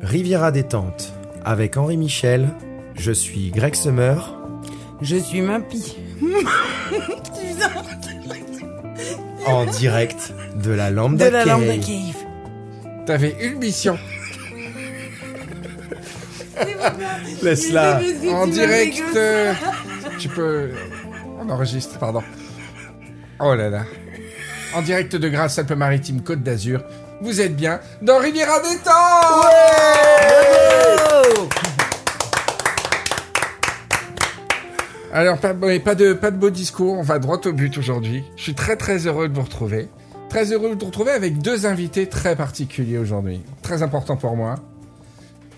Riviera détente avec Henri Michel. Je suis Greg Summer. Je suis Mimpi. en direct de la de Lambda la Cave. Lambda Cave. T'avais une mission Laisse-la. en direct. euh, tu peux. On enregistre, pardon. Oh là là. En direct de Grasse Alpes-Maritimes, Côte d'Azur. Vous êtes bien dans Riviera des Temps Alors, pas, mais pas de, pas de beau discours, on va droit au but aujourd'hui. Je suis très très heureux de vous retrouver. Très heureux de vous retrouver avec deux invités très particuliers aujourd'hui. Très important pour moi.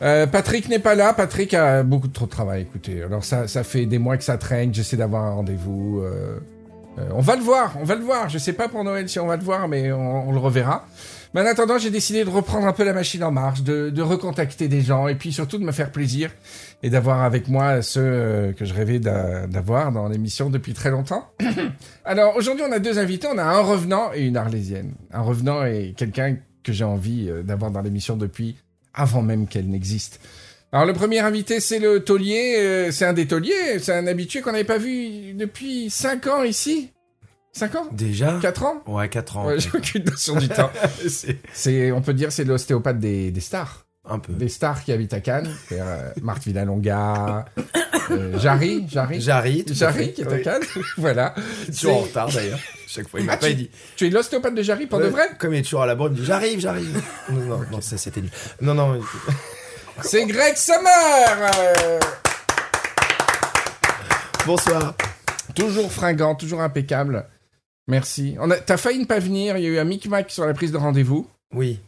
Euh, Patrick n'est pas là, Patrick a beaucoup trop de travail, écoutez. Alors ça, ça fait des mois que ça traîne, j'essaie d'avoir un rendez-vous. euh, euh, on va le voir, on va le voir. Je sais pas pour Noël si on va le voir, mais on, on le reverra. Mais en attendant, j'ai décidé de reprendre un peu la machine en marche, de, de recontacter des gens et puis surtout de me faire plaisir et d'avoir avec moi ceux euh, que je rêvais d'a- d'avoir dans l'émission depuis très longtemps. Alors aujourd'hui, on a deux invités, on a un revenant et une arlésienne. Un revenant est quelqu'un que j'ai envie euh, d'avoir dans l'émission depuis avant même qu'elle n'existe. Alors le premier invité, c'est le taulier, euh, c'est un des tauliers, c'est un habitué qu'on n'avait pas vu depuis 5 ans ici. 5 ans Déjà 4 ans Ouais, 4 ans. Ouais, j'ai aucune notion du temps. C'est C'est, on peut dire, c'est l'ostéopathe des, des stars. un peu. Des stars qui habitent à Cannes. C'est-à-dire, euh, Marthe Villalonga, euh, Jarry, Jarry. Jarry, tout à Jarry fait. qui est à Oui. Cannes. voilà. Il est toujours en C'est- retard d'ailleurs. Chaque fois, il m'a Ah, pas dit. Tu es l'ostéopathe de Jarry pour de Ouais, vrai Comme il est toujours à la borne, il me dit j'arrive, j'arrive. non, non, non, ça c'était nul. Non, non. C'est Greg Summer euh, Bonsoir. Toujours fringant, toujours impeccable. Merci. On a, t'as failli ne pas venir, il y a eu un micmac sur la prise de rendez-vous. Oui.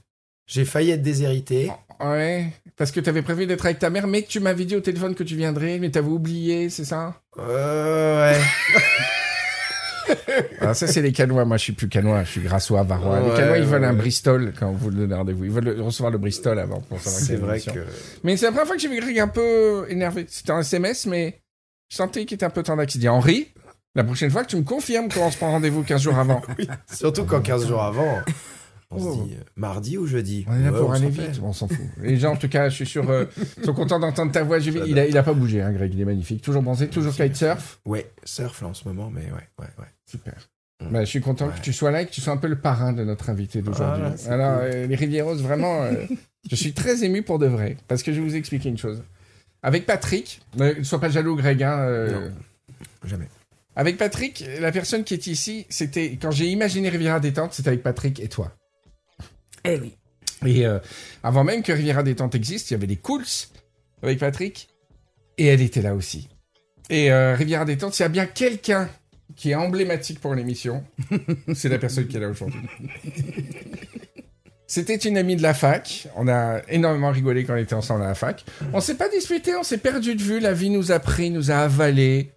J'ai failli être déshérité. Ouais, parce que t'avais prévu d'être avec ta mère, mais tu m'avais dit au téléphone que tu viendrais, mais t'avais oublié, c'est ça Euh, ouais. Ah, ça, c'est les Canois. Moi, je suis plus Canois, je suis Grassois, Varois. Ouais, les Canois, ils veulent ouais. un Bristol quand vous le donnez rendez-vous. Ils veulent le- recevoir le Bristol avant pour savoir qu'il y C'est a une vrai émission. que. Mais c'est la première fois que j'ai vu Greg un peu énervé. C'était un SMS, mais je sentais qu'il était un peu tendax. Il dit Henri, la prochaine fois que tu me confirmes qu'on se prend rendez-vous 15 jours avant. Surtout qu'en 15 jours avant, on se dit euh, mardi ou jeudi Oh. On est là Ouais, pour s'en aller fait. vite, on s'en fout. Les gens, en tout cas, je suis sûr, euh, sont contents d'entendre ta voix. J'ai vu- Il a, il a pas bougé, hein, Greg, il est magnifique. Toujours bronzé, toujours kitesurf. Ouais, surf là en ce moment, mais ouais, ouais, ouais. Super. Mm. Bah, je suis content que tu sois là et que tu sois un peu le parrain de notre invité d'aujourd'hui. Voilà, c'est Alors, euh, les Rivieros, vraiment, euh, je suis très ému pour de vrai. Parce que je vais vous expliquer une chose. Avec Patrick, euh, ne sois pas jaloux, Greg. hein, euh, Jamais. avec Patrick, la personne qui est ici, c'était quand j'ai imaginé Riviera Détente, c'était avec Patrick et toi. Eh oui. Et euh, avant même que Riviera Détente existe, il y avait les Cools avec Patrick. Et elle était là aussi. Et euh, Riviera Détente, s'il y a bien quelqu'un qui est emblématique pour l'émission, c'est la personne qui est là aujourd'hui. C'était une amie de la fac. On a énormément rigolé quand on était ensemble à la fac. On s'est pas disputé, on s'est perdu de vue. La vie nous a pris, nous a avalé,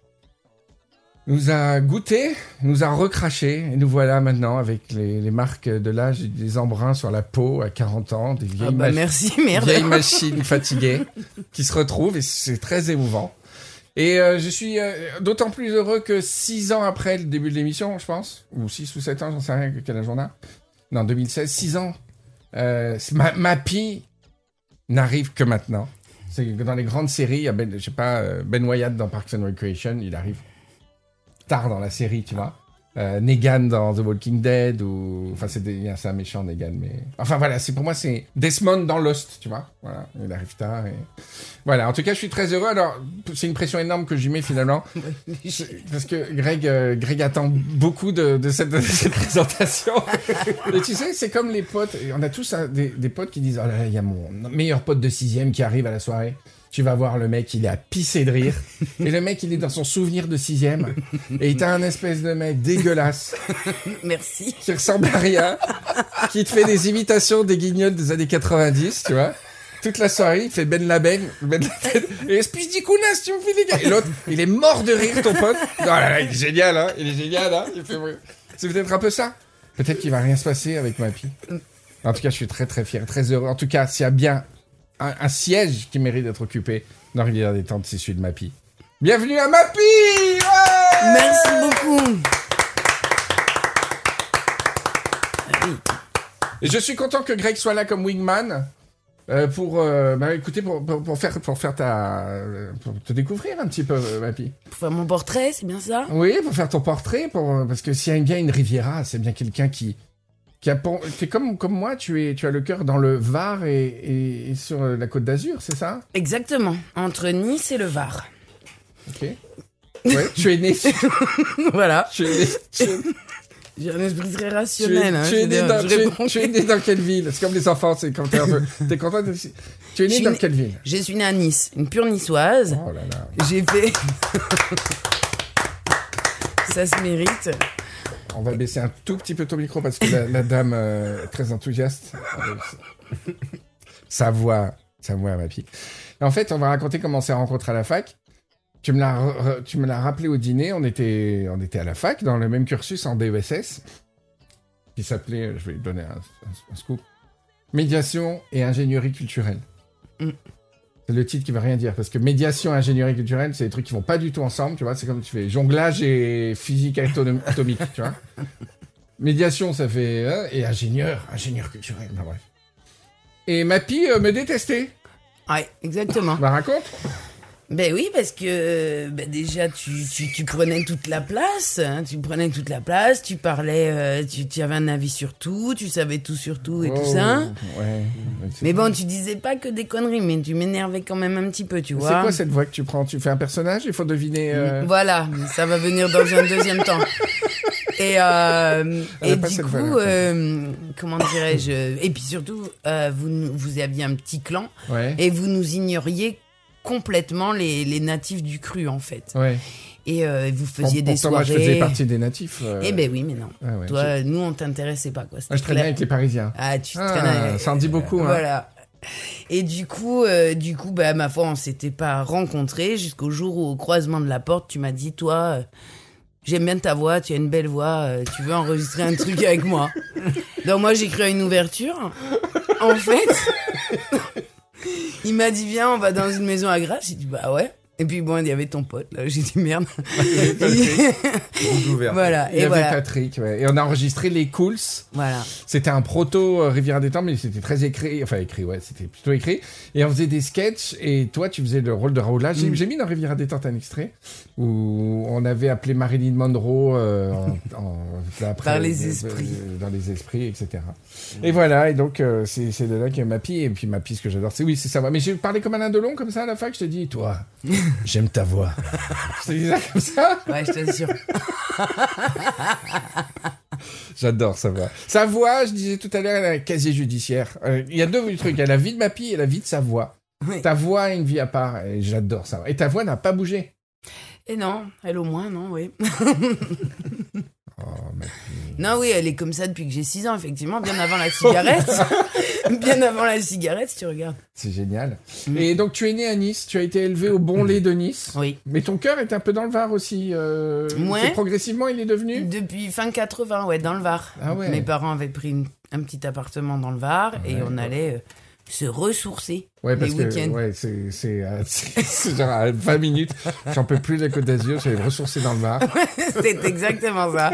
nous a goûté, nous a recraché. Et nous voilà maintenant avec les, les marques de l'âge, et des embruns sur la peau à 40 ans, des vieilles Ah bah mach- merci, merde. vieilles machines fatiguées qui se retrouvent et c'est très émouvant. Et euh, je suis euh, d'autant plus heureux que six ans après le début de l'émission, je pense, ou six ou sept ans, j'en sais rien, quel âge on a. Non, 2016, six ans. Euh, c'est- ma, ma pie n'arrive que maintenant. C'est que dans les grandes séries, il y a ben, je sais pas, euh, Ben Wyatt dans Parks and Recreation, il arrive tard dans la série, tu vois. Euh, Negan dans The Walking Dead ou enfin c'est des- c'est un méchant Negan mais enfin voilà c'est pour moi c'est Desmond dans Lost tu vois voilà il arrive tard et voilà en tout cas je suis très heureux alors c'est une pression énorme que j'y mets finalement parce que Greg euh, Greg attend beaucoup de, de cette, de cette présentation mais tu sais c'est comme les potes Et on a tous hein, des, des potes qui disent oh là là il y a mon meilleur pote de sixième qui arrive à la soirée tu vas voir le mec, il est à pisser de rire. Et le mec, il est dans son souvenir de sixième. Et t'as un espèce de mec dégueulasse Merci. qui ressemble à rien, qui te fait des imitations des guignols des années 90, tu vois. Toute la soirée, il fait Ben Laden, Ben Laden, et espèce d'icounasse, tu me fais des gars. Et l'autre, il est mort de rire, ton pote. Non, là, là, il est génial, hein, il est génial, hein. Il fait... C'est peut-être un peu ça. Peut-être qu'il va rien se passer avec ma fille. En tout cas, je suis très, très fier, très heureux. En tout cas, s'il y a bien un, un siège qui mérite d'être occupé dans Rivière des Tentes, c'est celui de Mappy. Bienvenue à Mappy Ouais Merci beaucoup. Et je suis content que Greg soit là comme wingman. euh, pour, euh, bah, écoutez, pour, pour, pour faire, pour faire ta, euh, pour te découvrir un petit peu, euh, Mappy. Pour faire mon portrait, c'est bien ça Oui, pour faire ton portrait, pour, euh, parce que s'il y a bien une Riviera, c'est bien quelqu'un qui, qui a, pen- qui est comme, comme moi, tu es, tu as le cœur dans le Var et, et- et sur euh, la Côte d'Azur, c'est ça Exactement. Entre Nice et le Var. Ok. Ouais, tu es né, voilà. tu es né, tu es- J'ai un esprit très tu es- rationnel. hein, tu es je né veux dans- dire, tu je es- réponds. tu es né dans quelle ville C'est comme les enfants, c'est quand t'es un peu, t'es content de- Tu es Je né suis dans né- quelle ville Je suis née à Nice, une pure niçoise. Oh là là. J'ai fait. ça se mérite. On va baisser un tout petit peu ton micro parce que la, la dame euh, est très enthousiaste. avec sa- sa voix, sa voix à ma fille. Et en fait, on va raconter comment on s'est rencontrés à la fac. Tu me l'as, re- re- tu me l'as rappelé au dîner. On était, on était à la fac dans le même cursus en DESS qui s'appelait, je vais lui donner un, un- un scoop, médiation et ingénierie culturelle. Mm. C'est le titre qui veut rien dire parce que médiation et ingénierie culturelle, c'est des trucs qui vont pas du tout ensemble. Tu vois, c'est comme tu fais jonglage et physique atono- atomique. tu vois. Médiation, ça fait. hein, et ingénieur, ingénieur culturel, bah bref. Et Mappy euh, me détestait. Ouais, exactement. Bah raconte. Ben oui, parce que euh, ben déjà, tu, tu, tu prenais toute la place. hein, tu prenais toute la place, tu parlais, euh, tu, tu avais un avis sur tout, tu savais tout sur tout et tout ça. Oh, Ouais. C'est- hein Mais bon, tu disais pas que des conneries, mais tu m'énervais quand même un petit peu, tu C'est vois. Mm. quoi cette voix que tu prends Tu fais un personnage Il faut deviner. euh, Voilà, mais ça va venir dans un deuxième temps. Et, euh, Elle et a pas du cette coup, valeur. euh, comment dirais-je Et puis surtout, euh, vous, nous- vous aviez un petit clan Ouais. et vous nous ignoriez complètement les, les natifs du cru, en fait. Ouais. Et euh, vous faisiez des Pour- pourtant, soirées. Moi, je faisais partie des natifs. euh, Eh ben oui, mais non. ouais, ouais. Toi, J'ai- nous, on t'intéressait pas, quoi. C'était Moi, je traînais clair. avec les Parisiens. Ah, tu Ah, traînais avec- ça en dit beaucoup, hein. Voilà. Et du coup, euh, du coup, bah ma foi, on s'était pas rencontrés jusqu'au jour où, au croisement de la porte, tu m'as dit, toi, euh, j'aime bien ta voix, tu as une belle voix, euh, tu veux enregistrer un truc avec moi. Donc moi, j'ai cru à une ouverture. En fait, il m'a dit, viens, on va dans une maison à Grasse. J'ai dit, bah ouais. Et puis bon, il y avait ton pote là. J'ai dit merde. Google ouvert. voilà. Il y Et avait voilà. Patrick, ouais. Et on a enregistré les Cools. Voilà. C'était un proto euh, Riviera des Temps, mais c'était très écrit. Enfin, écrit, ouais, c'était plutôt écrit. Et on faisait des sketchs, et toi, tu faisais le rôle de Raoul. Là, Mm. j'ai j'ai mis dans Riviera des Temps un extrait où on avait appelé Marilyn Monroe euh, en- en- après- Dans les esprits. Mm. euh, dans les esprits, etc. Et voilà, et donc, euh, c'est c'est de là que ma pie, et puis ma pie, ce que j'adore, c'est oui, c'est sa voix. Mais j'ai parlé comme Alain Delon, comme ça, à la fac, je t'ai dit, toi, j'aime ta voix. je t'ai dit ça comme ça. Ouais, je t'assure. J'adore sa voix. Sa voix, je disais tout à l'heure, elle a un casier judiciaire. Euh, Il y a deux trucs. Elle a la vie de ma pie et la vie de sa voix. Oui. Ta voix a une vie à part. Et j'adore ça. Et ta voix n'a pas bougé. Et non, elle au moins, non, oui. Oh, mais- Non, oui, elle est comme ça depuis que j'ai 6 ans, effectivement, bien avant la cigarette. bien avant la cigarette, si tu regardes. c'est génial. Mm. Et donc, tu es né à Nice. Tu as été élevé au bon lait de Nice. Oui. Mais ton cœur est un peu dans le var aussi. euh, Ouais. c'est Progressivement, il est devenu. Depuis fin 80, ouais, dans le Var. Ah ouais. Mes parents avaient pris une- un petit appartement dans le Var et Ouais. on allait euh, se ressourcer Ouais, les parce que week-ends. ouais, c'est c'est à- c'est genre à 20 minutes. J'en peux plus de la Côte d'Azur. Je vais me ressourcer dans le var. C'est exactement ça.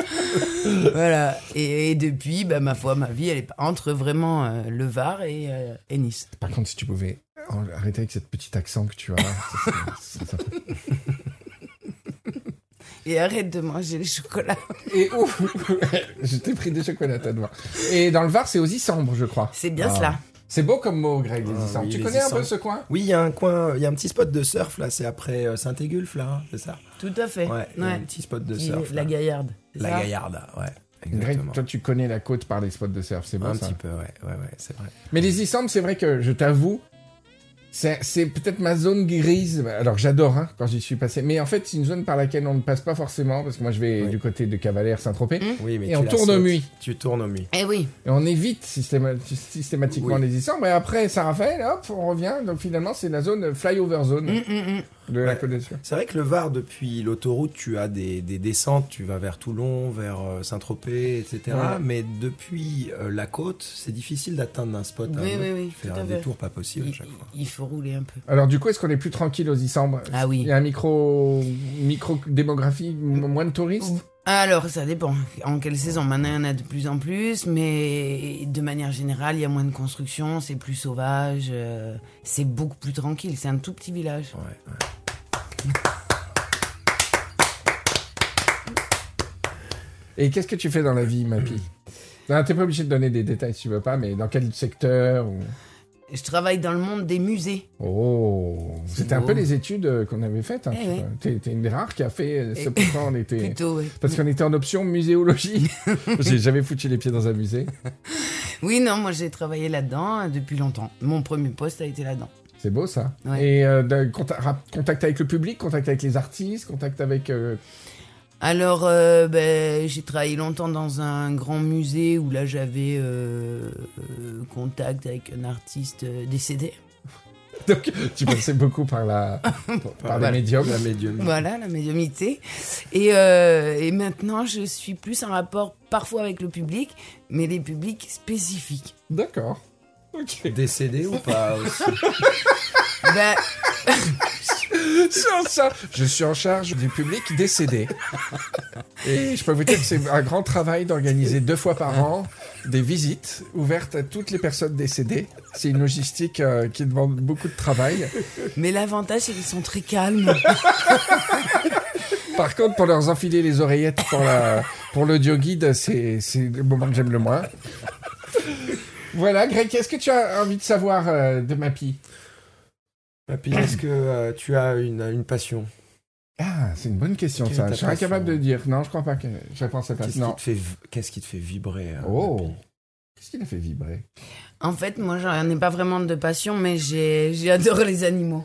voilà. Et, et depuis, bah, ma foi, ma vie, elle est entre vraiment euh, le Var et, euh, et Nice. Par contre, si tu pouvais en- arrêter avec cette petit accent que tu as. ça, c'est- c'est- Et arrête de manger les chocolats. Et ouf Je t'ai pris des chocolats à devant. Et dans le Var, c'est aux Isambres, je crois. C'est bien Ah. cela. C'est beau comme mot, Greg, les Ah Isambres. oui, tu les connais un peu Isambres. ce coin Oui, il y a un coin, il y a un petit spot de surf là, c'est après euh, Saint-Égulf là, hein, c'est ça Tout à fait. Ouais, il y a un petit spot de Qui- surf. la là. Gaillarde. c'est La ça Gaillarde, ouais. Greg, Exactement. toi, tu connais la côte par les spots de surf, c'est beau Un ça. petit peu, ouais, ouais, ouais, c'est vrai. Mais les Isambres, c'est vrai que, je t'avoue, c'est c'est peut-être ma zone grise. Alors, j'adore hein, quand j'y suis passé. Mais en fait, c'est une zone par laquelle on ne passe pas forcément, parce que moi, je vais Oui. du côté de Cavalère, Saint-Tropez. Mm. Oui, mais Et tu on la tourne au sautes. mui. Tu tournes au mui. Eh oui. Et on évite systéma- systématiquement Oui. les Isambres. Et après, Saint-Raphaël, hop, on revient. Donc, finalement, c'est la zone flyover zone Mm, mm, mm. de la Ouais. Côte d'Azur. C'est vrai que le Var, depuis l'autoroute, tu as des, des descentes, tu vas vers Toulon, vers euh, Saint-Tropez, etc. Ouais. Mais depuis euh, la côte, c'est difficile d'atteindre un spot. à un Oui, autre. oui, oui, Tu fais tout à un fait. détour pas possible à Il- chaque fois. il faut rouler un peu. Alors du coup, est-ce qu'on est plus tranquille aux Isambres Ah oui. Il y a un micro, micro démographie, m- moins de touristes. Alors, ça dépend. En quelle saison Maintenant, il y en a de plus en plus, mais de manière générale, il y a moins de construction, c'est plus sauvage, euh, c'est beaucoup plus tranquille. C'est un tout petit village. Ouais, ouais. Et qu'est-ce que tu fais dans la vie, Mappy Non, t'es pas obligé de donner des détails si tu veux pas, mais dans quel secteur ou- Je travaille dans le monde des musées. Oh C'était un beau. peu les études euh, qu'on avait faites. Hein, Eh tu ouais. vois. T'es t'es une des rares qui a fait euh, ce Et- pourquoi on était... Plutôt, oui. Parce qu'on était en option muséologie. J'ai jamais foutu les pieds dans un musée. Oui, non, moi j'ai travaillé là-dedans euh, depuis longtemps. Mon premier poste a été là-dedans. C'est beau ça. Ouais. Et euh, de- conta- rap- contact avec le public, contact avec les artistes, contact avec. euh, Alors, euh, ben, j'ai travaillé longtemps dans un grand musée où là j'avais euh, euh, contact avec un artiste euh, décédé. Donc tu passais beaucoup par la par les Voilà. médiums. La médium. Voilà, la médiumnité. Et, euh, et maintenant, je suis plus en rapport parfois avec le public, mais les publics spécifiques. D'accord. Ok. Décédé ou pas aussi Ben, Sur ça, je suis en charge du public décédé. Et je peux vous dire que c'est un grand travail d'organiser deux fois par an des visites ouvertes à toutes les personnes décédées. C'est une logistique euh, qui demande beaucoup de travail. mais l'avantage, c'est qu'ils sont très calmes. Par contre, pour leur enfiler les oreillettes pour, la, pour l'audio guide, c'est, c'est le moment que j'aime le moins. Voilà, Greg, est-ce que tu as envie de savoir euh, de Mappy Papy, est-ce que euh, tu as une, une passion Ah, c'est une bonne question, Quelle est ça. ta Je serais passion incapable de dire. Non, je crois pas que je réponds à ta Qu'est-ce Non. qui, te fait v- qu'est-ce qui te fait vibrer hein, Oh Papy Qu'est-ce qui l'a fait vibrer En fait, moi, j'en ai pas vraiment de passion, mais j'ai- j'adore les animaux.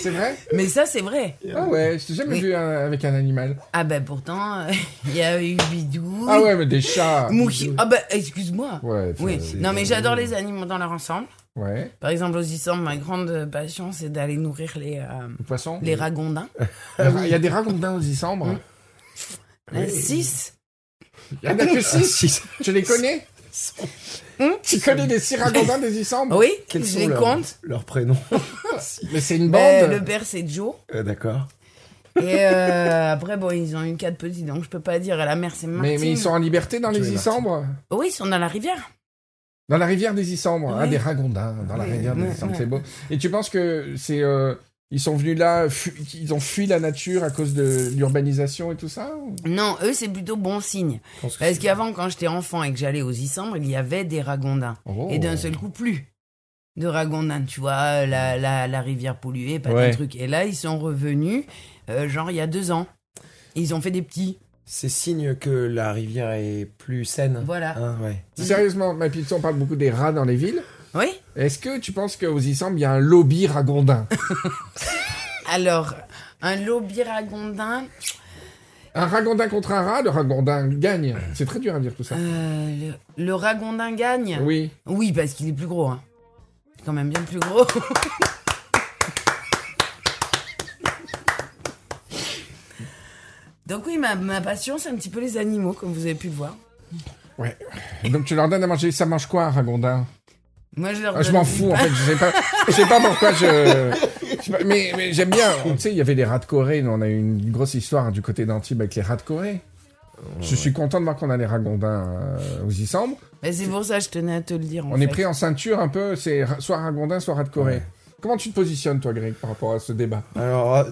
C'est vrai Mais ça, c'est vrai. Ah ouais, je t'ai jamais Oui. vu un- avec un animal. Ah ben pourtant, euh, il y a eu Bidou, Ah ouais, mais des chats. Mouki. Ah ben, excuse-moi. Ouais. enfin, Oui, c'est- euh, non mais j'adore les animaux dans leur ensemble. Ouais. Par exemple, aux Islandes, ma grande passion, c'est d'aller nourrir les, euh, Le poisson les ragondins. Ah oui, Mm. Il y a des ragondins aux Isambres. Ah Euh, Six. Il y en a que Ah, six. si, Tu les connais Hum Tu connais les six ragondins des Isambres Oui, quels je sont les leurs- compte. Leurs prénoms. Mais c'est une Ben, bande. le père, c'est Joe. Euh, D'accord. Et euh, après, bon, ils ont eu quatre petits, donc je peux pas dire. Et la mère, c'est Martine. Mais, mais ils sont en liberté dans Tu les es Isambres Oui, ils sont dans la rivière. Dans la rivière des Isambres, hein, Oui. des Ragondins, dans la Oui, rivière des oui, Isambres, oui. c'est beau. Et tu penses que c'est. euh, ils sont venus là, fu- ils ont fui la nature à cause de l'urbanisation et tout ça ou- Non, eux, c'est plutôt bon signe. Je pense que Parce c'est- qu'avant, quand j'étais enfant et que j'allais aux Isambres, il y avait des ragondins. Oh. Et d'un seul coup, plus de ragondins, tu vois, la, la, la rivière polluée, pas Ouais. de truc. Et là, ils sont revenus, euh, genre, il y a deux ans. Et Ils ont fait des petits. C'est signe que la rivière est plus Ah. saine. Voilà. Hein, ouais. Sérieusement, ma petite, on parle beaucoup des rats dans les villes. Oui Est-ce que tu penses qu'aux Isambres, il y a un lobby ragondin Alors, un lobby ragondin, Un ragondin contre un rat, le ragondin gagne. C'est très dur à dire tout ça. euh, le, le ragondin gagne Oui. Oui, parce qu'il est plus gros. Hein. C'est quand même bien plus gros. Donc oui, ma, ma passion, c'est un petit peu les animaux, comme vous avez pu le voir. Donc tu leur donnes à manger, ça mange quoi un ragondin Moi, je leur Ah, je donne- m'en fous en fait, je sais pas, je sais pas pourquoi je. je sais pas, mais mais j'aime bien. Tu sais, il y avait les rats de Corée, nous, on a eu une grosse histoire hein, du côté d'Antibes avec les rats de Corée. Je suis content de voir qu'on a les ragondins euh, aux Isambres. Bah, c'est pour ça que je tenais à te le dire. en On est fait. pris en ceinture un peu, c'est ra- soit ragondin, soit rat de Corée. Ouais. Comment tu te positionnes toi, Greg, par rapport à ce débat Alors, euh,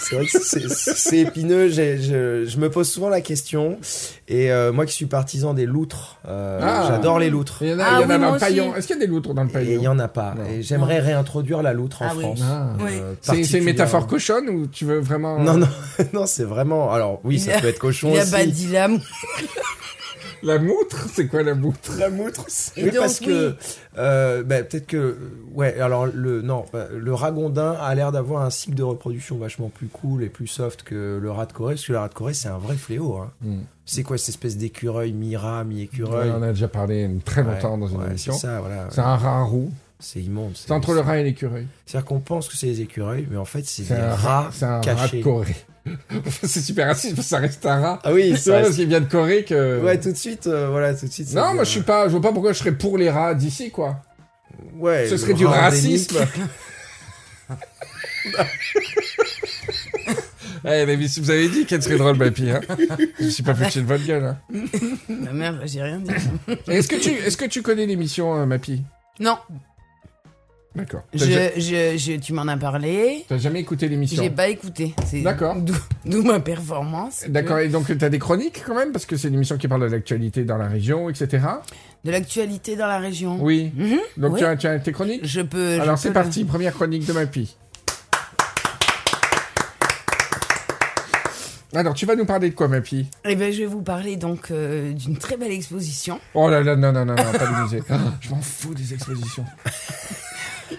c'est vrai que c'est- c'est épineux. j'ai- Je, je me pose souvent la question. Et euh, moi qui suis partisan des loutres, euh, Ah. j'adore les loutres. Il y en a, Ah il y en a oui, dans moi le paillon. aussi. Est-ce qu'il y a des loutres dans le Et il n'y paillon en a pas. hein. Non. Et j'aimerais réintroduire la loutre en Ah oui. France. Ah, Oui. euh, c'est- C'est une particulièrement. métaphore cochonne ou tu veux vraiment Non, non, non, c'est vraiment. Alors, oui, Il ça a- peut être cochon Il a aussi. badi l'âme. La moutre, c'est quoi la moutre La moutre. Et Oui, donc, parce que euh, bah, peut-être que ouais. Alors le non, bah, le ragondin a l'air d'avoir un cycle de reproduction vachement plus cool et plus soft que le rat de Corée. Parce que le rat de Corée, c'est un vrai fléau. Hein. Mm. C'est quoi cette espèce d'écureuil mi-rat, mi-écureuil Ouais, On a déjà parlé très Ouais, longtemps dans une ouais, émission. C'est ça, voilà. C'est un rat à roux. C'est immonde. C'est entre le rat et l'écureuil. C'est-à-dire qu'on pense que c'est des écureuils, mais en fait, c'est C'est des un rat, rats c'est un rat de cachés. Corée. c'est super raciste parce que ça reste un rat. ah oui, C'est ça. pas parce qu'il vient de Corée que. Ouais, tout de suite, euh, voilà, tout de suite. ça non, devient- moi je suis pas. Je vois pas pourquoi je serais pour les rats d'ici quoi. Ouais, Ce le serait du rat endémique. racisme. Eh, mais si vous avez dit qu'elle serait drôle, ma pie, hein. Je suis pas foutu de votre gueule, hein. Ma merde, j'ai rien dit. Est-ce que tu, est-ce que tu connais l'émission, euh, Mappy Non, D'accord. T'as ja- je, je, je- tu m'en as parlé. t'as jamais écouté l'émission J'ai pas écouté. C'est D'accord. D'où d'où ma performance. D'accord, et donc t'as des chroniques quand même, parce que c'est une émission qui parle de l'actualité dans la région, etc. De l'actualité dans la région. Oui. Mhm. Donc Oui. tu, as, tu as tes chroniques Je peux. je Alors peux c'est le- parti, première chronique de Mappy. Alors tu vas nous parler de quoi, Mappy Eh ben, je vais vous parler donc euh, d'une très belle exposition. Oh là là, non, non, non, non pas le musée. Ah, Je m'en fous des expositions.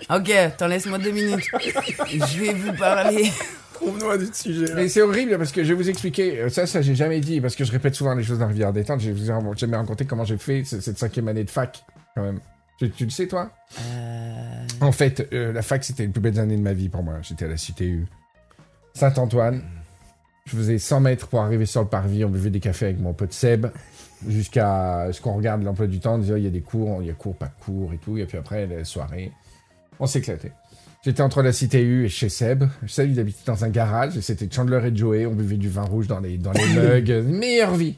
Ok, attends, laisse-moi deux minutes. je vais vous parler. Trouve-nous un autre sujet. Mais c'est horrible parce que je vais vous expliquer, euh, ça, ça j'ai jamais dit, parce que je répète souvent les choses dans Rivière Détente, je vous ai ram- jamais raconté comment j'ai fait ce- cette cinquième année de fac, quand même. Tu, tu le sais, toi Euh, En fait, euh, la fac, c'était les plus belles années de ma vie pour moi. J'étais à la CTU Saint-Antoine. Je faisais 100 mètres pour arriver sur le parvis. On buvait des cafés avec mon pote Seb. Jusqu'à ce qu'on regarde l'emploi du temps. On disait, oh, il y a des cours, il y a cours, pas cours et tout. Et puis après, la soirée, on s'éclatait. J'étais entre la CTU et chez Seb. Seb, il habitait dans un garage. et C'était Chandler et Joey. On buvait du vin rouge dans les, dans les mugs. Meilleure vie.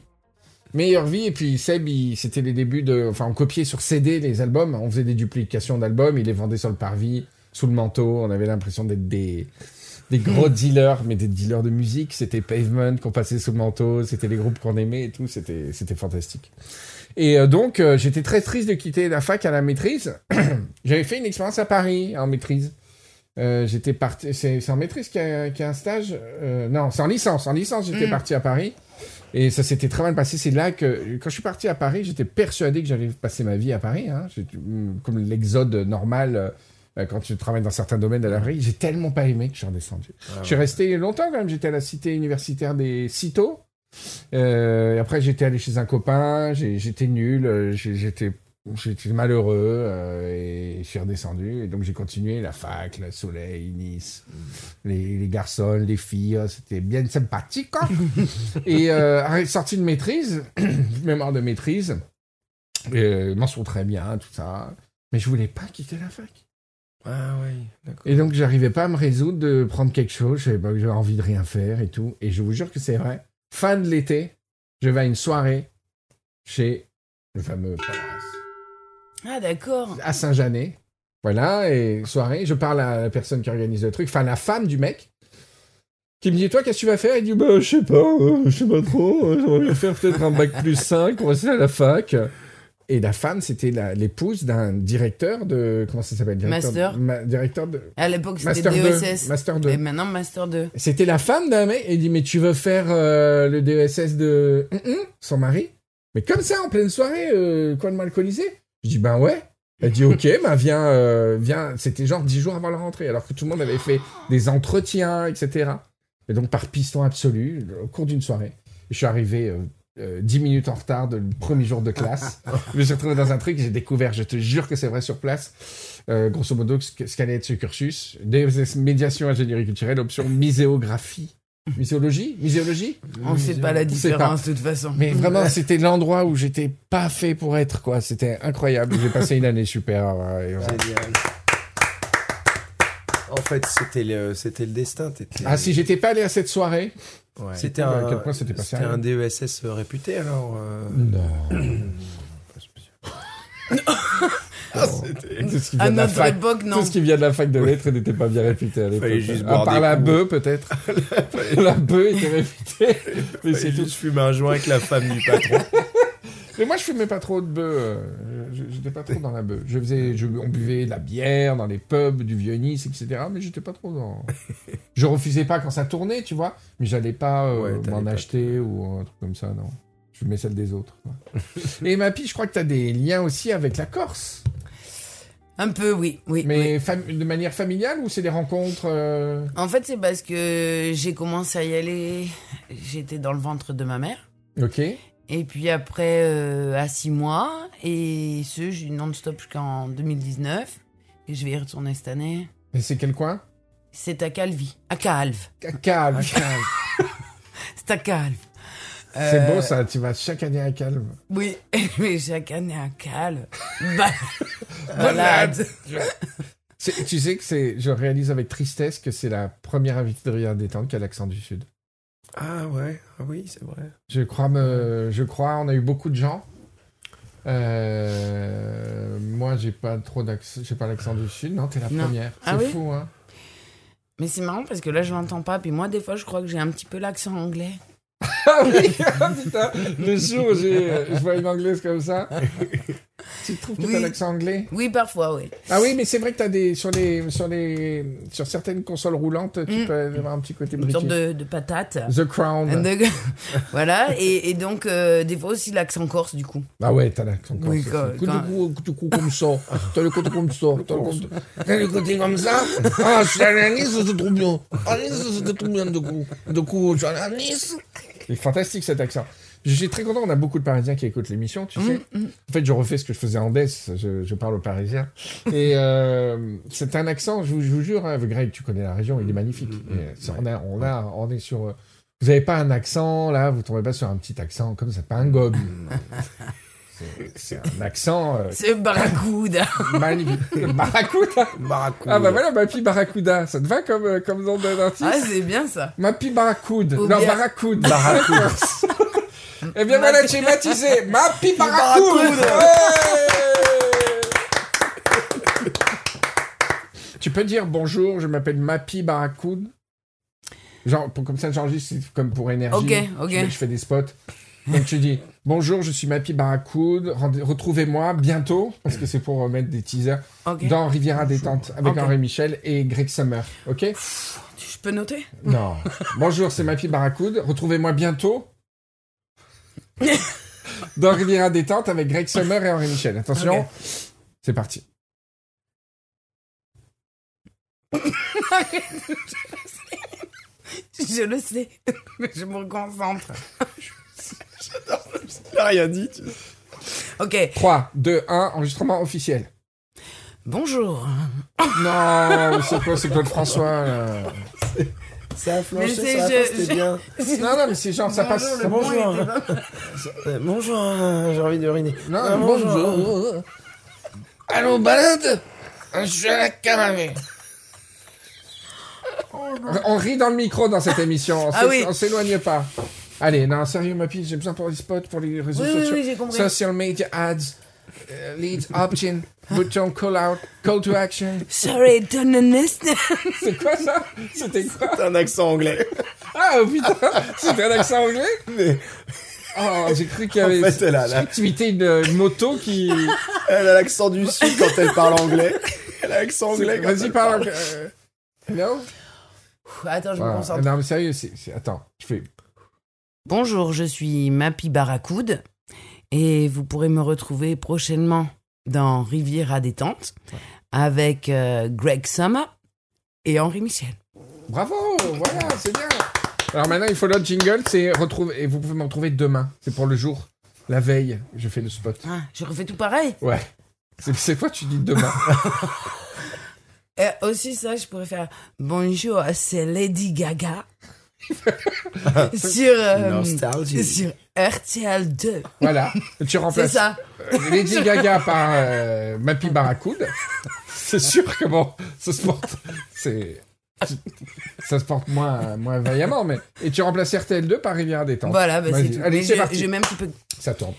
Meilleure vie. Et puis Seb, il- c'était les débuts de. Enfin, on copiait sur CD les albums. On faisait des duplications d'albums. Il les vendait sur le parvis, sous le manteau. On avait l'impression d'être des. Des gros dealers, mais des dealers de musique. C'était Pavement qu'on passait sous le manteau. C'était les groupes qu'on aimait et tout. C'était c'était fantastique. Et euh, donc, euh, j'étais très triste de quitter la fac à la maîtrise. J'avais fait une expérience à Paris en maîtrise. Euh, j'étais parti. C'est c'est en maîtrise qu'il y, a- qu'il y a un stage. euh, non, c'est en licence. En licence, j'étais Mm. parti à Paris. Et ça s'était très mal passé. C'est là que, quand je suis parti à Paris, j'étais persuadé que j'allais passer ma vie à Paris. hein. J'ai- Comme l'exode normal, euh, quand tu travailles dans certains domaines à la Paris, j'ai tellement pas aimé que je suis redescendu. Ah je suis resté longtemps quand même. J'étais à la cité universitaire des Citeaux. Euh, et après, j'étais allé chez un copain. j'ai- J'étais nul. euh, j'ai- J'étais j'étais malheureux euh, et je suis redescendu. Et donc j'ai continué la fac, le soleil, Nice, les, les garçons, les filles, euh, c'était bien sympathique. hein. et euh, arri- sorti de maîtrise, mémoire de maîtrise, euh, m'en sont très bien, tout ça. Mais je voulais pas quitter la fac. Ah oui, d'accord. Et donc, j'arrivais pas à me résoudre de prendre quelque chose. Je savais pas que j'avais envie de rien faire et tout. Et je vous jure que c'est vrai. Fin de l'été, je vais à une soirée chez le fameux Palace Ah, d'accord. à Saint-Janet. Voilà, et soirée, je parle à la personne qui organise le truc, enfin la femme du mec, qui me dit Toi, qu'est-ce que tu vas faire Il dit Bah, je sais pas, euh, je sais pas trop, euh, j'aimerais bien faire peut-être un bac plus 5, on rester à la fac. Et la femme, c'était la- l'épouse d'un directeur de. Comment ça s'appelle directeur, Master. ma- directeur de. À l'époque, c'était E Master 2. DESS. Master 2. Et maintenant, Master 2. C'était la femme d'un mec. Il dit Mais tu veux faire euh, le DESS de Hum, hum son mari Mais comme ça, en pleine soirée, euh, quoi de mal alcoolisé Je dis Ben ouais. Elle dit Ok, ben viens, euh, viens. C'était genre 10 jours avant la rentrée, alors que tout le monde avait fait des entretiens, etc. Et donc, par piston absolu, au cours d'une soirée, je suis arrivé. euh, euh, 10 minutes en retard de le premier jour de classe. je me suis retrouvé dans un truc que j'ai découvert, je te jure que c'est vrai sur place, euh, grosso modo, ce que- ce qu'allait être ce cursus. DSS, médiation, ingénierie culturelle, option muséographie. Muséologie Muséologie On Oh, sait pas la On sait différence, de toute façon. Mais vraiment, c'était l'endroit où j'étais pas fait pour être, quoi. C'était incroyable. J'ai passé une année super. euh, et voilà. Génial. En fait, c'était le, c'était le destin. t'étais- Ah, si j'étais pas allé à cette soirée Ouais. C'était À un, quel point c'était pas c'était sérieux. un DESS réputé alors. euh, Non. pas spécial. Tout ce qui À vient de la notre fac. époque, non. Tout ce qui vient de la fac de lettres n'était pas bien réputé à l'époque. Fallait juste À boire part des la coups. bœuf, peut-être. la bœuf était réputée. Mais c'est Et tout. juste fumer un joint avec la femme du patron. Mais moi, je fumais pas trop de bœuf. euh, je- J'étais pas trop dans la bœuf. Je faisais, je- on buvait de la bière dans les pubs du vieux Nice, etc. Mais j'étais pas trop dans. je refusais pas quand ça tournait, tu vois. Mais j'allais pas euh, Ouais, t'allais m'en pas. acheter ou un truc comme ça, non. Je fumais celle des autres. quoi. Et ma pie, je crois que t'as des liens aussi avec la Corse. Un peu, oui. oui oui. Mais fam- de manière familiale ou c'est des rencontres euh, En fait, c'est parce que j'ai commencé à y aller. J'étais dans le ventre de ma mère. Ok. Et puis après, euh, à 6 mois. Et ce, j'ai eu non-stop jusqu'en 2019. Et je vais y retourner cette année. Et c'est quel coin C'est à Calvi. À Calve. Ah, Ah, Calme. C'est à Calve. C'est Euh, beau ça, tu vas chaque année à Calme. Oui, mais chaque année à Bah, Calve. Ba- Balade. C'est- Tu sais que c'est, je réalise avec tristesse que c'est la première invitée de Rivière Détente qui a l'accent du Sud. Ah ouais, ah oui, c'est vrai. Je crois, me, je crois, on a eu beaucoup de gens. Euh, moi, j'ai pas trop d'accent, j'ai pas l'accent du sud. Non, t'es la Non. première. C'est Ah oui fou, hein. Mais c'est marrant parce que là, je l'entends pas. Puis moi, des fois, je crois que j'ai un petit peu l'accent anglais. Ah oui, ah, putain, le jour où j'ai, euh, je vois une anglaise comme ça. tu trouves que t'as Oui. l'accent anglais Oui, parfois, oui. Ah oui, mais c'est vrai que t'as des sur les sur les sur certaines consoles roulantes, tu Mm. peux avoir un petit côté Une sorte britannique. de, E de patate. The Crown. De- voilà, et, et donc, euh, des fois aussi l'accent corse, du coup. Ah ouais, t'as l'accent corse. Oui, aussi. quand- Que quand- du coup, que du coup, comme ça. T'as le côté comme ça. T'as le côté, t'as le côté comme ça. Ah, je suis allé à Nice, c'était trop bien. À Nice, c'était trop bien, du coup. Du coup, je suis allé à Nice. Il est fantastique cet accent. Je suis très content, on a beaucoup de Parisiens qui écoutent l'émission, tu sais. En fait, je refais ce que je faisais en Desse, je, je parle aux Parisiens. Et euh, c'est un accent, je vous, je vous jure, hein, Greg, tu connais la région, il est magnifique. Et, euh, c'est- on, a, on, a, on est sur... euh, Vous n'avez pas un accent, là, vous tombez pas sur un petit accent, comme ça, pas un gobe. C'est- c'est un accent euh, C'est barracuda. magnifique. Le Barracuda Barracuda. Ah bah voilà, ma fille Barracuda, ça te va comme, euh, comme nom d'un artiste Ah, c'est bien ça. Ma pie barracude. Ou non, bien- barracude. Eh bien voilà, j'ai baptisé ma pie barracude. barracude. Ouais. tu peux dire bonjour, je m'appelle Mapi Barracude. Genre, pour, comme ça, j'enregistre c'est comme pour Ok, énergie. ok. Je, fais- je fais des spots. Donc tu dis bonjour, je suis Mapi Barracude. Rendez- Retrouvez-moi bientôt, parce que c'est pour euh, mettre des teasers, Ok. dans Riviera Détente avec Ok. Henri Michel et Greg Summer. Ok Je peux noter non. Bonjour, c'est Mapi Barracude. Retrouvez-moi bientôt dans Riviera Détente avec Greg Summer et Henri Michel. Attention, Ok. c'est parti. Je le sais. Mais je me concentre. T'as rien dit. Ok. 3, 2, 1, enregistrement officiel. Bonjour. Non, mais c'est quoi, c'est Claude François euh. là. Ça a flanché, Mais c'est- ça a je- flanché, c'était je- bien. Non, non, mais c'est genre, ça passe. Bonjour, le Bonjour. bon était pas- Euh, Bonjour, euh, j'ai envie d'uriner. Non, Ah, bonjour. Allons, balade Je suis à la caravane. On rit dans le micro dans cette émission. On Ah s'é- oui. on s'éloigne pas. Allez, non, sérieux, Mapi, j'ai besoin pour les spots, pour les réseaux Oui, oui, sociaux. oui, j'ai compris. Social media ads, euh, leads, opt-in, button call out, call to action. Sorry, don't understand. C'est quoi ça C'était quoi T'as un accent anglais. Ah oh, putain C'était un accent anglais Mais Oh, j'ai cru qu'il y avait. En fait, là, j'ai là. cru que tu imitais une, une moto qui. elle a l'accent du sud quand elle parle anglais. Elle a l'accent anglais quand Vas-y, elle parle. euh, Hello Pff, Attends, je me Voilà. concentre. Non, mais sérieux, c'est. c'est- Attends, je fais. Bonjour, je suis Mappy Barracude et vous pourrez me retrouver prochainement dans Rivière à détente avec euh, Greg Summer et Henri Michel. Bravo Voilà, c'est bien Alors maintenant, il faut l'autre jingle, c'est retrouve. Et vous pouvez me retrouver demain. C'est pour le jour. La veille, je fais le spot. Ah, je refais tout pareil. Ouais. C'est- C'est quoi tu dis demain Et aussi ça, je pourrais faire bonjour, c'est Lady Gaga sur euh, Nostalgie. sur RTL 2. Voilà. Tu C'est remplaces ça. euh, Lady Gaga par euh, Mappy Barracuda. C'est sûr comment ça se porte. C'est. Ça se porte moins, moins vaillamment, mais. Et tu remplaces RTL2 par Rivière Détente. Voilà, bah, c'est Vas-y. tout. Allez, Mais c'est je, parti. je mets un petit peu Ça tourne.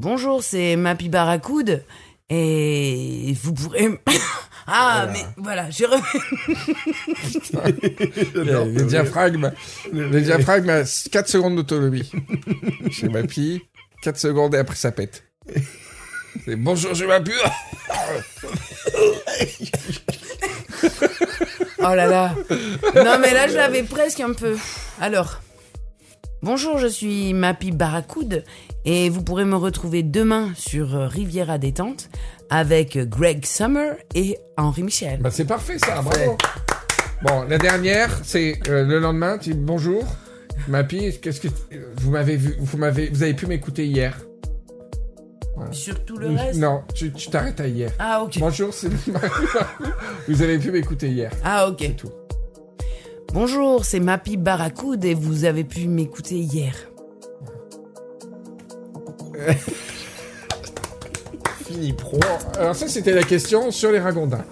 Bonjour, c'est Mappy Barracude et vous pourrez. m- ah, Voilà. mais voilà, je refais. Les, les diaphragmes. Les diaphragmes à 4 secondes d'autonomie. Chez Mappy, 4 secondes et après ça pète. C'est bonjour, je m'appuie. Oh là là. Non, mais là, je l'avais presque un peu. Alors. Bonjour, je suis Mappy Barracude et vous pourrez me retrouver demain sur euh, Riviera Détente avec Greg Summer et Henri Michel. Bah, c'est parfait ça, bravo. Bon, la dernière, c'est euh, le lendemain, tu dis bonjour. Mappy, qu'est-ce que euh, vous m'avez vu Vous m'avez, vous avez pu m'écouter hier Sur tout le reste. Non, tu tu t'arrêtes à hier. Ah, ok. Bonjour, c'est Vous avez pu m'écouter hier. Ah, ok. tout. Bonjour, c'est Mappy Barracude et vous avez pu m'écouter hier. Fini pro. Bon, alors ça c'était la question sur les ragondins.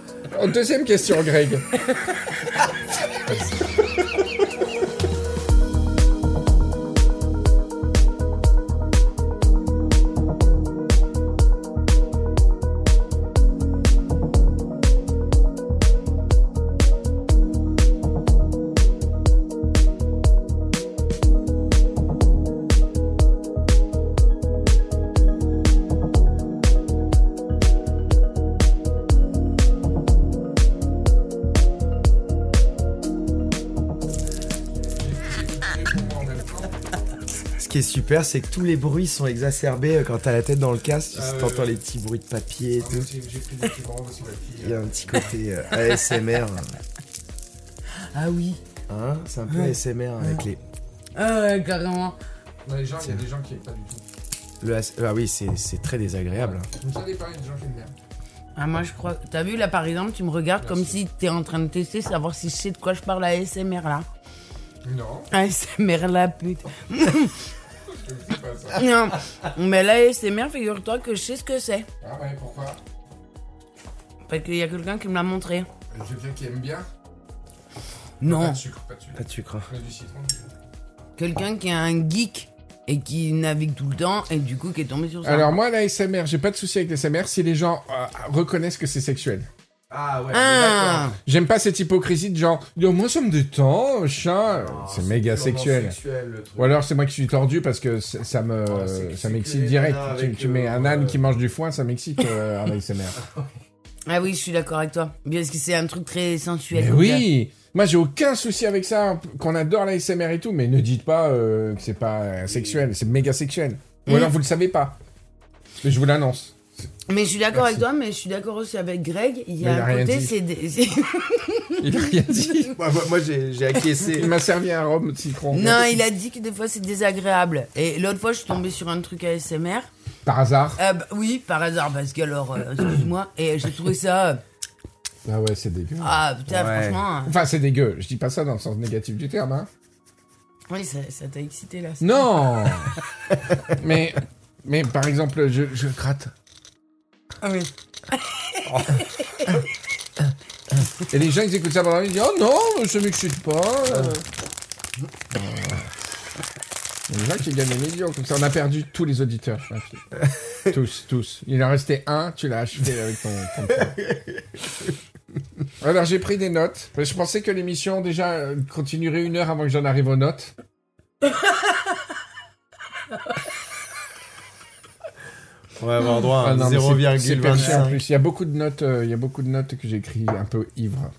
Euh, Deuxième question, Greg. qui est super, c'est que tous les bruits sont exacerbés euh, quand t'as la tête dans le casque. Ah ouais, T'entends ouais. les petits bruits de papier et Ah, tout. j'ai- j'ai pris des petits branches sur la Il y fille. a un petit côté euh, ASMR. Ah oui. Hein c'est un peu ASMR avec les. Ah ouais, carrément. Dans les gens, il y a des gens qui aiment pas du tout. le AS- Ah oui, c'est c'est très désagréable. hein. Vous savez parler des gens qui aiment bien. Ah, moi, je crois. T'as vu, là, par exemple, tu me regardes comme si t'es en train de tester, savoir si je sais de quoi je parle à ASMR, là. Non, ASMR, la pute. je ne sais pas ça. Non. Mais l'ASMR, figure-toi que je sais ce que c'est. Ah ouais, pourquoi Parce qu'il y a quelqu'un qui me l'a montré. Quelqu'un qui aime bien Pas Non. de sucre, pas de sucre. Pas de sucre. hein. Pas du citron. du tout. Quelqu'un qui est un geek et qui navigue tout le temps et du coup qui est tombé sur ça. Alors moi, la SMR, j'ai pas de souci avec la SMR si les gens euh, reconnaissent que c'est sexuel. Ah ouais. Ah J'aime pas cette hypocrisie de genre, Yo, moi ça me détend, machin. Ah, c'est méga sexuel. Ou alors c'est moi qui suis tordu parce que c'est- ça me, Ah, c'est que- ça c'est que m'excite les direct. nanas Tu, avec, tu mets euh, un âne euh, qui mange du foin, ça m'excite euh, un ASMR. Ah oui, je suis d'accord avec toi. Parce que c'est un truc très sensuel. Mais donc, euh, oui, moi j'ai aucun souci avec ça, qu'on adore la SMR et tout, mais ne dites pas euh, que c'est pas euh, sexuel, c'est méga sexuel. Ou Mm. alors vous le savez pas. Mais je vous l'annonce. Mais je suis d'accord Merci. avec toi, mais je suis d'accord aussi avec Greg. Il y Mais il a a un rien côté, dit. c'est des- c'est- Il a rien dit. Moi, moi- moi, j'ai j'ai acquiescé. Il m'a servi un rhum de citron. Non, il a dit que des fois c'est désagréable. Et l'autre fois, je suis tombée sur un truc ASMR. Par hasard. Euh, bah, oui, par hasard, parce que alors, euh, excuse-moi. Et j'ai trouvé ça. euh, Ah ouais, c'est dégueu. Ah putain, Ouais. franchement. euh, Enfin, c'est dégueu. Je dis pas ça dans le sens négatif du terme, hein. Oui, ça ça t'a excité là. ça. Non Mais. Mais par exemple, je, je gratte. Ah oui. Et les gens, ils écoutent ça pendant la nuit, ils disent Oh non, je m'excite pas. euh. Il y a des gens qui gagnent des millions comme ça. On a perdu tous les auditeurs, je suis inquiet. Tous, tous. Il en restait un, tu l'as achevé avec ton. ton point. Alors j'ai pris des notes. Mais Je pensais que l'émission déjà euh, continuerait une heure avant que j'en arrive aux notes. On va avoir droit à Ah un non, mais c'est- c'est perché en 0,25. plus. Il y a beaucoup de notes, euh, il y a beaucoup de notes que j'ai écrites un peu ivre.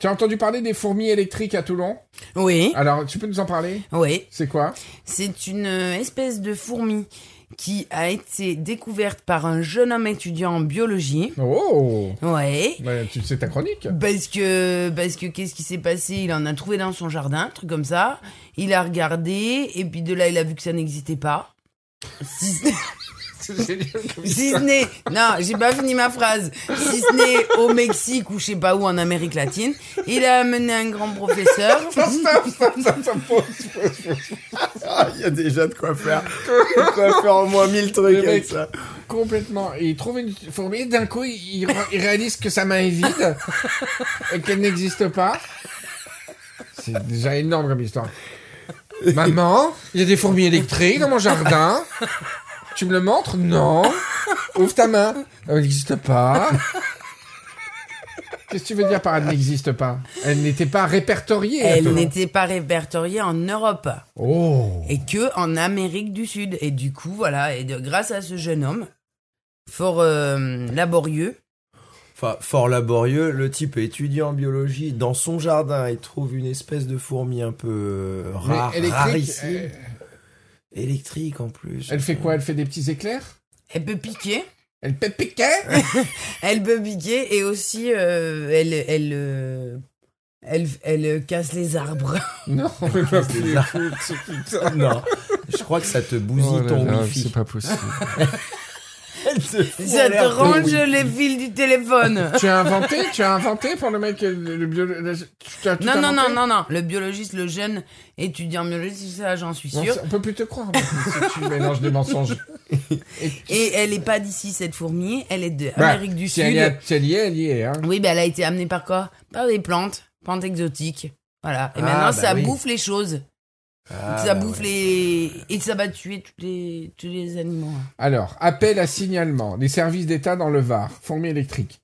Tu as entendu parler des fourmis électriques à Toulon Oui, Alors tu peux nous en parler oui. C'est quoi C'est une euh, espèce de fourmi qui a été découverte par un jeune homme étudiant en biologie. Oh Ouais. Ouais, tu sais ta chronique Parce que, parce que qu'est-ce qui s'est passé Il en a trouvé dans son jardin, un truc comme ça. Il a regardé, et puis de là, il a vu que ça n'existait pas. Si ce n'est- si ce n'est. Non, j'ai pas fini ma phrase. Si ce n'est au Mexique ou je sais pas où, en Amérique latine. Il a amené un grand professeur. Ah, Il y a déjà de quoi faire. De quoi faire au moins 1000 trucs Le avec mec. ça. Complètement. Et il trouve une fourmi et d'un coup, il, il re- il réalise que sa main est vide et qu'elle n'existe pas. C'est déjà énorme comme histoire. Maman, il y a des fourmis électriques dans mon jardin. Tu me le montres Non. Ouvre ta main. Elle n'existe pas. Qu'est-ce que tu veux dire par elle n'existe pas Elle n'était pas répertoriée. Elle Attends. n'était pas répertoriée en Europe. Oh. et que en Amérique du Sud. Et du coup, voilà, et de, grâce à ce jeune homme, fort euh, laborieux, Enfin, fort laborieux, le type est étudiant en biologie. Dans son jardin, il trouve une espèce de fourmi un peu euh, Mais rare, électrique, rarissime. euh, Électrique en plus. elle fait quoi Elle fait des petits éclairs elle peut piquer, Elle hein? peut piquer elle peut piquer, et aussi, euh, elle, elle, euh, elle, elle, euh, casse les arbres. Non, mais pas plus. putain. Non, je crois que ça te bousille Oh là ton là, wifi. C'est pas possible. Elle te fout en Ça te l'air. range oui. les fils du téléphone. tu as inventé, tu as inventé pour le mec, euh, le bio. le- tu as tout Non, non, non, inventé non, non. Le biologiste, le jeune étudiant en biologie, ça, j'en suis Non, sûre. c'est- On peut plus te croire maintenant, si tu mélanges des mensonges. Et elle est pas d'ici, cette fourmi. Elle est de Bah, Amérique du si Sud. elle y est, si elle y est, elle y est. Hein. Oui, bah, elle a été amenée par quoi Par des plantes, plantes exotiques. Voilà. Et Ah, maintenant, bah ça oui. bouffe les choses. Ah, ça bah bouffe ouais. les. Et ça va tuer tous les, tous les animaux. hein. Alors, appel à signalement. Les services d'État dans le Var. Fourmi électrique.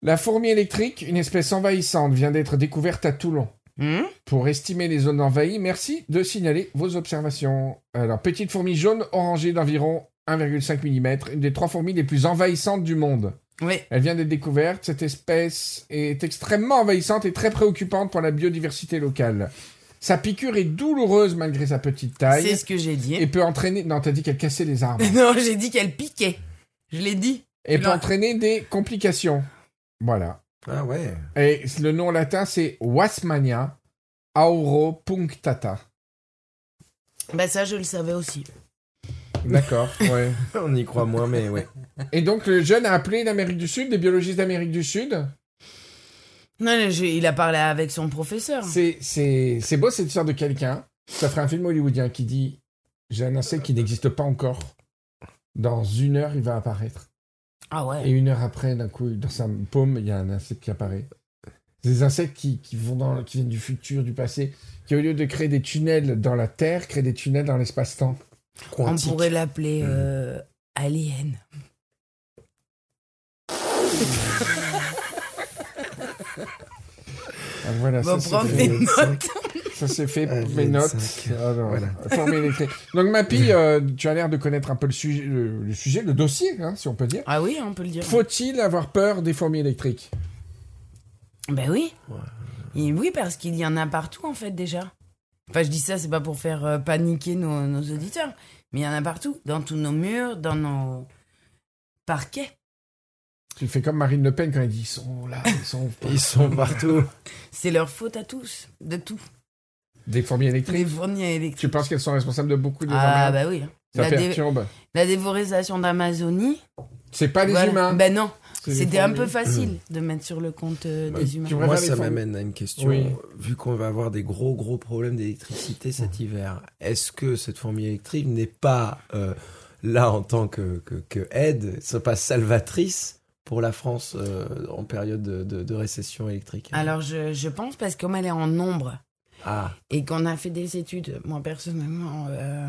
La fourmi électrique, une espèce envahissante, vient d'être découverte à Toulon. Hmm Pour estimer les zones envahies, merci de signaler vos observations. Alors, petite fourmi jaune orangée d'environ 1,5 mm, une des trois fourmis les plus envahissantes du monde. oui. Elle vient d'être découverte. Cette espèce est extrêmement envahissante et très préoccupante pour la biodiversité locale. Sa piqûre est douloureuse malgré sa petite Ah, C'est taille ce que j'ai et dit. peut entraîner. Non, t'as dit qu'elle cassait les arbres. non, j'ai dit qu'elle piquait. Je l'ai dit. et peut Non. entraîner des complications. Voilà. Ah ouais. Et le nom latin, c'est Wasmania auropunctata. Bah ça, je le savais aussi. D'accord, ouais. On y croit moins, mais ouais. Et donc, le jeune a appelé l'Amérique du Sud, des biologistes d'Amérique du Sud. Non, non, je- il a parlé avec son professeur. C'est- C'est c'est beau cette histoire de quelqu'un. Ça ferait un film hollywoodien qui dit J'ai un insecte qui n'existe pas encore. Dans une heure, il va apparaître. Ah ouais. Et une heure après, d'un coup, dans sa paume, il y a un insecte qui apparaît. Des insectes qui, qui vont dans, qui viennent du futur, du passé, qui au lieu de créer des tunnels dans la Terre, créent des tunnels dans l'espace-temps. On Quantique. pourrait l'appeler Hmm. euh, Alien. Ah, Ah, Voilà, On va ça c'est prendre des fait, notes. ça, c'est fait pour Allez, mes notes. cinq. Ah, non, Voilà. former les traits. Donc ma fille, euh, tu as l'air de connaître un peu le sujet, le, le sujet, le dossier, hein, si on peut dire. Ah oui, on peut le dire. Faut-il avoir peur des fourmis électriques Ben oui. Et oui, parce qu'il y en a partout, en fait, déjà. Enfin, je dis ça, c'est pas pour faire euh, paniquer nos, nos auditeurs, mais il y en a partout. Dans tous nos murs, dans nos parquets. Tu fais comme Marine Le Pen quand elle dit ils sont là, ils sont Ils sont partout. C'est leur faute à tous, de tout. des fourmis Les électriques. fourniers Tu électriques. penses qu'elles sont responsables de beaucoup de Ah, bah oui. Ça La, dé- perturbe. la déforestation d'Amazonie. C'est pas Ah, les voilà. humains. Ben non, c'est les c'était un peu fourmis. facile de mettre sur le compte euh, Bah, des humains. tu vois, Moi, les ça femmes. m'amène à une question. Oui. Vu qu'on va avoir des gros, gros problèmes d'électricité cet hiver, est-ce que cette fourmi électrique n'est pas euh, là en tant que, que, que aide, ce pas salvatrice pour la France euh, en période de, de- de récession électrique Alors, je, je pense, parce que comme elle est en nombre, Ah, et qu'on a fait des études, moi personnellement, euh,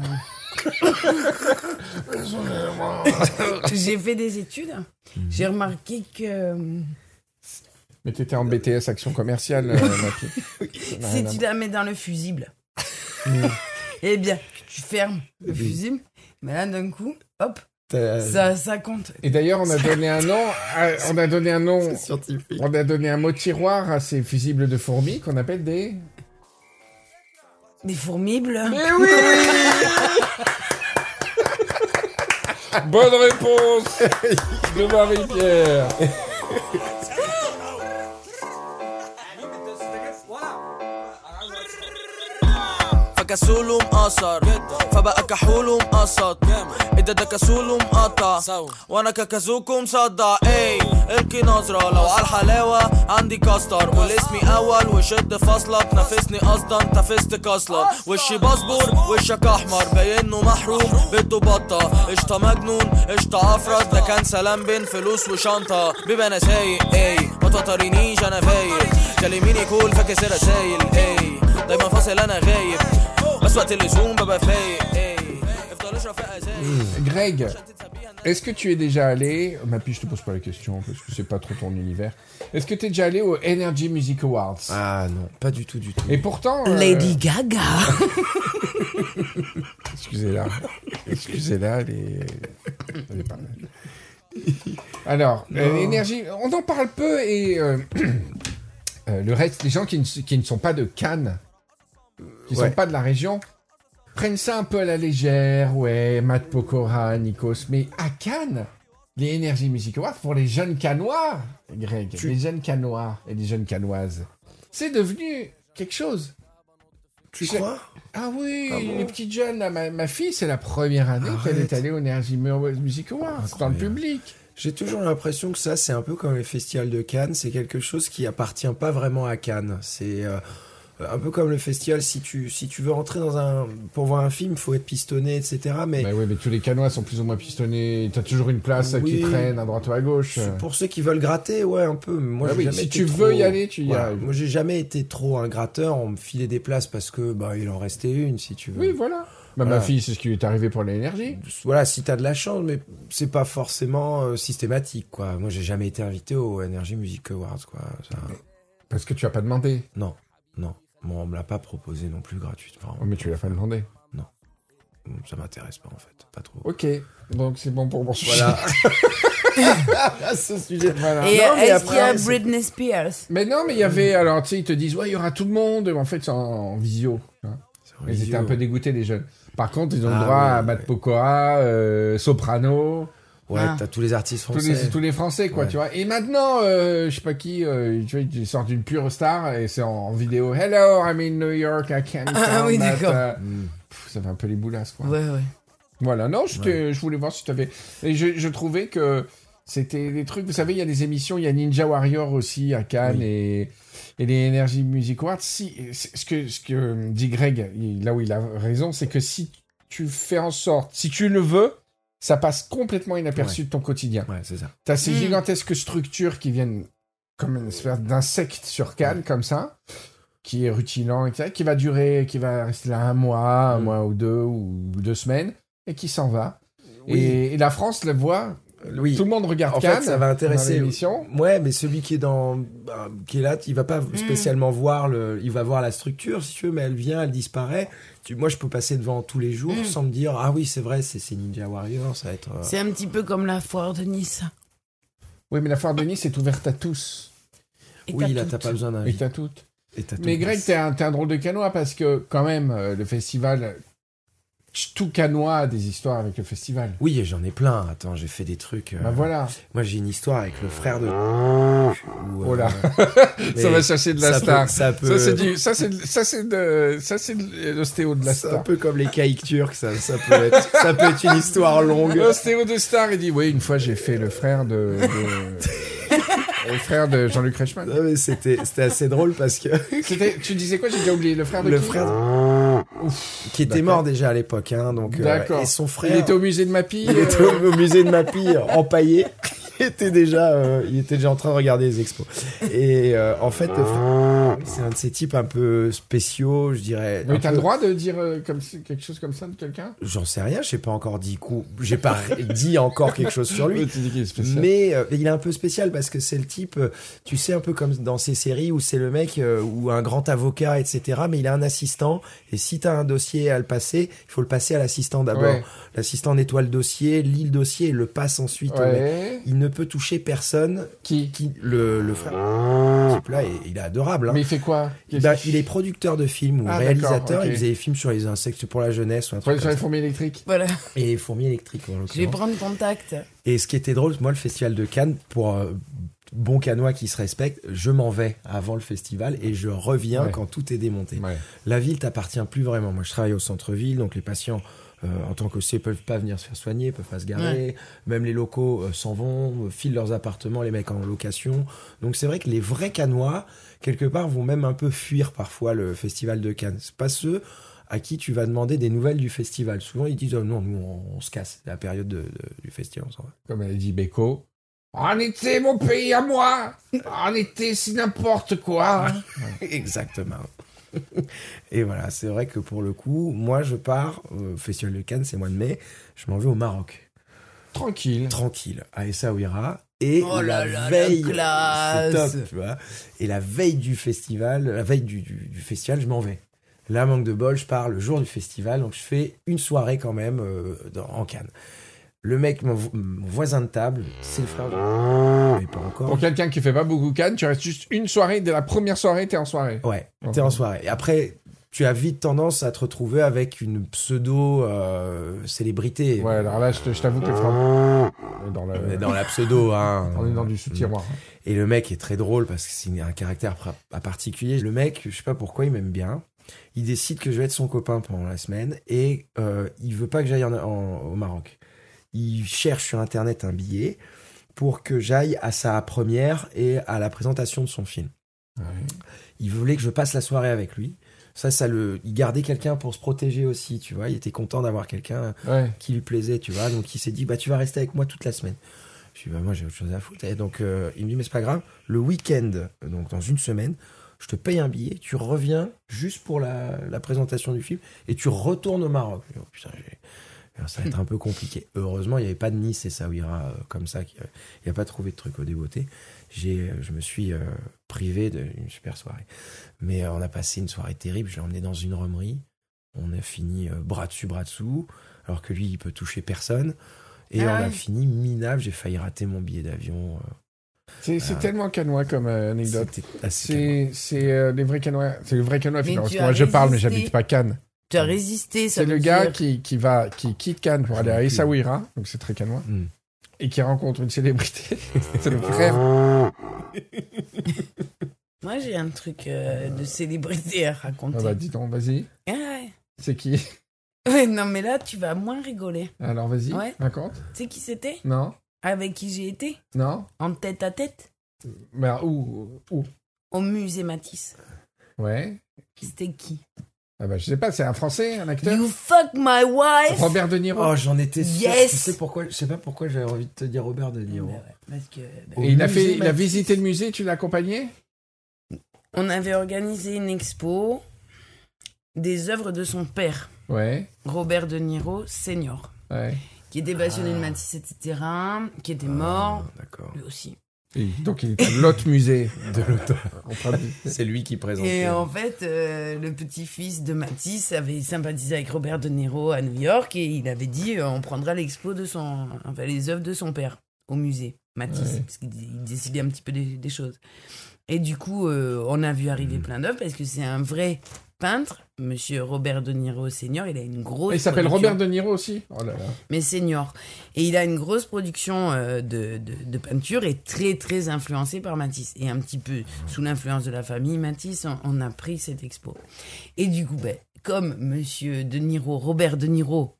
j'ai fait des études, Mhm. j'ai remarqué que euh, Mais t'étais en BTS action commerciale, euh, ma fille. Bah, Non, si non, tu la mets dans le fusible, Mm. eh bien, tu fermes Mhm. le Oui. Euh. fusible, mais là d'un coup, hop, t'as- ça, ça compte. Et d'ailleurs, on a donné un nom, à- on a donné un nom, c'est scientifique. on a donné un mot tiroir à ces fusibles de fourmis qu'on appelle des. Des fourmibles. Euh. Mais oui Bonne réponse de Marie-Pierre. فكسول ومقصر فبقى كحول ومقصد اذا ده كسول ومقطع وانا ككازوك ومصدع اي الكي إيه، نظرة لو عالحلاوة عندي كاستر قول اسمي اول وشد فاصلة تنافسني قصدا تفست كاصلا وشي بصبر وشك احمر باينه محروم بيته بطة قشطة مجنون قشطة افرد ده كان سلام بين فلوس وشنطة بيبقى انا سايق اي ما تطرينيش انا فايق كلميني كول فاكس إيه. رسايل اي دايما فاصل انا غايب بس وقت اللزوم ببقى فايق اي افضل اشرب في ازايز Greg, est-ce que tu es déjà allé. Ma fille, je te pose pas la question parce que c'est pas trop ton univers. Est-ce que tu es déjà allé au Energy Music Awards Ah non, pas du tout, du tout. Et pourtant. euh, Lady Gaga. Excusez-la. Excusez-la, elle est. Elle est pas mal. Alors, euh, l'énergie, on en parle peu et euh, euh, le reste, les gens qui ne, qui ne sont pas de Cannes, qui ne Ouais. sont pas de la région, prennent ça un peu à la légère, ouais, Matt Pokora, Nikos, mais à Cannes, les énergies musicales pour les jeunes canois, Greg, les jeunes canois et les jeunes canoises, c'est devenu quelque chose. Tu Je- crois Ah oui, Ah bon les petites jeunes, là, ma, ma fille, c'est la première année qu'elle Arrête. est allée au Energy Mu- Music Awards dans le Incroyable. public. J'ai toujours l'impression que ça, c'est un peu comme les festivals de Cannes, c'est quelque chose qui appartient pas vraiment à Cannes. C'est euh, un peu comme le festival, si tu, si tu veux rentrer dans un. Pour voir un film, faut être pistonné, etc. Mais Bah oui, mais tous les canois sont plus ou moins pistonnés. T'as toujours une place euh, qui Oui. traîne à droite ou à gauche. c'est pour ceux qui veulent gratter, ouais, un peu. mais Moi, euh. Bah j'ai oui, jamais si été tu veux y trop- aller, tu y Voilà. arrives. Moi, j'ai jamais été trop un gratteur. On me filait des places parce que, bah, il en restait une, si tu veux. Oui, voilà. Bah, Ma Voilà. fille, c'est ce qui lui est arrivé pour l'énergie. voilà, si t'as de la chance, mais c'est pas forcément euh, systématique, quoi. Moi, j'ai jamais été invité au Energy Music Awards, quoi. Ça- Parce que tu as pas demandé. Non, non. Bon, on me l'a pas proposé non plus gratuitement. Oh, mais tu l'as pas demandé. Ça m'intéresse pas en fait, pas trop. Ok, donc c'est bon pour moi. Voilà. à ce sujet. Voilà. Et Bah, euh, Non, mais est-ce qu'il y a après, c'est- Britney Spears Mais non, mais il y avait. Alors, tu sais, ils te disent, ouais, il y aura tout le monde. Mais en fait, c'est en, en visio. hein. tu vois. Ils étaient un peu dégoûtés, les jeunes. Par contre, ils ont Ah, le droit ouais, à Matt ouais. Pokora, euh, Soprano, Ouais, Ah. t'as tous les artistes tous français. les, tous les Français, quoi, Ouais. tu vois. Et maintenant, euh, je sais pas qui, euh, tu vois, ils sortent une pure star et c'est en, en vidéo. Hello, I'm in New York, I can't. Ah, come oui, at, d'accord. euh, pff, Ça fait un peu les boulasses, quoi. Ouais, ouais. Voilà, non, je, t'ai- je voulais voir si tu avais. Et je, je trouvais que c'était des trucs. Vous savez, il y a des émissions, il y a Ninja Warrior aussi à Cannes et, et les Energy Music Awards. Si, c'est- ce, que, ce que dit Greg, il- là où il a raison, c'est que si tu fais en sorte, si tu le veux, ça passe complètement inaperçu de ton quotidien. Ouais, c'est ça. T'as ces Mm. gigantesques structures qui viennent comme une espèce d'insecte sur Cannes, comme ça, qui est rutilant, etc., qui va durer, qui va rester là un mois, un Mm. mois ou deux, ou deux semaines, et qui s'en va. Oui. Et, et la France le voit, Oui. Euh, tout le monde regarde En Cannes. fait, ça va intéresser. dans l'émission. Ouais, mais celui qui est dans, bah, qui est là, il va pas spécialement voir le, il va voir la structure, si tu veux, mais elle vient, elle disparaît. Tu, moi, je peux passer devant tous les jours sans me dire, ah oui, c'est vrai, c'est c'est Ninja Warrior, ça va être. euh, C'est un petit peu comme la foire de Nice. Oui, mais la foire de Nice est ouverte à tous. Et oui, là, tout. t'as pas besoin d'un. Et t'as toutes. et t'as tout Mais le Greg, reste. t'es un, t'es un drôle de canois parce que, quand même, euh, le festival. Tout canois a des histoires avec le festival. Oui, et j'en ai plein. Attends, j'ai fait des trucs. euh, Bah voilà, Moi, j'ai une histoire avec le frère de. Où, euh, Oh là. mais ça va chercher de la ça peut- star. ça Ça peut. c'est du, ça c'est, ça c'est de, ça c'est de l'ostéo de la c'est un star. peu comme les caïques turcs, ça, ça peut être, ça peut être une histoire longue. L'ostéo de star, il dit oui une fois j'ai fait le frère de, de- le frère de Jean-Luc Reichmann. Non, mais c'était, c'était assez drôle parce que C'était, tu disais quoi J'ai déjà oublié le frère de le Ah, qui frère qui était D'accord. mort déjà à l'époque hein, donc euh, D'accord. et son frère Il était au musée de ma euh, pille. il était au, au musée de ma pille empaillé il était déjà euh, il était déjà en train de regarder les expos et euh, en fait le frère- c'est un de ces types un peu spéciaux je dirais un Mais t'as peu- le droit de dire euh, comme si- quelque chose comme ça de quelqu'un j'en sais rien j'ai pas encore dit coup j'ai pas dit encore quelque chose sur lui Oui, Oh, tu dis qu'il est spécial. mais euh, il est un peu spécial parce que c'est le type, euh, tu sais, un peu comme dans ces séries où c'est le mec euh, ou un grand avocat, etc. Mais il a un assistant et si t'as un dossier à le passer, il faut le passer à l'assistant d'abord. Ouais. L'assistant nettoie le dossier, lit le dossier et le passe ensuite. au mec. Ouais. Il ne peut toucher personne Qui qui le, le frère. Ce type-là, est- il est adorable. hein. Mais il fait quoi Qu'est-ce Bah, qu'il- il est producteur de films ou Ah, réalisateur. d'accord, ok. Il faisait des films sur les insectes pour la jeunesse ou un truc Ouais, sur les comme ça. fourmis électriques. Voilà, Et fourmis électriques. en je vais l'occurrence. prendre contact. Et ce qui était drôle, moi, le festival de Cannes, pour euh, bon canois qui se respecte, je m'en vais avant le festival et je reviens Ouais. quand tout est démonté. Ouais. La ville t'appartient plus vraiment. Moi, je travaille au centre-ville, donc les patients, euh, en tant qu'OC, peuvent pas venir se faire soigner, peuvent pas se garer. Même les locaux euh, s'en vont, euh, filent leurs appartements, les mecs en location. Donc c'est vrai que les vrais canois, quelque part, vont même un peu fuir parfois le festival de Cannes. C'est pas ceux à qui tu vas demander des nouvelles du festival. Souvent, ils disent oh, non, nous, on, on se casse. C'est la période de- de- du festival, on s'en va. comme elle dit Beko. En été, mon pays à moi En été, c'est n'importe quoi Exactement. Et voilà, c'est vrai que pour le coup, moi je pars euh, au Festival de Cannes, c'est mois de mai, je m'en vais au Maroc, Tranquille. tranquille, à Essaouira. Et Oh là la là, la veille, classe. c'est top, tu vois. Et la veille du festival, la veille du, du- du festival, je m'en vais. Là, manque de bol, je pars le jour du festival, donc je fais une soirée quand même euh, dans- en Cannes. Le mec, mon, vo- mon voisin de table, c'est le frère. Ah. de- Mais pas encore. Pour quelqu'un qui fait pas beaucoup Cannes, tu restes juste une soirée, dès la première soirée, t'es en soirée. Ouais, Ok. t'es en soirée. Et après, tu as vite tendance à te retrouver avec une pseudo euh, célébrité. Ouais, alors là, je te- je t'avoue que Franck, on est dans Ah. On est le... dans la pseudo, hein. On est dans du sous-tiroir. Et le mec est très drôle parce que c'est un caractère pra- à particulier. Le mec, je sais pas pourquoi, il m'aime bien. Il décide que je vais être son copain pendant la semaine et euh, il veut pas que j'aille en- en- au Maroc. Il cherche sur internet un billet pour que j'aille à sa première et à la présentation de son film. Il voulait que je passe la soirée avec lui. Ça, ça le, il gardait quelqu'un pour se protéger aussi, tu vois. Il était content d'avoir quelqu'un Ouais. qui lui plaisait, tu vois. Donc il s'est dit, bah tu vas rester avec moi toute la semaine. Je lui dis, bah moi j'ai autre chose à foutre. Et donc euh, il me dit, mais c'est pas grave, le week-end, euh, donc dans une semaine, je te paye un billet, tu reviens juste pour la, la présentation du film et tu retournes au Maroc. Je dis, oh, putain, j'ai- alors, ça va être un peu compliqué. Heureusement, il n'y avait pas de Nice et Saouira euh, comme ça. qui- euh, Il n'y a pas trouvé de truc au dévoté. J'ai, euh, je me suis euh, privé d'une super soirée. Mais euh, on a passé une soirée terrible. Je l'ai emmené dans une romerie. On a fini euh, bras dessus, bras dessous alors que lui, il peut toucher personne. Et Ah on a ouais. fini minable. J'ai failli rater mon billet d'avion. euh, C'est c'est tellement canois comme euh, anecdote. C'était assez calme. C'est c'est, euh, les vrais canois. C'est le vrai canois Mais finalement. tu Parce que Moi as je parle mais résisté. j'habite pas Cannes. Tu as résisté, ça C'est le veut gars dire. qui, qui va qui quitte Cannes pour aller à Essaouira, donc c'est très canois, Mm. et qui rencontre une célébrité. c'est le frère. Moi, j'ai un truc euh, de célébrité à raconter. Ah bah dis donc, vas-y. Ah ouais. C'est qui Ouais, non, mais là, tu vas moins rigoler. Alors vas-y, Ouais. raconte. Tu sais qui c'était Non Avec qui j'ai été Non En tête à tête Bah où Où Au musée Matisse. Ouais. C'était qui Ah bah je sais pas, c'est un français, un acteur You fuck my wife Robert De Niro. Oh, j'en étais sûr. Yes. Tu sais pourquoi Je sais pas pourquoi j'avais envie de te dire Robert De Ah bah Niro. Mm. ouais, parce que, bah, Au Et il a, musée fait, il a Matisse. visité le musée, tu l'as accompagné On avait organisé une expo des œuvres de son père, Ouais, Robert De Niro senior, ouais. qui était passionné Ah. de Matisse, etc., qui était mort, Ah, D'accord. lui aussi. Et donc il est à l'autre musée. De l'auteur. En train de- C'est lui qui présente. Et en fait, euh, le petit-fils de Matisse avait sympathisé avec Robert De Niro à New York et il avait dit euh, on prendra l'expo de son, enfin, les œuvres de son père au musée Matisse, Ouais. parce qu'il il décidait un petit peu des, des choses. Et du coup, euh, on a vu Mm. arriver plein d'œuvres parce que c'est un vrai peintre, Monsieur Robert De Niro senior. Il a une grosse. Il s'appelle production Robert De Niro aussi Oh là là. mais senior. Et il a une grosse production euh, de, de- de peinture et très très influencé par Matisse. Et un petit peu sous l'influence de la famille Matisse, on, on a pris cette expo. Et du coup, ben, comme Monsieur De Niro, Robert De Niro,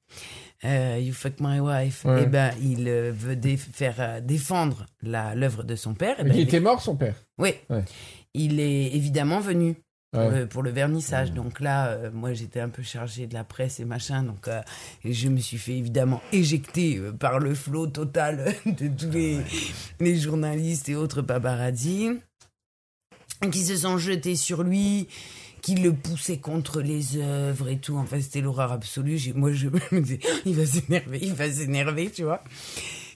euh, You Fuck My Wife, Ouais. eh ben, il euh, veut dé- faire euh, défendre la- l'œuvre de son père. eh ben, il il, était mort son père. oui. Ouais. il est évidemment venu pour, Ouais. le, Euh, pour le vernissage. Donc là, euh, moi, j'étais un peu chargée de la presse et machin. Donc, euh, et je me suis fait évidemment éjecter euh, par le flot total de tous les, les journalistes et autres paparazzi qui se sont jetés sur lui qui le poussaient contre les œuvres et tout. Enfin, c'était l'horreur absolue. J'ai- Moi, je me disais, il va s'énerver, il va s'énerver, tu vois.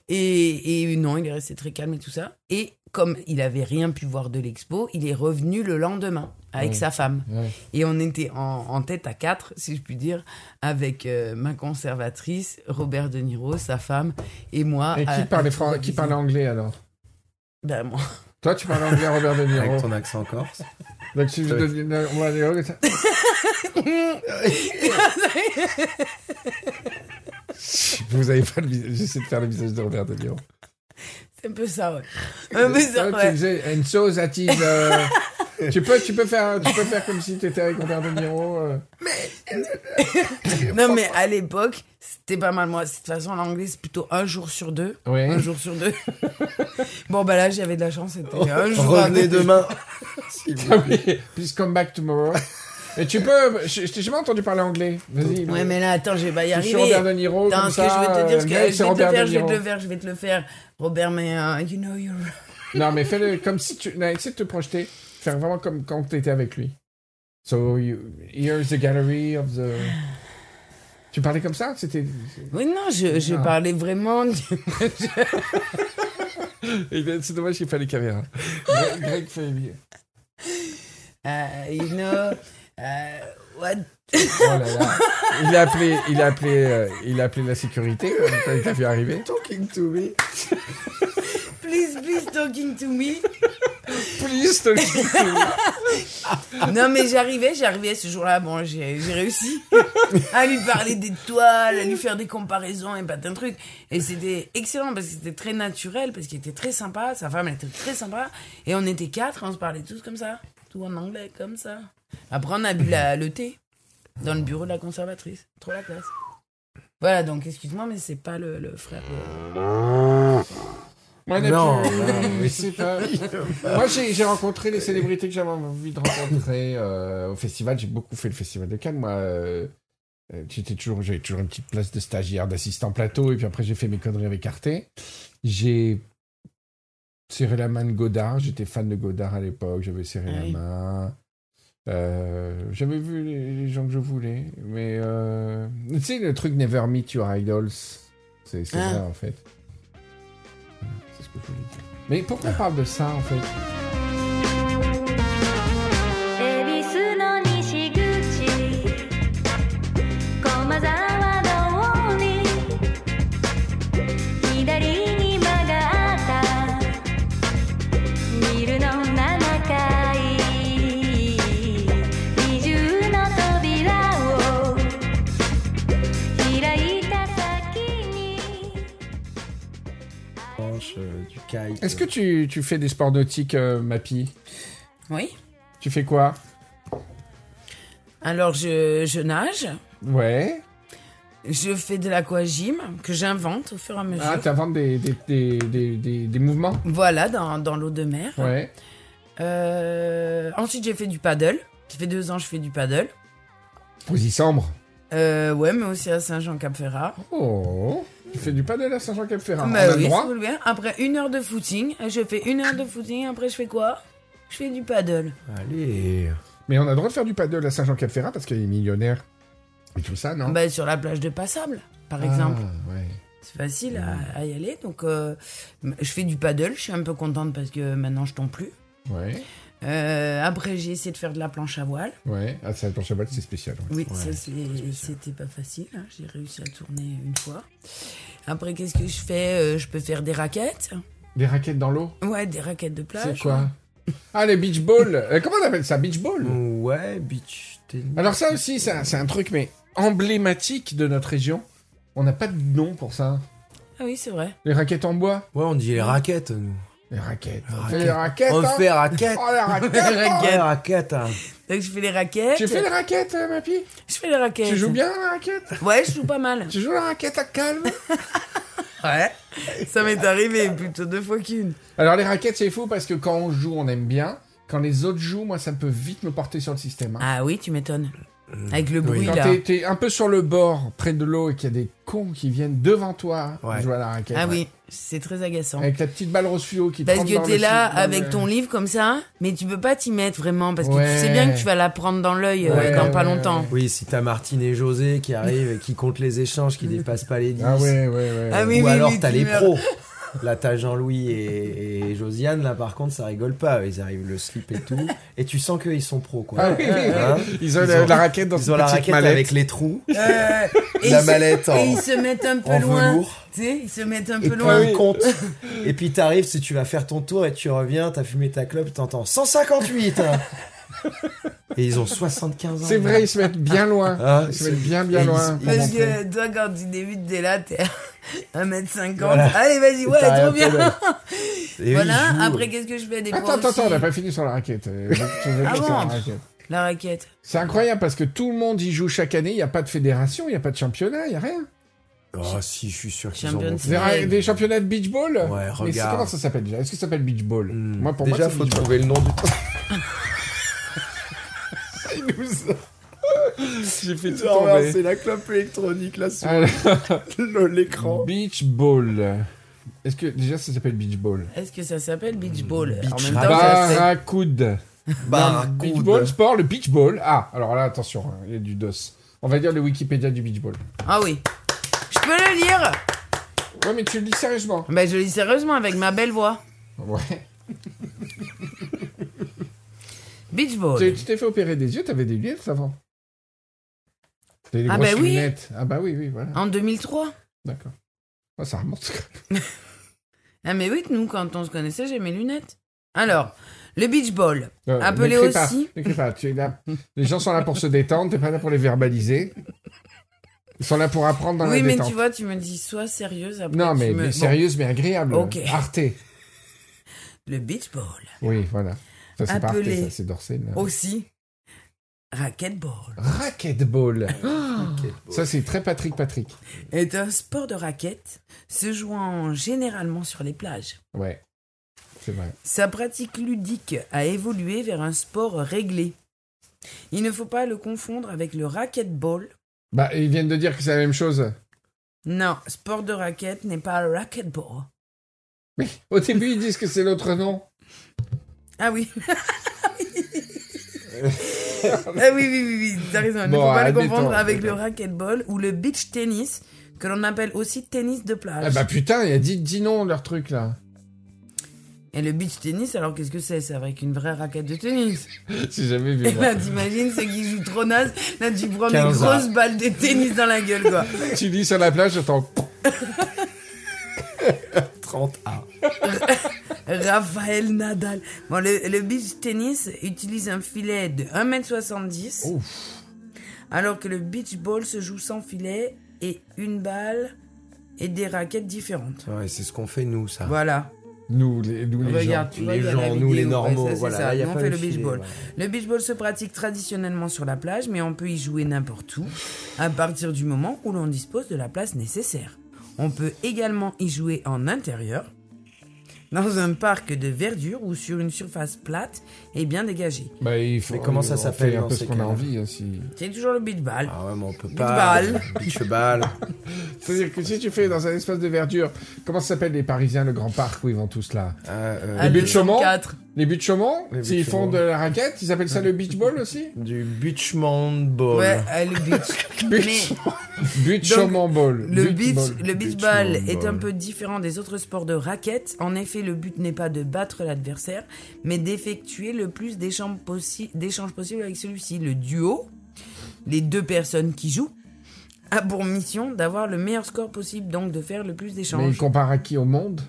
Et, et non, il est resté très calme et tout ça. Et comme il n'avait rien pu voir de l'expo, il est revenu le lendemain avec Ouais. sa femme. Ouais. Et on était en, en tête à quatre, si je puis dire, avec euh, ma conservatrice, Robert De Niro, sa femme et moi. Et qui à- parlait, à fran- qui Toulouse. parlait anglais alors Ben, moi. Toi tu parles anglais Robert De Avec Niro. ton accent corse. Donc si je Ouais. donne- on va aller au- Vous avez pas le visage. J'essaie de faire le visage de Robert De Niro. C'est un peu ça, ouais. Un peu ça, Ah, ouais. Tu faisais une sauce à tease, euh, tu, peux, tu, peux faire, tu peux faire comme si tu étais avec Robert De Niro. euh. Non, mais à l'époque, c'était pas mal. Moi, de toute façon, l'anglais, c'est plutôt un jour sur deux. Ouais. Un jour sur deux. bon, bah là, j'avais de la chance. C'était Oh, un jour Revenez un- demain. Ah oui. Please come back tomorrow. Et tu peux. Je, je t'ai jamais entendu parler anglais. Vas-y. Ouais, mais là, attends, je vais pas y Je arriver. suis sur Robert De Niro. Attends, comme ce ça, que je vais te dire, euh, ce que le mec, je vais te c'est le Robert faire, De je vais te Niro. le faire, je vais te le faire. Robert, mais euh, you know you're... Non, mais fais-le comme si tu. non, essaie de te projeter. Faire vraiment comme quand tu étais avec lui. So, you, here's the gallery of the. Tu parlais comme ça C'était. Oui, non, je, je Non. parlais vraiment... du- Eh C'est dommage qu'il fallait caméra. Greg fait mieux. Euh, you know... euh, what... Oh là là. Il a appelé, il a appelé, euh, il a appelé la sécurité euh, quand il t'a vu arriver. Talking to me. Please, please, talking to me. Please talking to me. Non, mais j'arrivais, j'arrivais ce jour-là. Bon, j'ai j'ai réussi à lui parler des toiles, à lui faire des comparaisons et pas d'un truc. Et c'était excellent parce que c'était très naturel, parce qu'il était très sympa. Sa femme, elle était très sympa. Et on était quatre, on se parlait tous comme ça. Tout en anglais, comme ça. Après, on a bu la, le thé dans le bureau de la conservatrice. Trop la classe. Voilà, donc excuse-moi, mais c'est pas le, le frère. de- Non, Moi, plus- non, je sais pas. Moi, j'ai j'ai rencontré les célébrités que j'avais envie de rencontrer euh, au festival. J'ai beaucoup fait le festival de Cannes. Moi, euh, euh, j'étais toujours, j'avais toujours une petite place de stagiaire, d'assistant plateau. Et puis après, j'ai fait mes conneries avec Arte. J'ai serré la main de Godard. J'étais fan de Godard à l'époque. J'avais serré Ah oui. la main. Euh, j'avais vu les, les gens que je voulais, mais euh, tu sais le truc Never Meet Your Idols, c'est c'est Ah. vrai en fait. C'est ce que je voulais dire. Mais pourquoi on parle de ça en fait 恵比寿の西口駒沢通り左に曲がったビルの7階二重の扉を開いた先に planche, euh, du kite. Est-ce que tu, tu fais des sports nautiques, euh, Mappy Oui. Tu fais quoi Alors, je, je nage. Ouais. Je fais de l'aquagym que j'invente au fur et à mesure. Ah, t'inventes des, des, des, des, des, des mouvements Voilà, dans, dans l'eau de mer. Ouais. Euh, ensuite, j'ai fait du paddle. Ça fait deux ans que je fais du paddle. Aux Isambres. Euh, ouais, mais aussi à Saint-Jean-Cap-Ferrat. Oh. Tu fais du paddle à Saint-Jean-Cap-Ferrat. Bah On a oui, le ça droit roule bien. Après une heure de footing, je fais une heure de footing. Après, je fais quoi Je fais du paddle. Allez. Mais on a le droit de faire du paddle à Saint-Jean-Cap-Ferrat parce qu'il est millionnaire. Et tout ça, non Bah, sur la plage de Passable, par exemple. Ah, ouais. C'est facile à, à y aller. Donc, euh, je fais du paddle. Je suis un peu contente parce que maintenant, je tombe plus. Ouais. Euh, après, j'ai essayé de faire de la planche à voile. Ouais. Ah, ça, pour Chabal, c'est spécial. ouais. Oui, ça, c'est- c'était pas facile. hein. J'ai réussi à tourner une fois. Après, qu'est-ce que je fais Euh, Je peux faire des raquettes. Des raquettes dans l'eau Ouais, des raquettes de plage. C'est quoi Ah, les beach balls. Euh, comment on appelle ça Beach ball Ouais, beach tennis. Alors ça aussi, ça- c'est un truc mais emblématique de notre région. On n'a pas de nom pour ça. Ah oui, c'est vrai. Les raquettes en bois. Ouais, on dit les raquettes, nous. Les raquettes. Les On fait les raquettes. On hein. fait raquettes. Oh, les raquettes. Oh, les raquettes. hein. Donc, je fais les raquettes. tu fais les raquettes, euh, Mappy Je fais les raquettes. Tu joues bien la raquette Ouais, je joue pas mal. Tu joues la raquette à calme Ouais. Ça m'est arrivé plutôt deux fois qu'une. Alors les raquettes, c'est fou parce que quand on joue, on aime bien. Quand les autres jouent, moi, ça peut vite me porter sur le système. hein. Ah oui, tu m'étonnes. Euh, Avec le bruit Quand là. t'es- t'es un peu sur le bord, près de l'eau, et qu'il y a des cons qui viennent devant toi Ouais. jouer à la raquette. Ah ouais. oui, c'est très agaçant. Avec ta petite balle rose fluo qui te Parce rentre dans que t'es le là slip, dans avec le- ton livre comme ça, mais tu peux pas t'y mettre vraiment parce que tu sais Ouais. bien que tu vas la prendre dans l'œil euh, Ouais, dans pas ouais, longtemps. ouais. Oui, si t'as Martine et José qui arrivent et qui comptent les échanges, qui dépassent pas les 10. Ah ouais, ouais, ouais. Ah ouais. oui, Ou oui, alors oui, t'as tu les meurs. pros. Là t'as Jean-Louis et, et Josiane, là par contre ça rigole pas, ils arrivent le slip et tout, et tu sens qu'ils sont pros quoi. Ah oui, oui, oui. Hein ils ont Ils la, ont- la raquette dans ils une ont la petite raquette mallette. avec les trous, Euh, et la ils se- mallette en, Et ils se mettent un peu en loin. velours. Tu sais, ils se mettent un Et Ah peu puis loin. ils comptent. Et puis t'arrives, si tu vas faire ton tour et tu reviens, t'as fumé ta clope, t'entends 158 hein. Et ils ont 75 ans. C'est vrai, ils se mettent bien loin. Ah, ils se c'est- mettent bien, bien ils- loin. ils- pour Parce montrer. que toi, quand tu débutes, t'es là, t'es à 1m50. Voilà. Allez, vas-y, Et t'as ouais, trop rien fait bien. Et eux, ils voilà, jouent. après, qu'est-ce que je fais des Attends, fois attends, aussi attends, on n'a pas fini sur la raquette. Euh, je- je veux Ah dire bon sur la raquette. La raquette. C'est incroyable parce que tout le monde y joue chaque année. Il n'y a pas de fédération, il n'y a pas de championnat, il n'y a rien. Oh si, je suis sûr qu'ils Champions ont. Des, ra- des championnats de beach ball Ouais, Mais c'est- regarde. comment ça s'appelle déjà Est-ce que ça s'appelle beach ball Hmm. Moi, pour Déjà, moi, c'est faut beach ball. trouver le nom du. Il nous a- J'ai fait tout Non, tomber. la clope électronique là sur Alors, le- l'écran. beach ball. Est-ce que déjà ça s'appelle beach ball Est-ce que ça s'appelle beach ball Beach En même temps, raquette. ça s'appelle- Barracuda. Barracuda. Beach ball sport, le beach ball. Ah, alors là, attention, hein, il y a du dos. On va dire le Wikipédia du beach ball. Ah oui. Je peux le lire Ouais, mais tu le dis sérieusement. Ben, je le lis sérieusement avec ma belle voix. Ouais. Beach ball. Tu tu t'es fait opérer des yeux, t'avais des lunettes avant. T'avais des Ah grosses bah oui. lunettes. Ah bah oui, oui, voilà. En 2003. D'accord. Ah, ça remonte. Ah mais oui, nous, quand on se connaissait, j'ai mes lunettes. Alors, le beach ball. Euh, Appelez n'écris pas, aussi. n'écris pas, tu es là- Les gens sont là pour se détendre, t'es pas là pour les verbaliser. Ils sont là pour apprendre dans oui, la mais détente. tu vois, tu me dis sois sérieuse après. non, tu mais, me- mais Bon, sérieuse, mais agréable. Ok. Arte. Le beach ball. Oui, voilà. Ça, c'est pas Arte, Appelez. ça, c'est Dorsey. là. Aussi. Racket ball Racquetball. Ah. Ça, c'est très Patrick Patrick. est un sport de raquette se jouant généralement sur les plages. Ouais. C'est vrai. Sa pratique ludique a évolué vers un sport réglé. Il ne faut pas le confondre avec le racquetball. Bah, ils viennent de dire que c'est la même chose. Non, sport de raquette n'est pas le racquetball. Mais au début, ils disent que c'est l'autre nom. Ah oui. ah oui, oui, oui, oui, t'as raison. Il ne Bon, faut pas le admettons, confondre avec le admettons. racquetball ou le beach tennis, que l'on appelle aussi tennis de plage. Ah bah putain, il a dit, dit non, leur truc, là. Et le beach tennis, alors qu'est-ce que c'est C'est avec une vraie raquette de tennis. J'ai jamais vu. Et moi. là, t'imagines ceux qui jouent trop naze. Là, tu prends des 15 ans. grosses balles de tennis dans la gueule, quoi. tu lis sur la plage, j'entends... 30A. Raphaël Nadal. Bon, le, le beach tennis utilise un filet de 1m70. Alors que le beach ball se joue sans filet et une balle et des raquettes différentes. Ouais, c'est ce qu'on fait nous, ça. Voilà. Nous, les, nous, les Regarde, gens. tu vois, les il y a gens, la nous, vidéo, les ouais, normaux, ça, c'est voilà, ça. là, il y a Nous, on pas fait le le beach filet, ball. ouais. Le beach ball se pratique traditionnellement sur la plage, mais on peut y jouer n'importe où, à partir du moment où l'on dispose de la place nécessaire. On peut également y jouer en intérieur, dans un parc de verdure ou sur une surface plate et bien dégagée. Bah, il faut, Mais comment ça on s'appelle fait un dans peu ces ce qu'on a cas-là envie. hein, si- C'est toujours le beach ball. Ah ouais, mais on peut pas. euh, Beach Beach ball. hein, C'est-à-dire que si tu fais dans un espace de verdure, comment ça s'appelle les Parisiens, le grand parc où ils vont tous là Ah, euh, Ah, Les beach le saumons 4. Les buts de Chaumont, Les buts s'ils de font Chaumont. de la raquette, ils appellent ça le beach ball aussi Du beachman ball. Ouais, euh, le beach. Oh Beach, but de Donc, Chaumont ball. Le But beach, ball. le beach Beach ball ball, est un ball. peu différent des autres sports de raquette. En effet, le but n'est pas de battre l'adversaire, mais d'effectuer le plus d'échanges possi- d'échanges possibles avec celui-ci. Le duo, les deux personnes qui jouent, a pour mission d'avoir le meilleur score possible, donc de faire le plus Mais ils d'échanges. comparent à qui au monde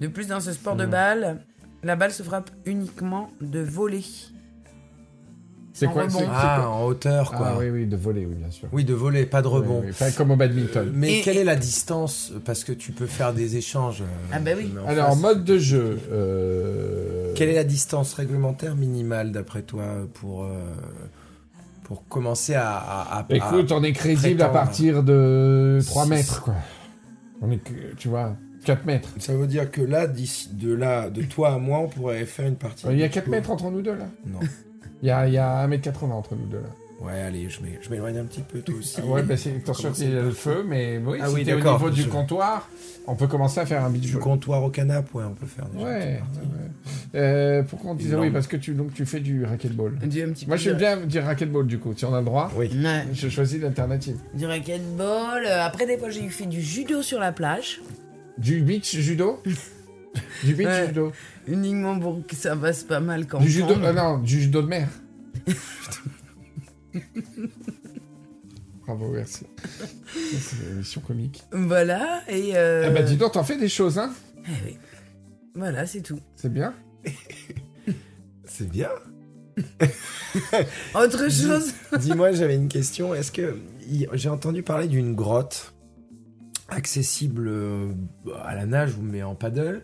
De plus, dans ce sport de balle, la balle se frappe uniquement de voler. C'est Sans quoi rebond. c'est- Ah, en hauteur, Ah quoi. oui. oui, oui, de voler, oui, bien sûr. de voler, pas de rebond. Oui, oui, pas comme au badminton. Mais Et- quelle est la distance Parce que tu peux faire des échanges. euh, Ah bah oui. mais en Alors, face. mode de jeu. euh, Quelle est la distance réglementaire minimale, d'après toi, pour, euh, pour commencer à. à- à- Écoute, à- on est crédible à prétendre. partir de 3 Six. mètres, quoi. On est, que- tu vois, 4 mètres. Ça veut dire que là, d'ici- de là, de toi à moi, on pourrait faire une partie. Il y a de 4 coup. mètres entre nous deux, là. Non. Il y a, il y a 1m80 entre nous deux, là. Ouais, allez, je m'é- je m'éloigne un petit peu, toi aussi. Ah Ouais, bah c'est attention qu'il y a le feu, mais oui, Ah si oui, t'es au d'accord. niveau du Je- comptoir, on peut commencer à faire un beach Du ball. comptoir au canap, ouais, on peut faire. Ouais. Déjà une ouais. petite partie. Euh, pourquoi on disait Énorme. euh, oui Parce que tu, donc, tu fais du racquetball. Du un petit Moi, peu j'aime de- bien dire racquetball, du coup, si on a le droit. Oui. Ouais. Je choisis l'alternative. Du racquetball. euh, Après, des fois, j'ai fait du judo sur la plage. Du beach judo Du beach Ouais. judo Uniquement pour que ça passe pas mal quand Du judo on- ah Non, du judo de mer. Bravo, merci. Ça, C'est une émission comique. Voilà, et... euh, Ah bah dis donc, t'en fais des choses, hein eh oui. Voilà, c'est tout. C'est bien. C'est bien. Autre chose Dis-moi, j'avais une question. Est-ce que il- j'ai entendu parler d'une grotte accessible euh, à la nage ou mais en paddle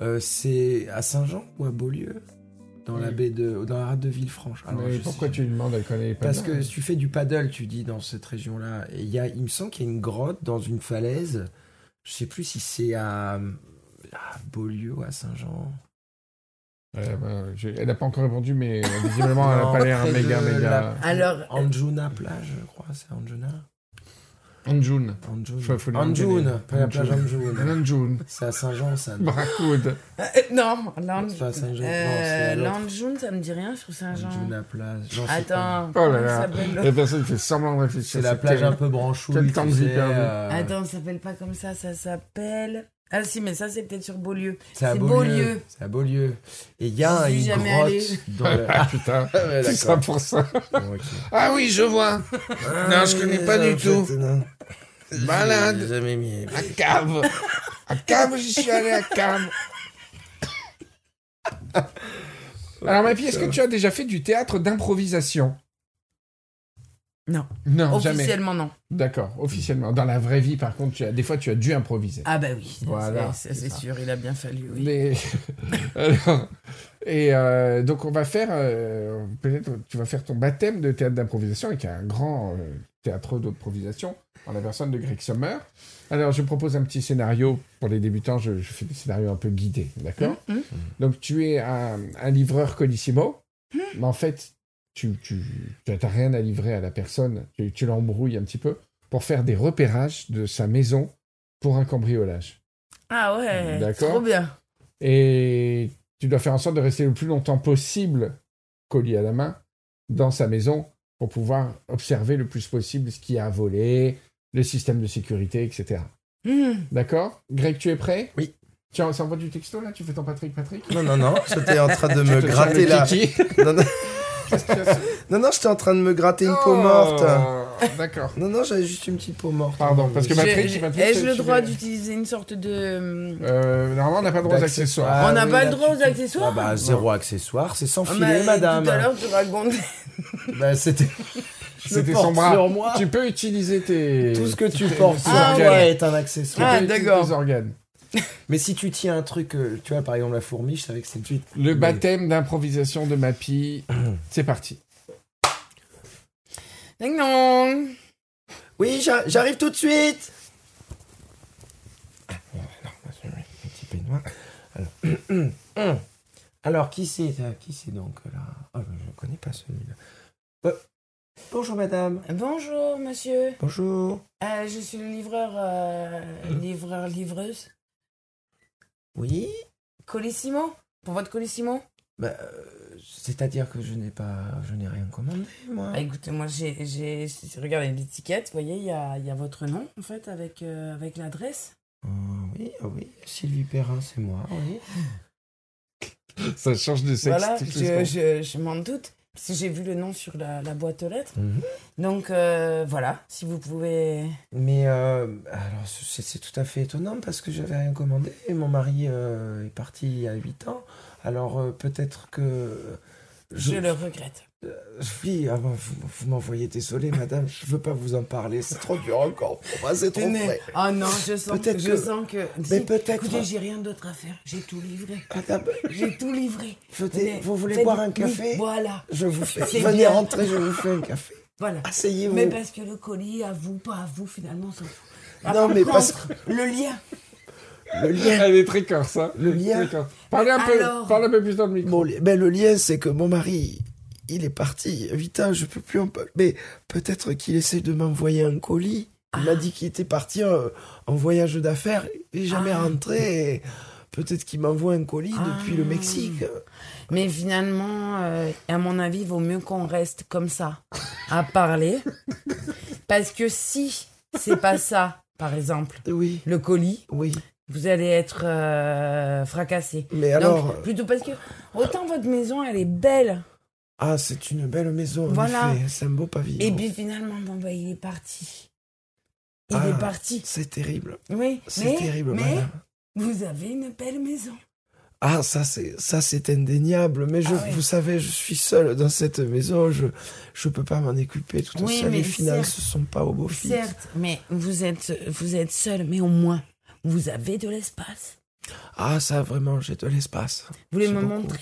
Euh, C'est à Saint-Jean ou à Beaulieu, dans la Oui. baie de, dans la rade de Villefranche. Alors, mais Ah je pourquoi sais- tu lui demandes, elle connaît pas hein. Parce bien. que si tu fais du paddle, tu dis dans cette région-là. Et il y a, il me semble qu'il y a une grotte dans une falaise. Je sais plus si c'est à, à Beaulieu ou à Saint-Jean. Ouais, bah, j'ai- elle n'a pas encore répondu, mais euh, visiblement, elle n'a Non, pas l'air près méga, de méga. Alors, euh, Anjuna plage, je crois. C'est Anjuna. Anjun. Faut- faut Anjuna. les Anjuna. engueuler. Pas la plage Anjuna. Anjun. C'est à Saint-Jean, ça. non Bracoud. euh, non, Lanjun. C'est pas Saint-Jean, non, Euh, c'est l'autre. Lanjun, ça me dit rien sur Saint-Jean. Anjuna plage. Non, c'est pas- Attends, Oh là comment là. ça s'appelle l'autre La personne fait semblant de réfléchir. C'est la plage un terrible. peu branchouille. Quel temps tu de vie sais, perdu. euh, Attends, ça s'appelle pas comme ça, ça s'appelle... Ah si, mais ça, c'est peut-être sur Beaulieu. C'est à c'est Beaulieu. Beaulieu. C'est à Beaulieu. Et il y a J'y une suis grotte jamais allée. dans le. Ah putain, ouais, c'est ça d'accord. pour ça. Bon, ok. Ah oui, je vois. Non, je connais pas du tout. Malade. Jamais mis. À cave. À cave, j'y suis allé à cave. Alors, ma fille, est-ce que tu as déjà fait du théâtre d'improvisation Non, Non, jamais. officiellement non. D'accord, officiellement. Dans la vraie vie, par contre, tu as... des fois, tu as dû improviser. Ah bah oui, ça, Voilà, c'est- ça, c'est c'est ça. sûr, il a bien fallu, oui. Mais alors, et euh, donc on va faire euh, peut-être tu vas faire ton baptême de théâtre d'improvisation avec un grand euh, théâtre d'improvisation en la personne de Greg Sommer. Alors je propose un petit scénario pour les débutants. Je, je fais des scénarios un peu guidés, d'accord Mhm. Donc tu es un, un livreur colissimo, mais en fait tu tu tu n'as rien à livrer à la personne. Tu, tu l'embrouilles un petit peu pour faire des repérages de sa maison pour un cambriolage. Ah ouais, D'accord. trop bien. Et tu dois faire en sorte de rester le plus longtemps possible colis à la main dans sa maison pour pouvoir observer le plus possible ce qu'il y a à voler, le système de sécurité, etc. Hmm. D'accord Greg, tu es prêt Oui. Tu en- ça envoie du texto là Tu fais ton Patrick Patrick Non, non, non, j'étais en train de me Tu te gratter sens là. le kiki Non, non, Qu'est-ce qu'il y a non, non, j'étais en train de me gratter une Oh peau morte. D'accord. Non, non, j'avais juste une petite peau morte. Pardon, parce que ma- Patrick, J'ai- Patrick, Ai-je tu le veux- droit d'utiliser une sorte de. Euh, normalement, on n'a pas droit aux D'accessoires. accessoires. Ah on n'a oui, pas là, le droit tu- aux accessoires Ah bah, zéro accessoire, c'est sans Ah, filet, bah, mais madame. Tout à l'heure, tu racontes. Bah, c'était. Je C'était le son porte bras. sur moi. Tu peux utiliser tes. Tout ce que tu portes sur Ah, toi ouais. est un accessoire. Ah, tu peux utiliser d'accord. tes organes. Mais si tu tiens un truc, euh, tu vois, par exemple la fourmi, je savais que c'était une Le baptême d'improvisation de Mappy, c'est parti. Ding dong. Oui, j'a- j'arrive tout de suite Un petit peignoir. Alors, Alors, qui c'est euh, Qui c'est donc là Ah, Je ne connais pas celui-là. Euh, bonjour madame. Bonjour, monsieur. Bonjour. Euh, je suis le livreur. Mm. euh, livreur, livreuse. Oui Colissimo Pour votre Colissimo Bah, euh, C'est-à-dire que je n'ai pas, je n'ai rien commandé, moi. Ah, écoutez, moi, j'ai. j'ai- j'ai- Regardez l'étiquette, vous voyez, il y a, il y a votre nom, en fait, avec, euh, avec l'adresse. Ah oui, ah oui, Sylvie Perrin, c'est moi. Oui. Ça change de sexe. voilà, toutes les secondes. je, je, je m'en doute, parce que j'ai vu le nom sur la, la boîte aux lettres. Mhm. Donc, euh, voilà, si vous pouvez. Mais euh, alors c'est c'est tout à fait étonnant parce que j'avais rien commandé et mon mari euh, est parti il y a 8 ans. Alors euh, peut-être que Je le regrette. oui, ah bon, vous, vous m'envoyez désolé madame, je veux pas vous en parler, c'est trop dur encore. Pour moi, c'est trop Tenez. vrai. Ah non, je sens que, Peut-être je que- sens que. Mais Si, peut-être Écoutez, j'ai rien d'autre à faire. J'ai tout livré. madame, J'ai tout livré. venez, Mais vous voulez faites- boire un oui, café voilà, Je vous fais C'est venez bien. rentrer, je vous fais un café. voilà. Asseyez-vous. Mais ben, parce que le colis, à vous, pas à vous, finalement, on s'en fout. Par Non, mais contre, parce Le lien. Le lien, Elle est très corse, hein. le lien. Très corse. Parlez un, Alors peu, parlez un peu plus dans le micro. Mon li- ben, le lien, c'est que mon mari, il est parti. Putain, je peux plus en pa- Mais peut-être qu'il essaie de m'envoyer un colis. Il Ah. m'a dit qu'il était parti en, en voyage d'affaires. Il n'est jamais Ah. rentré. Et Peut-être qu'il m'envoie un colis Ah. depuis le Mexique. Mais finalement, euh, à mon avis, il vaut mieux qu'on reste comme ça, à parler. Parce que si c'est pas ça, par exemple, Oui, le colis, oui. vous allez être euh, fracassé. Mais Donc, alors, plutôt parce que autant votre maison elle est belle ah, c'est une belle maison. en Voilà. Eh effet. C'est un beau pavillon. et puis finalement bon bah il est parti. Il Ah. est parti. C'est terrible. Oui. C'est mais, terrible, mais madame. vous avez une belle maison. Ah, ça c'est ça c'est indéniable. Mais je, Ah ouais. vous savez, je suis seul dans cette maison. Je je peux pas m'en occuper tout Oui, seul. mais Les finances certes. sont pas au beau fixe. Certes, mais vous êtes vous êtes seul mais au moins vous avez de l'espace. Ah, ça vraiment, j'ai de l'espace. Vous voulez C'est me beaucoup. montrer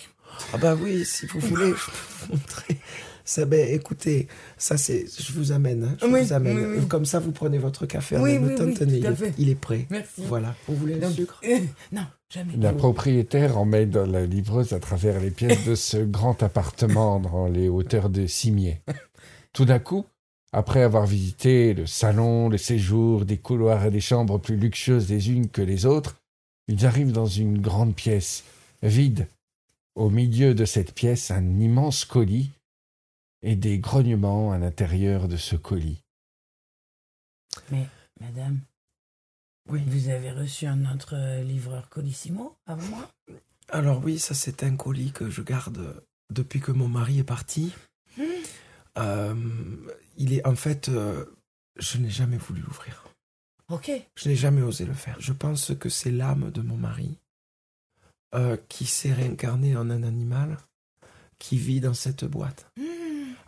Ah bah oui, si vous voulez, je peux vous montrer. Ça, ben, écoutez, ça c'est, je vous amène, hein, je Oui, vous amène. oui, oui. Comme ça, vous prenez votre café en Oui, même oui, temps. oui, Tenez, tout il à est- fait. il est prêt. Merci. Voilà. Vous voulez le Donc, sucre euh, non, jamais. La propriétaire emmène dans la livreuse à travers les pièces de ce grand appartement dans les hauteurs de Cimier. Tout d'un coup, après avoir visité le salon, le séjour, des couloirs et des chambres plus luxueuses les unes que les autres, ils arrivent dans une grande pièce, vide. Au milieu de cette pièce, un immense colis et des grognements à l'intérieur de ce colis. Madame, Oui. vous avez reçu un autre euh, livreur Colissimo avant moi Alors oui, ça c'est un colis que je garde depuis que mon mari est parti. Hmm. Euh, il est en fait, euh, je n'ai jamais voulu l'ouvrir. OK. Je n'ai jamais osé le faire. Je pense que c'est l'âme de mon mari euh, qui s'est réincarnée en un animal qui vit dans cette boîte. Hmm.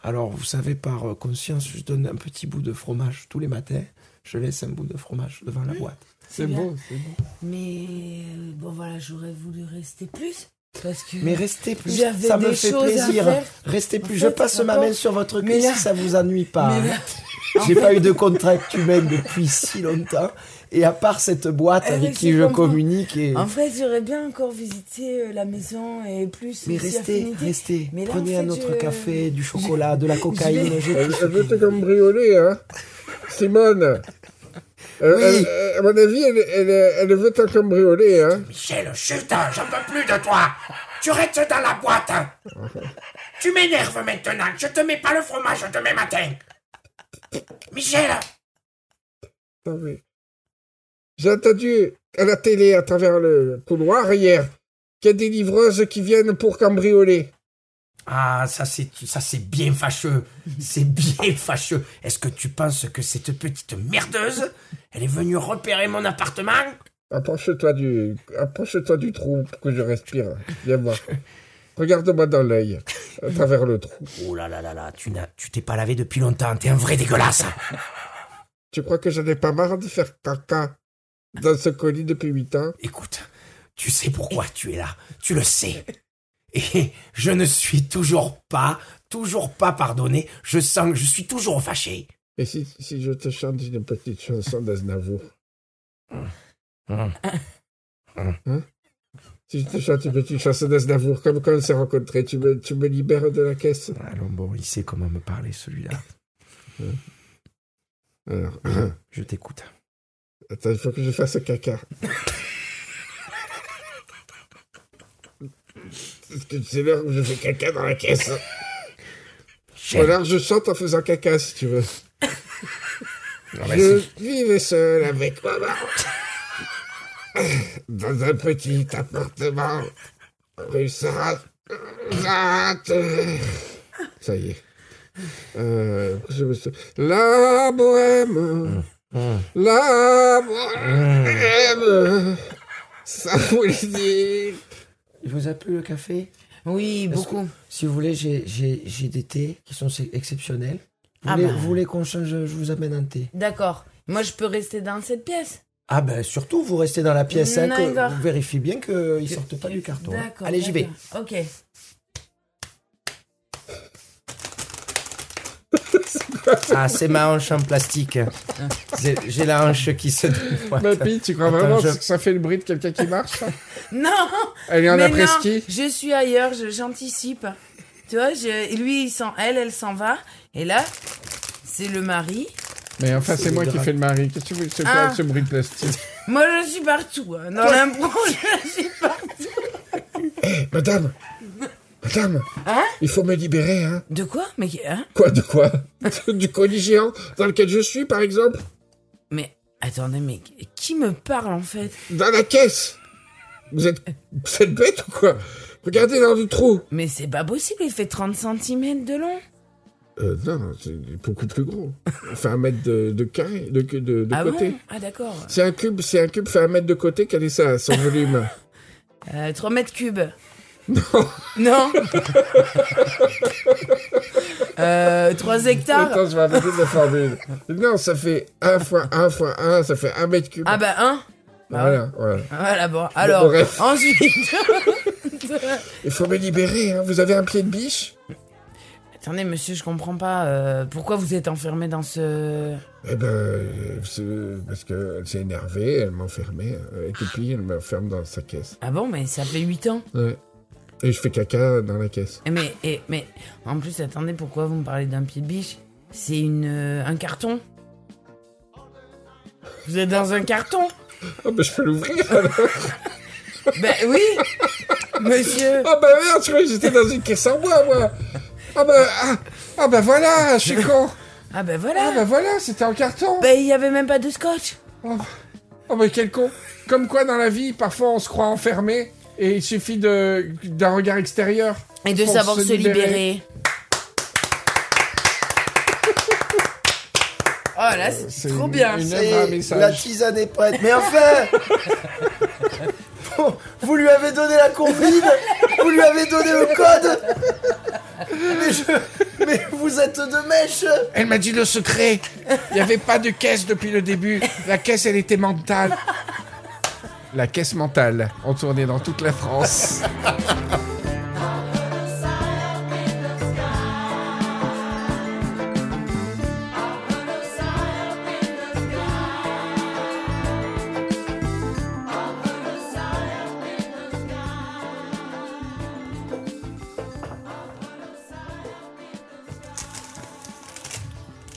Alors, vous savez, par euh, conscience, je donne un petit bout de fromage tous les matins. Je laisse un bout de fromage devant Hmm. la boîte. C'est bien. beau, c'est beau. Mais euh, bon voilà, j'aurais voulu rester plus parce que Mais restez plus, J'avais ça me des fait choses à plaisir. faire. Restez En plus, fait, je passe ma encore- main sur votre Mais cul là- si ça vous ennuie pas. Mais hein. là- J'ai pas eu de contract humain depuis si longtemps. Et à part cette boîte Eh, avec je qui je comprends. communique et... en fait, j'aurais bien encore visité euh, la maison et plus Mais si restez, affinité. restez. Mais là, Prenez en un fait, autre je- café, du chocolat, de la cocaïne. vais- j'ai tout ce Elle veut que- te cambrioler, hein Simone Euh, elle- elle- À mon avis, elle, elle- elle veut te cambrioler, hein Michel, chut, hein, j'en peux plus de toi. Tu restes dans la boîte. hein. Tu m'énerves maintenant. Je te mets pas le fromage demain matin. Michel, Non, mais- J'ai entendu à la télé, à travers le couloir hier, qu'il y a des livreuses qui viennent pour cambrioler. Ah, ça c'est ça c'est bien fâcheux. C'est bien fâcheux. Est-ce que tu penses que cette petite merdeuse, elle est venue repérer mon appartement Approche-toi du... Approche-toi du trou pour que je respire. Viens voir. Regarde-moi dans l'œil, à travers le trou. Oh là là là là, tu n'as tu t'es pas lavé depuis longtemps, t'es un vrai dégueulasse. Tu crois que j'en ai pas marre de faire caca dans ce colis depuis 8 ans Écoute, tu sais pourquoi tu es là, tu le sais. Et je ne suis toujours pas, toujours pas pardonné. Je sens que je suis toujours fâché. Et si, si je te chante une petite chanson d'Aznavour Hein Si je te chante une petite chanson d'Aznavour, comme quand on s'est rencontrés, tu me, tu me libères de la caisse Allons, bon, il sait comment me parler celui-là. Alors, hein? Je t'écoute. attends, il faut que je fasse caca. Est-ce que c'est l'heure où je fais caca dans la caisse Ou alors je chante en faisant caca, si tu veux. je vivais seul avec maman. Dans un petit appartement. Rue Sarat. Sarat- Ça y est. Euh, je me sou- La bohème. La Mmh. bohème. Ça voulait dire... Il vous a plu le café Oui, beaucoup. Si vous voulez, j'ai- j'ai j'ai des thés qui sont exceptionnels. Vous Ah voulez, ben. bah. vous voulez qu'on change Je vous amène un thé. D'accord. Moi, je peux rester dans cette pièce. Ah ben surtout, vous restez dans la pièce, hein, que- D'accord. vous vérifiez bien qu'ils sortent pas du carton. hein. D'accord. Allez, j'y vais. d'accord. Ok. Ah, c'est ma hanche en plastique. J'ai j'ai la hanche qui se déboîte. Papy, tu crois Attends, vraiment je- que ça fait le bruit de quelqu'un qui marche ça Non Elle est en mais non, après-ski Je suis ailleurs, je- j'anticipe. Tu vois, je- lui, il s'en... Elle, elle s'en va. Et là, c'est le mari. Mais enfin, c'est le moi qui drap. fais le mari. Qu'est-ce que tu veux que c'est Ah. quoi ce bruit de plastique Moi, je suis partout. hein. Dans l'impro, je suis partout. Madame Madame Hein Il faut me libérer, hein De quoi Mais... hein Quoi, de quoi Du colis géant dans lequel je suis, par exemple mais... Attendez, mais qui me parle, en fait Dans la caisse Vous êtes... Vous êtes bête ou quoi Regardez dans le trou Mais c'est pas possible, il fait 30 cm de long. Euh, non, c'est beaucoup plus gros. Fait un mètre de, de carré, de, de, de ah côté. bon Ah d'accord. c'est un cube, c'est un cube fait un mètre de côté, quel est ça, son volume Euh, 3 mètres cubes. Non. Non euh, 3 hectares Attends, je vais arrêter de la formule. Non, ça fait 1 fois 1 fois 1, ça fait 1 mètre cube. Ah bah 1 Voilà, voilà. Voilà, bon. Alors, bref. ensuite... Il faut me libérer, hein. Vous avez un pied de biche Attendez, monsieur, je comprends pas. euh, pourquoi vous êtes enfermé dans ce... Eh ben, euh, c'est- parce qu'elle s'est énervée, elle m'a enfermé, euh, et puis elle m'enferme dans sa caisse. Ah bon, mais ça fait 8 ans. Ouais. Et je fais caca dans la caisse. Eh, Mais, eh, mais en plus, attendez, pourquoi vous me parlez d'un pied de biche C'est une, euh, un carton. Vous êtes dans un carton Ah ben je peux l'ouvrir alors. Ben oui Monsieur Ah ben merde, tu vois, j'étais dans une caisse en bois, moi Ah ben, ah, ah ben voilà, je suis con Ah ben Ah voilà bah voilà, c'était en carton Ben il y avait même pas de scotch Oh mais quel con Comme quoi dans la vie, parfois on se croit enfermé et il suffit de d'un regard extérieur. Et de Pour savoir se se libérer. libérer. Oh là, c'est trop une- bien une- ça. Et Ah, mais ça- la tisane est prête. Mais enfin Bon, Vous lui avez donné la confide Vous lui avez donné le code mais, je- mais vous êtes de mèche Elle m'a dit le secret. Il n'y avait pas de caisse depuis le début. La caisse, elle était mentale. La caisse mentale, en tournée dans toute la France.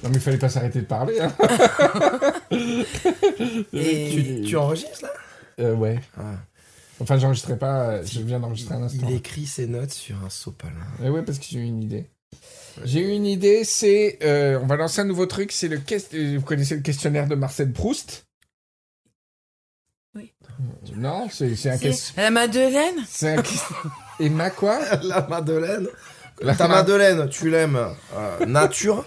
Non mais il fallait pas s'arrêter de parler. Hein. Et- tu, tu enregistres là Euh, ouais. Enfin, j'enregistrais pas. euh, Je viens d'enregistrer un instant. Il écrit ses notes sur un sopalin. Eh ouais, parce que j'ai eu une idée. J'ai eu une idée, c'est... euh, on va lancer un nouveau truc, c'est le... quest- euh, Vous connaissez le questionnaire de Marcel Proust Oui. Euh, Non, c'est c'est un... C'est- ques- La Madeleine C'est un... ques- Emma quoi La Madeleine Ta Madeleine, tu l'aimes euh, nature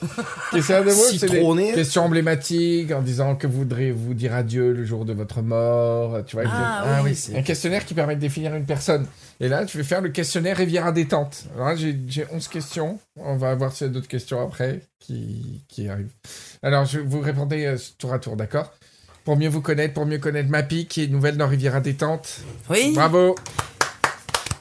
Question de mots, c'est Citronné. des questions emblématiques en disant que voudriez-vous dire adieu le jour de votre mort, tu vois. Ah, il y a- oui. Un questionnaire qui permet de définir une personne. Et là, tu vais faire le questionnaire Riviera détente. Alors là, j'ai j'ai 11 questions. On va voir s'il y a d'autres questions après qui, qui arrivent. Alors, je vous répondez euh, tour à tour, d'accord Pour mieux vous connaître, pour mieux connaître Mappy, qui est nouvelle dans Riviera détente. Oui. Bravo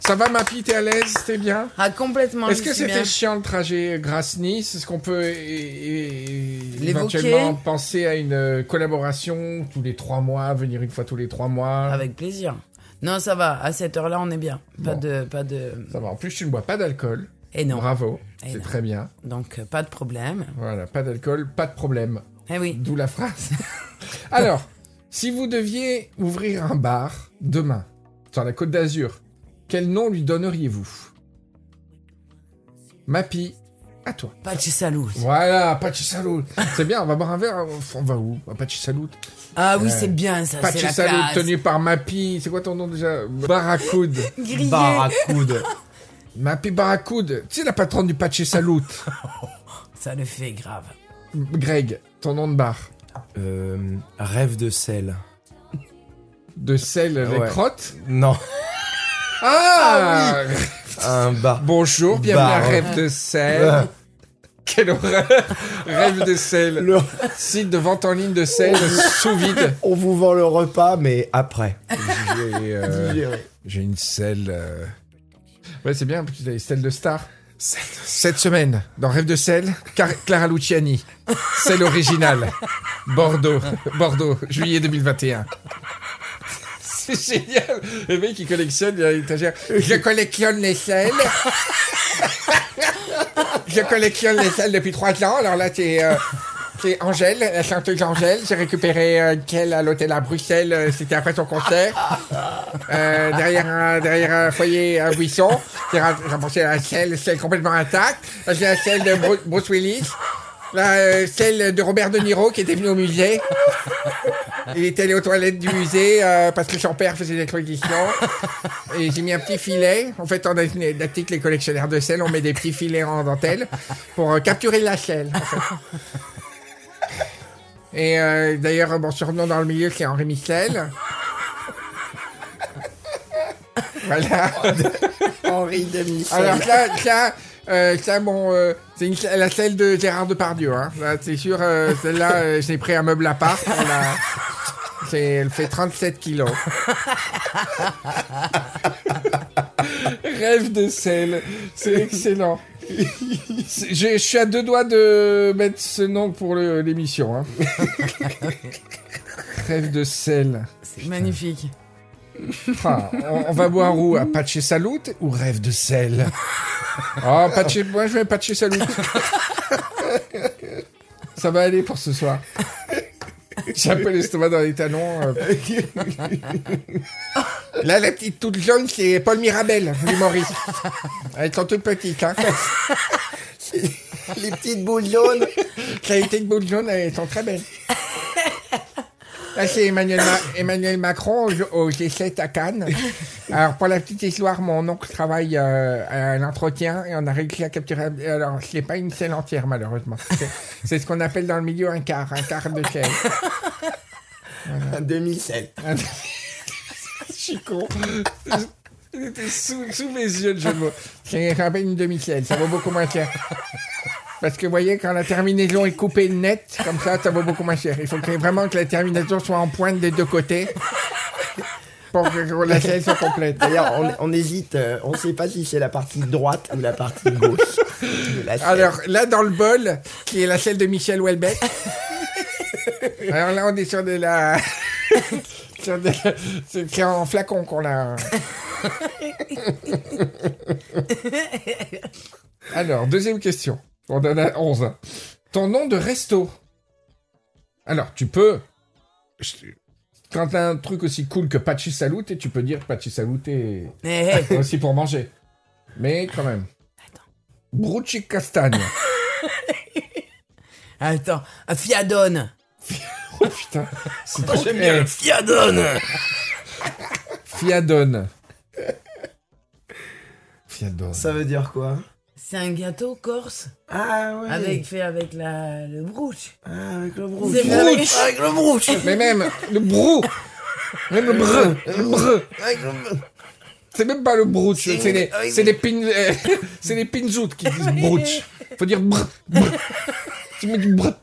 Ça va, Mappy T'es à l'aise T'es bien Ah, complètement. Est-ce je que suis c'était bien. chiant le trajet Grasse-Nice Est-ce qu'on peut é- é- L'évoquer éventuellement penser à une euh, collaboration tous les trois mois, venir une fois tous les trois mois Avec plaisir. Non, ça va. À cette heure-là, on est bien. Pas Bon. de, pas de. Ça va. En plus, tu ne bois pas d'alcool. Et non. Bravo. Eh C'est non. très bien. Donc, euh, pas de problème. Voilà, pas d'alcool, pas de problème. Eh oui. D'où la phrase. Alors, si vous deviez ouvrir un bar demain sur la Côte d'Azur, quel nom lui donneriez-vous Mappy, à toi. Patch Salut. Voilà, Apache Salut. C'est bien, on va boire un verre. On va où Apache Salut. Ah oui, Ouais. c'est bien ça. C'est Apache la Salut, classe. tenu par Mappy. C'est quoi ton nom déjà Barracoud. Grillé. Barracude. Mappy Barracoud. Tu sais, la patronne du Pache Salut. Ça le fait grave. Greg, ton nom de bar. Euh, rêve de sel. De sel, les Ouais. crottes. Non, Ah, un bar. Bonjour, bienvenue à Bar. Rêve de sel. Quelle horreur Rêve de sel. Le- Site de vente en ligne de sel sous vide. On vous vend le repas, mais après. J'ai euh, j'ai une selle. euh, Ouais, c'est bien, parce que t'as les selles de star. Cette semaine, dans Rêve de sel, Car- Clara Luciani. Celle originale. Bordeaux. Bordeaux, juillet 2021. C'est génial. Le mec, il collectionne il a une étagère. Je collectionne les selles. Je collectionne les selles depuis trois ans. Alors là, c'est... euh, c'est Angèle, la chanteuse Angèle. J'ai récupéré euh, qu'elle à l'hôtel à Bruxelles. euh, C'était après son concert. Euh, derrière, un, derrière un foyer à buisson. J'ai ra- rapproché la selle, celle complètement intacte. J'ai la selle de Bru- Bruce Willis. La euh, selle de Robert De Niro qui était venu au musée. Il était allé aux toilettes du musée euh, parce que son père faisait des collections. Et j'ai mis un petit filet. En fait, on a une dactique, les collectionneurs de sel, on met des petits filets en dentelle pour euh, capturer la selle. en fait. Et euh, d'ailleurs, mon surnom dans le milieu, c'est Henri Michel. voilà. Henri demi Alors ça, ça, euh, ça, bon, euh, c'est une- la selle de Gérard Depardieu. Hein. Là, c'est sûr, euh, celle-là, euh, j'ai pris un meuble à part. Elle, a- c'est- elle fait 37 kilos. Rêve de selle, c'est excellent. C'est- Je, je suis à deux doigts de mettre ce nom pour le- l'émission. hein. Rêve de selle. C'est magnifique. Enfin, on, on va boire où Apache Salut ou Rêve de sel Ah, Apache, moi je vais Apache Salut. Ça va aller pour ce soir. J'ai un peu l'estomac dans les talons. euh. Là, la petite toute jaune, c'est Paul Mirabel, l'humoriste. Elles sont toutes petites. Hein. Les petites boules jaunes. La été de boule jaune, elles sont très belles. Là, c'est Emmanuel, Ma- Emmanuel Macron au, au G7 à Cannes. Alors, pour la petite histoire, mon oncle travaille euh, à l'entretien et on a réussi à capturer... un- Alors, ce n'est pas une selle entière, malheureusement. C'est- C'est ce qu'on appelle dans le milieu un quart, un quart de selle. Un demi-sel. Je suis con. C'était sous, sous mes yeux, le jeu de mots. C'est quand même une demi-selle, ça vaut beaucoup moins cher. Parce que vous voyez, quand la terminaison est coupée net, comme ça, ça vaut beaucoup moins cher. Il faut que- vraiment que la terminaison soit en pointe des deux côtés pour que la selle soit complète. D'ailleurs, on, on hésite, euh, on ne sait pas si c'est la partie droite ou la partie gauche. de la scène. Alors là, dans le bol, qui est la selle de Michel Houellebecq. Alors là, on est sur de la. sur de- C'est c'est en flacon qu'on l'a. Alors, deuxième question. On en a 11. Ton nom de resto. Alors, tu peux. je- Quand t'as un truc aussi cool que Pachi Saluté, tu peux dire Pachi Saluté Eh, eh. aussi pour manger. Mais quand même. Brucci castagne. Attends. Un Fiadone. Oh putain, c'est trop J'aime bien le fiadone. Fiadone. Fiadone. Ça veut dire quoi C'est un gâteau corse Ah ouais. avec fait avec la le brooch. Ah, avec le brouche. C'est vrai. Avec le brouche. Mais même le brou Même le breu Le breu C'est même pas le brouch, c'est des, c'est des pin, euh, c'est des pinzoutes qui disent brouch. Faut dire brr, brr. Tu mets du brr.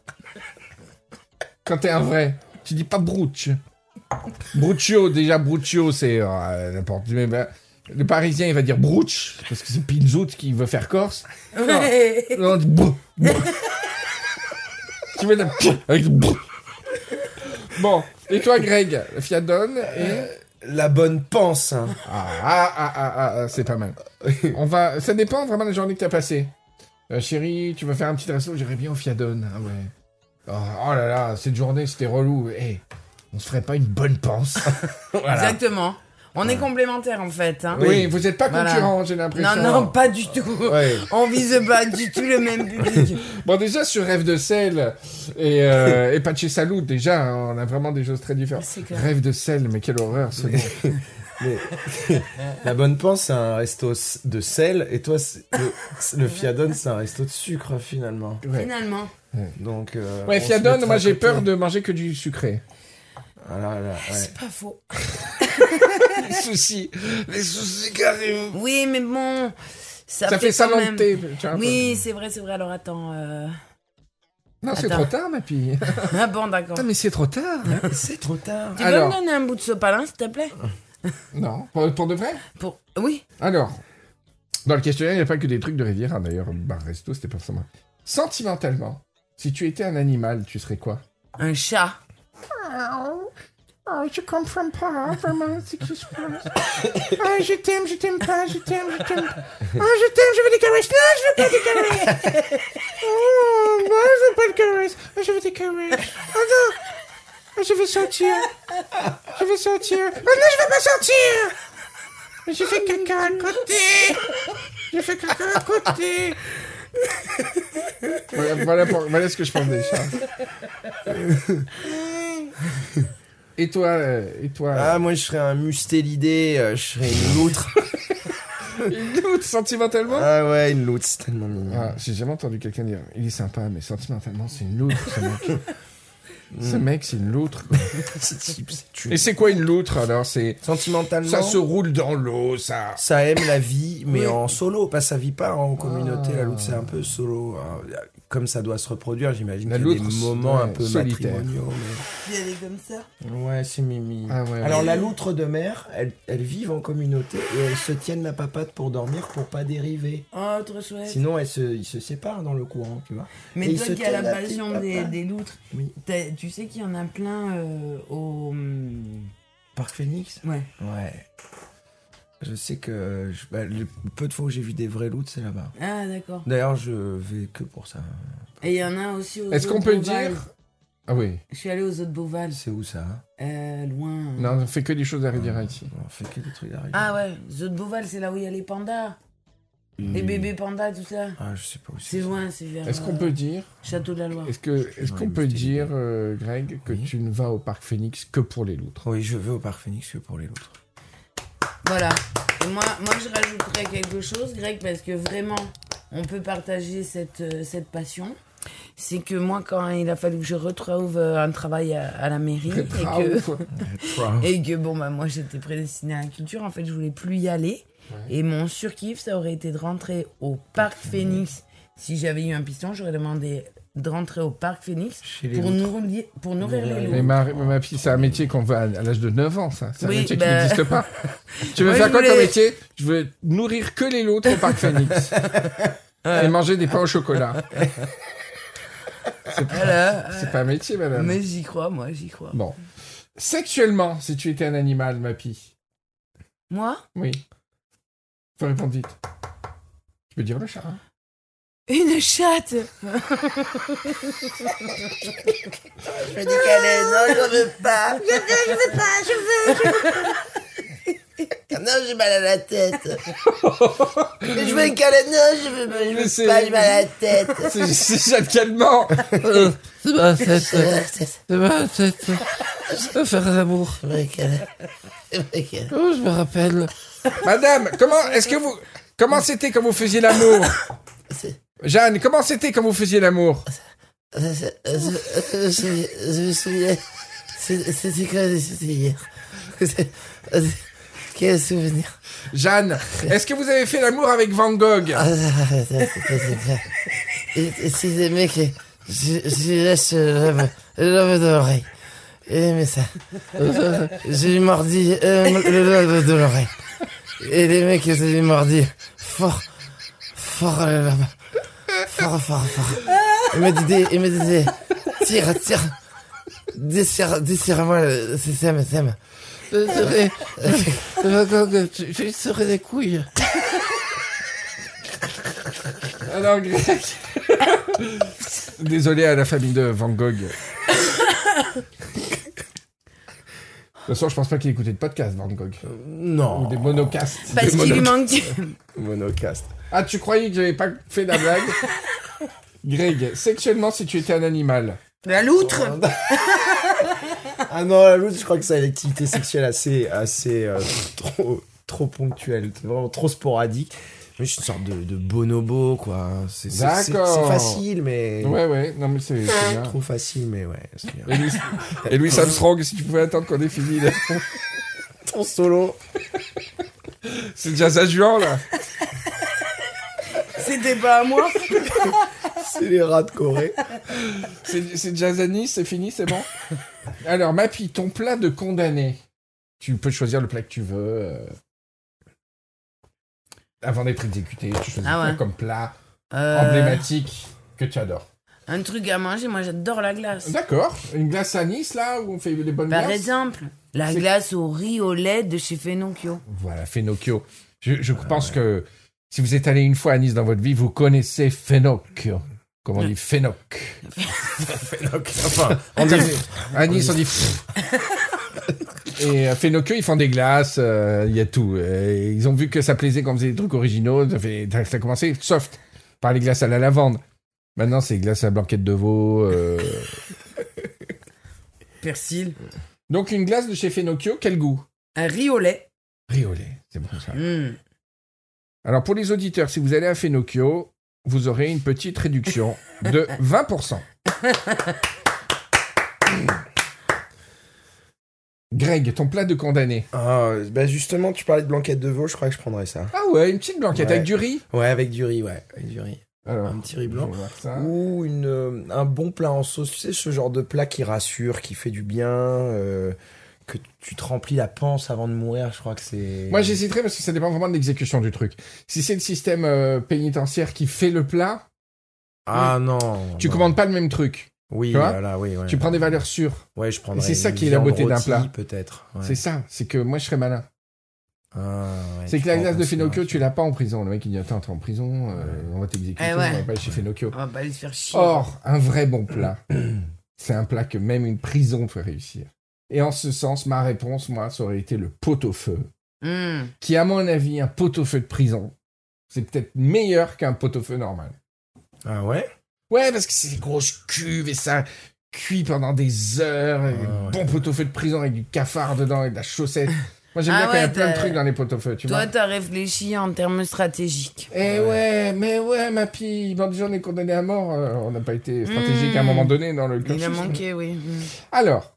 Quand t'es un vrai, tu dis pas brouch. Bruccio, déjà Bruccio, c'est euh, n'importe. mais, bah, le Parisien, il va dire brouch parce que c'est pinzoute qui veut faire corse. Ouais. Non, on dit brr, brr. Tu mets la avec le brr. Bon, et toi, Greg, Fiadone et... La bonne pense. hein. Ah, ah, ah, ah, ah, ah, c'est pas mal. On va... Ça dépend vraiment de la journée que t'as passée. Euh, chérie, tu vas faire un petit resto, j'irai bien au Fiadone. Ah ouais. Oh, oh là là, cette journée, c'était relou. Eh, on se ferait pas une bonne panse. Voilà. Exactement. On est complémentaires en fait. hein. Oui, vous êtes pas Voilà. concurrents, j'ai Non, l'impression. non, pas du tout. Ouais. On vise pas du tout le même public. Bon, déjà, sur Rêve de sel et, euh, et Pache Salou, déjà, hein, on a vraiment des choses très différentes. C'est clair. Rêve de sel, mais quelle horreur, ce nom. La bonne pense, c'est un resto s- de sel. Et toi, c'est- le, le fiadone, c'est un resto de sucre finalement. Ouais. Finalement. Donc. euh, Ouais, on se Fiadone, mettra moi à j'ai côté. peur de manger que du sucré. Ah là là, ouais. C'est pas faux. Les soucis, les soucis qui arrivent. Oui, mais bon. Ça, Ça, fait hein, ça quand même- l'enté. Oui, c'est vrai, c'est vrai. Alors attends. euh, Non, c'est Attends. trop tard, ma fille. Ah bon, d'accord. Non, mais c'est trop tard. C'est trop tard. Tu Alors. peux me donner un bout de sopalin, s'il te plaît Non, pour, pour de vrai Pour... Oui. Alors, dans le questionnaire, il n'y a pas que des trucs de rivière. hein, D'ailleurs, bar resto, c'était pas ça. moi. Sentimentalement, si tu étais un animal, tu serais quoi Un chat. Oh, je comprends pas vraiment ce qui se passe. Oh, je t'aime, je t'aime pas, je t'aime, je t'aime pas. Oh, je t'aime, je veux des caresses. Non, je veux pas des caresses. Oh, non, je veux pas de caresses. Oh, je veux des caresses. Oh non. Oh, je veux sortir. Je veux sortir. Oh non, je veux pas sortir. Mais J'ai fait caca à côté. J'ai fait caca à côté. Voilà, voilà pour- voilà ce que je pense des chats. Et toi, euh, et toi Ah, moi, je serais un mustélidé, euh, je serais une loutre. Une doute sentimentalement ah ouais, une loutre, c'est tellement mignon. Mm-hmm. Ah, J'ai jamais entendu quelqu'un dire il est sympa, mais sentimentalement, c'est une loutre, ce mec. Mm-hmm. ce mec, c'est une loutre. quoi. C'est cheap, c'est tué. Et c'est quoi une loutre alors C'est Sentimentalement, ça ça, se roule dans l'eau, ça. aime la vie, mais en solo, pas sa vie pas en communauté. Ah. La loutre, c'est un peu solo. hein. Comme ça doit se reproduire, j'imagine La qu'il y a des loutre, c'est- moments un ouais, peu solitaire. matrimoniaux. Elle est comme ça. mais- Ouais, c'est mimi. Ah ouais, ouais. Alors, la loutre de mer, elles, elles vivent en communauté et elles se tiennent la papate pour dormir pour pas dériver. Oh, trop chouette. Sinon, elles se, ils se séparent dans le courant, tu vois. Et Mais ils toi se qui as la tiennent la petite passion des, papate. des loutres, Oui. t'as- tu sais qu'il y en a plein euh, au. hum, Parc Phoenix Ouais. Ouais. Je sais que je- bah, le peu de fois où j'ai vu des vrais loutres, c'est là-bas. Ah, d'accord. D'ailleurs, je vais que pour ça. Et il y en a aussi aux Est-ce eaux qu'on de peut Beauval. dire Ah oui. Je suis allée aux eaux de Beauval. C'est où ça hein Euh, loin. Non, on fait que des choses à redire ici. On fait que des trucs d'arriver. Ah ouais, les eaux de Beauval, c'est là où il y a les pandas. Les bébés pandas, tout ça. Ah, je sais pas où C'est loin, c'est vers. Hmm. Est-ce qu'on euh, peut dire Château de la Loire. Est-ce que est-ce qu'on peut dire euh, Greg que tu ne vas au parc Phoenix que pour les loutres Oui, je vais au Parc Phoenix que pour les loutres. Voilà. Et moi, moi, je rajouterais quelque chose, Greg, parce que vraiment, on peut partager cette, euh, cette passion. C'est que moi, quand il a fallu que je retrouve euh, un travail à, à la mairie, et Ah, que, ouf. et que bon, bah, moi, j'étais prédestinée à la culture, en fait, je voulais plus y aller. Et mon surkiff, ça aurait été de rentrer au Parc Phoenix. Si j'avais eu un piston, j'aurais demandé de rentrer au Parc Phoenix Chez les pour loutres. nourrir, pour nourrir les Mais loups. ma, ma fille, c'est un métier qu'on veut à, à l'âge de 9 ans, ça. C'est un Oui, métier qui bah- n'existe pas. Tu veux Moi, faire je quoi comme voulais- métier Je veux nourrir que les loutres au parc Phoenix. Et manger des pains au chocolat. Voilà. C'est pas un métier, madame. Mais j'y crois, moi, j'y crois. Bon. Sexuellement, si tu étais un animal, ma fille. Moi Oui. Faut répondre vite. Tu peux dire le chat. hein. Une chatte non, j'en veux pas. Je veux, je veux pas, je veux. Ah Non, j'ai mal à la tête. Mais je veux une câlin. Non, je veux, je Mais c'est- veux pas, j'ai mal à la tête. C'est- C'est Jade Calment. C'est pas Je cette, veux la tête. c'est pas cette, euh, faire l'amour. Je veux un câlin. Je veux un câlin. Oh, je me rappelle. Madame, comment est-ce que vous. Comment c'était quand vous faisiez l'amour Jeanne, comment c'était quand vous faisiez l'amour Euh, c'est- euh, c'est- euh, c'est- Je me souviens. c'est- C'était quand C'était hier. C'est- euh, Quel souvenir. Jeanne, est-ce que vous avez fait l'amour avec Van Gogh Ah, ça, ça, c'est pas secret. Et- et C'est des mecs. Je, je lâche l'homme l'homme de l'oreille. Et mais ça. Je lui mordis euh, le lobe de l'oreille. Et les mecs, je lui mordis fort, fort le lobe. Fort, fort, fort. Il me disait, il me disait, tire, tire. Desserre, desserre-moi le système, système. Désolé. Je lui serai des couilles. Alors, Greg. Désolé à la famille de Van Gogh. De toute façon, je pense pas qu'il écoutait de podcast, Van Gogh. Non. Ou des monocasts. Parce Des qu'il lui monocasts. manque du... Monocast. Ah, tu croyais que j'avais pas fait la blague Greg, sexuellement, si tu étais un animal. La loutre Ah non, la loutre, je crois que c'est une activité sexuelle assez, assez euh, trop, trop ponctuelle, c'est vraiment trop sporadique. Mais je suis une sorte de, de bonobo, quoi. hein. C'est c'est- c'est- D'accord. c'est facile, mais. Ouais, ouais, non, mais c'est c'est bien. Trop facile, mais ouais. c'est bien. Et Louis, et Louis Armstrong, si tu pouvais attendre qu'on ait fini. là. Ton solo. C'est déjà ça, Juan, là. C'était pas à moi C'est les rats de Corée. C'est c'est Jazani, c'est fini, c'est bon Alors, Mappy, ton plat de condamné. Tu peux choisir le plat que tu veux. euh, Avant d'être exécuté, tu choisis Ah quoi ouais. comme plat Euh, emblématique que tu adores. Un truc à manger, moi j'adore la glace. D'accord. Une glace à Nice, là, où on fait les bonnes Par glaces exemple, la C'est- glace au riz au lait de chez Fenocchio. Voilà, Fenocchio. Je, je pense que si vous êtes allé une fois à Nice dans votre vie, vous connaissez Fenocchio. Comment on dit Fenoc. Enfin, On dit- à Nice, on dit. Et à Fenocchio, ils font des glaces, euh, il y a tout. Et ils ont vu que ça plaisait quand on faisait des trucs originaux. Ça, fait- ça a commencé soft par les glaces à la lavande. Maintenant, c'est glaces à blanquette de veau. euh. Persil. Donc, une glace de chez Fenocchio, quel goût Un riz au lait. Riolet, c'est bon ça. Mm. Alors pour les auditeurs, si vous allez à Fenocchio, vous aurez une petite réduction de 20%. Greg, ton plat de condamné. Ah, bah justement, tu parlais de blanquette de veau, je crois que je prendrais ça. Ah ouais, une petite blanquette Ouais. avec du riz. Ouais, avec du riz, ouais. Avec du riz. Alors, Un petit riz blanc. je vais voir ça. Ah. Ou une, euh, un bon plat en sauce, tu sais, ce genre de plat qui rassure, qui fait du bien, euh, que tu te remplis la panse avant de mourir, je crois que c'est... Moi j'hésiterais parce que ça dépend vraiment de l'exécution du truc. Si c'est le système euh, pénitentiaire qui fait le plat, Ah non tu non. commandes pas le même truc. Oui, tu vois voilà, oui, ouais. Tu prends des valeurs sûres. Ouais, je prendrais c'est ça une qui est la viande beauté d'un rôtie, plat. peut-être. ouais. C'est ça, c'est que moi je serais malin. Ah, ouais, C'est tu que la prends en glace de Finocchio, considération. tu l'as pas en prison. Le mec, il dit Attends, t'es en prison, euh, on va t'exécuter, Eh ouais. on va pas aller chez Finocchio. On va pas les faire chier. Or, un vrai bon plat, c'est un plat que même une prison peut réussir. Et en ce sens, ma réponse, moi, ça aurait été le pot-au-feu, Mm. qui, à mon avis, un pot-au-feu de prison, c'est peut-être meilleur qu'un pot-au-feu normal. Ah ouais Ouais, parce que c'est des grosses cuves et ça cuit pendant des heures. et Ah ouais. Bon pot-au-feu de prison avec du cafard dedans et de la chaussette. Moi, j'aime Ah bien quand il y a ouais, plein de t'as- trucs dans les pot-au-feu, tu vois. Toi, t'as réfléchi en termes stratégiques. Eh ouais. mais ouais, ma pie, bon, déjà on est condamné à mort, euh, on n'a pas été stratégique à un Mmh. moment donné dans le Il cursus. a manqué, oui. Mm. Alors,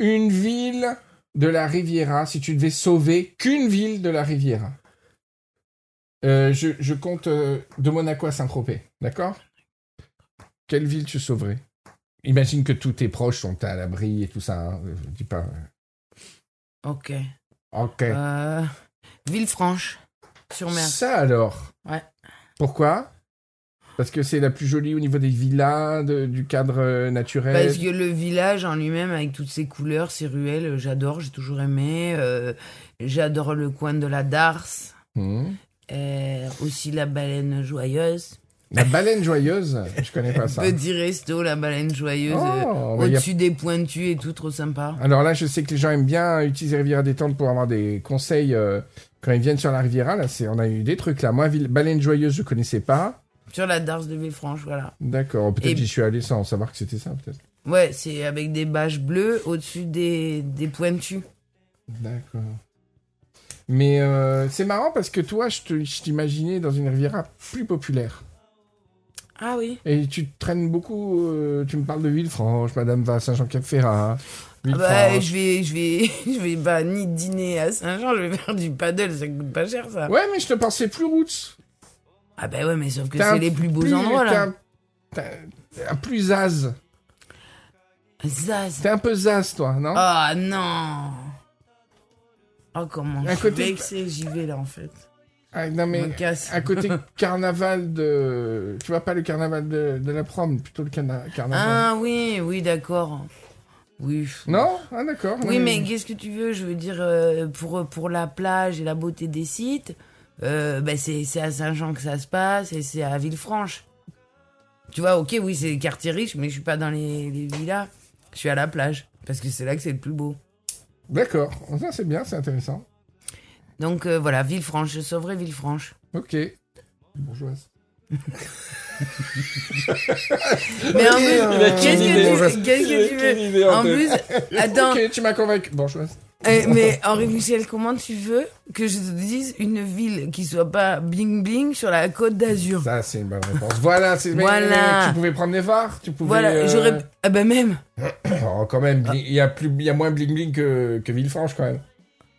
une ville de la Riviera, si tu devais sauver qu'une ville de la Riviera. Euh, je, je compte euh, de Monaco à Saint-Tropez, d'accord Quelle ville tu sauverais Imagine que tous tes proches sont à l'abri et tout ça, hein, je dis pas... Ok. Ok. Euh, Villefranche, sur mer. Ça alors Ouais. Pourquoi Parce que c'est la plus jolie au niveau des villas, de- du cadre euh, naturel. Parce que le village en lui-même, avec toutes ses couleurs, ses ruelles, euh, j'adore, j'ai toujours aimé. euh, j'adore le coin de la Darse, Hmm. euh, aussi la baleine joyeuse. La baleine joyeuse, je connais pas ça. Petit resto, la baleine joyeuse, euh, Oh, bah, y a- au-dessus des pointus et tout, trop sympa. Alors là, je sais que les gens aiment bien utiliser Riviera Détente pour avoir des conseils euh, quand ils viennent sur la Riviera. Là, c'est- on a eu des trucs là. Moi, ville- baleine joyeuse, je connaissais pas. Sur la Darse de Villefranche, voilà. D'accord, peut-être Et- j'y suis allé sans savoir que c'était ça, peut-être. Ouais, c'est avec des bâches bleues au-dessus des, des pointus. D'accord. Mais euh, c'est marrant parce que toi, je te- je t'imaginais dans une Riviera plus populaire. Ah oui. Et tu te traînes beaucoup, euh, tu me parles de Villefranche, Madame va à Saint-Jean-Cap-Ferrat. Ah bah, Villefranche. je vais, je vais, je vais pas ni dîner à Saint-Jean, je vais faire du paddle, ça coûte pas cher ça. Ouais, mais je te pensais plus roots. Ah bah ouais, mais sauf que T'as un c'est les plus beaux plus- endroits t'as là. un- t'as un plus zaz. Zaz. T'es un peu zaz, toi, non Ah non. Oh comment je À suis côté- vexée, j'y vais là en fait. Ah, non, Je mais me casse. à côté carnaval de. Tu vois pas le carnaval de, de la prom, plutôt le cana- carnaval. Ah oui, oui d'accord. Oui. Non Ah, d'accord. Oui, mais qu'est-ce que tu veux Je veux dire, euh, pour, pour la plage et la beauté des sites, euh, bah, c'est c'est à Saint-Jean que ça se passe et c'est à Villefranche. Tu vois, ok, oui, c'est les quartiers riches, mais je suis pas dans les, les villas. Je suis à la plage, parce que c'est là que c'est le plus beau. D'accord. Ça, c'est bien, c'est intéressant. Donc euh, voilà, Villefranche, je sauverai Villefranche. Ok. Bourgeoise. Mais en Ok, plus, euh, qu'est-ce quelle idée, que tu, bourgeoise. qu'est-ce que tu Quelle idée, veux En plus, tête. attends, Ok, tu m'as convaincu. Bourgeoise. Eh, mais Henri Michel, comment tu veux que je te dise une ville qui soit pas bling bling sur la côte d'Azur Ça, c'est une bonne réponse. Voilà, c'est. mais- euh, Voilà. Tu pouvais prendre les VAR, tu pouvais. Voilà, euh, j'aurais. Ah bah même Oh, quand même, il y, a plus- il y a moins bling bling que, que Villefranche, quand même.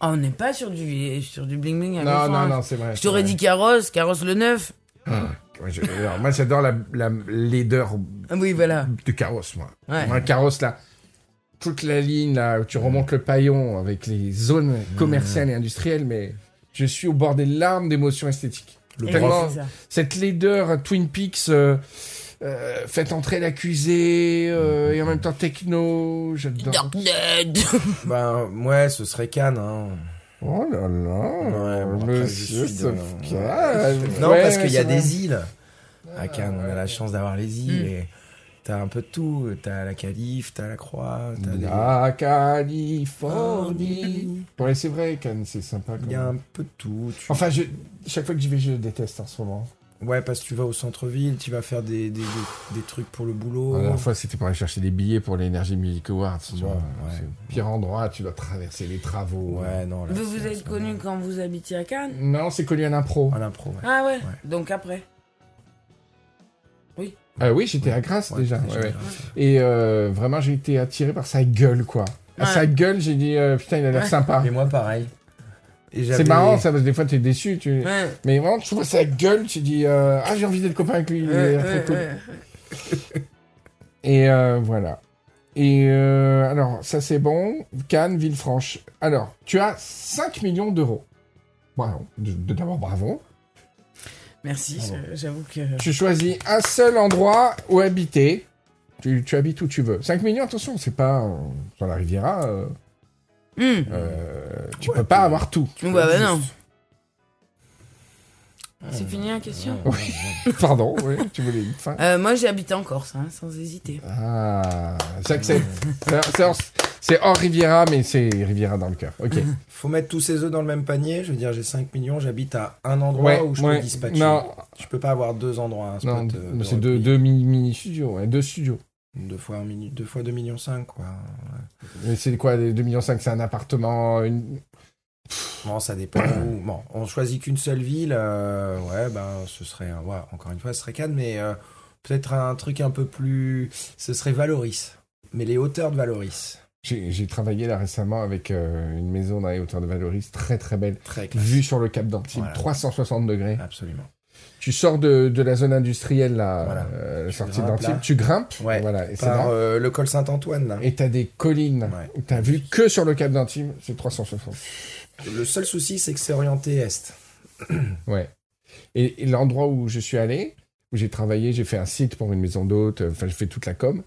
Ah, on n'est pas sur du, sur du bling bling à Non, non, Villefranche. non, c'est vrai. Je t'aurais c'est dit carrosse, carrosse le 9. Ouais, je- alors, moi, j'adore la, la laideur Ah oui, voilà. du carrosse, moi. Ouais. Moi, le carrosse, là, toute la ligne, là, où tu remontes le paillon avec les zones commerciales et industrielles, mais je suis au bord des larmes d'émotion esthétique. Le Eh prof. oui, c'est ça. Cette laideur Twin Peaks, euh, euh, faites entrer l'accusé, euh, et en même temps techno, j'adore. Dark Dead. Ben, ouais, ce serait Cannes, hein. Oh là Ouais, là, bon, après, monsieur je suis Sofka. Non, Ouais, parce qu'il y a c'est vrai. Hmm. des îles. À Cannes, on a la chance d'avoir les îles et t'as un peu de tout. T'as la Calife, t'as la Croix, t'as des- La Californie. Ouais, c'est vrai, Cannes, c'est sympa. quand Il y a même. un peu de tout. Tu- Enfin, je- chaque fois que j'y vais, je le déteste en ce moment. Ouais, parce que tu vas au centre-ville, tu vas faire des, des, des- des trucs pour le boulot. Ah, La dernière fois, c'était pour aller chercher des billets pour l'Energy Music Awards. Tu vois, Ouais. c'est le pire endroit, tu dois traverser les travaux. Ouais, non, là. Vous vous c'est- êtes connu quand vous habitiez à Cannes Non, c'est connu à l'impro. À l'impro, ouais. Ah ouais, Ouais. Donc après. Ah oui, j'étais à Grasse Ouais, déjà. ouais, déjà, ouais. grâce. Et euh, vraiment, j'ai été attiré par sa gueule, quoi. À Ouais. Sa gueule, j'ai dit, euh, putain, il a l'air sympa. Et moi, pareil. Et j'avais- C'est marrant, ça, parce que des fois, t'es déçu. Tu... Ouais. Mais vraiment, tu vois sa gueule, tu dis, euh, ah, j'ai envie d'être copain avec lui. il a Ouais, l'air très ouais, cool. ouais. Et euh, voilà. Et euh, alors, ça c'est bon. Cannes, Villefranche. Alors, tu as 5 millions d'euros. Bravo. De- de- D'abord, bravo. Merci, je- j'avoue que. Tu choisis un seul endroit où habiter. Tu, tu habites où tu veux. 5 millions, attention, c'est pas euh, sur la Riviera. euh, Hum. euh, tu peux pas avoir tout. Bon, bah, bah non. Ah, C'est fini la question Pardon, oui, tu voulais une fin. Euh, Moi j'ai habité en Corse, hein, sans hésiter. Ah, j'accepte. C'est- c'est hors- C'est hors Riviera, mais c'est Riviera dans le cœur. Ok. Faut mettre tous ses œufs dans le même panier. Je veux dire, j'ai 5 millions, j'habite à un endroit où je ouais. peux dispatcher. Non, Je peux pas avoir deux endroits. Un spot, Non, euh, mais de c'est deux, repli. deux mi- mini-studios, ouais, deux studios. Deux fois, un mini- deux fois 2 millions 5, quoi. Mais c'est quoi, les 2,5 millions, c'est un appartement, une... Non, ça dépend où. Bon, on choisit qu'une seule ville. euh, ouais, ben, ce serait. un- ouais, encore une fois, ce serait Cannes, mais euh, peut-être un truc un peu plus. Ce serait Valoris. Mais les hauteurs de Valoris. J'ai j'ai travaillé là récemment avec euh, une maison dans les hauteurs de Valoris, très très belle, Très classe. vue sur le Cap d'Antibes, Voilà. 360 degrés. Absolument. Tu sors de, de la zone industrielle, là, Voilà. euh, la Tu sortie grimpes, là. d'Antibes, tu grimpes, Ouais. voilà, et c'est Par là. euh, le col Saint-Antoine, là. Et t'as des collines, Ouais. où t'as vu que sur le Cap d'Antibes, c'est 360. Le seul souci, c'est que c'est orienté est. Ouais. Et, et l'endroit où je suis allé, où j'ai travaillé, j'ai fait un site pour une maison d'hôtes, euh, enfin, j'ai fait toute la com.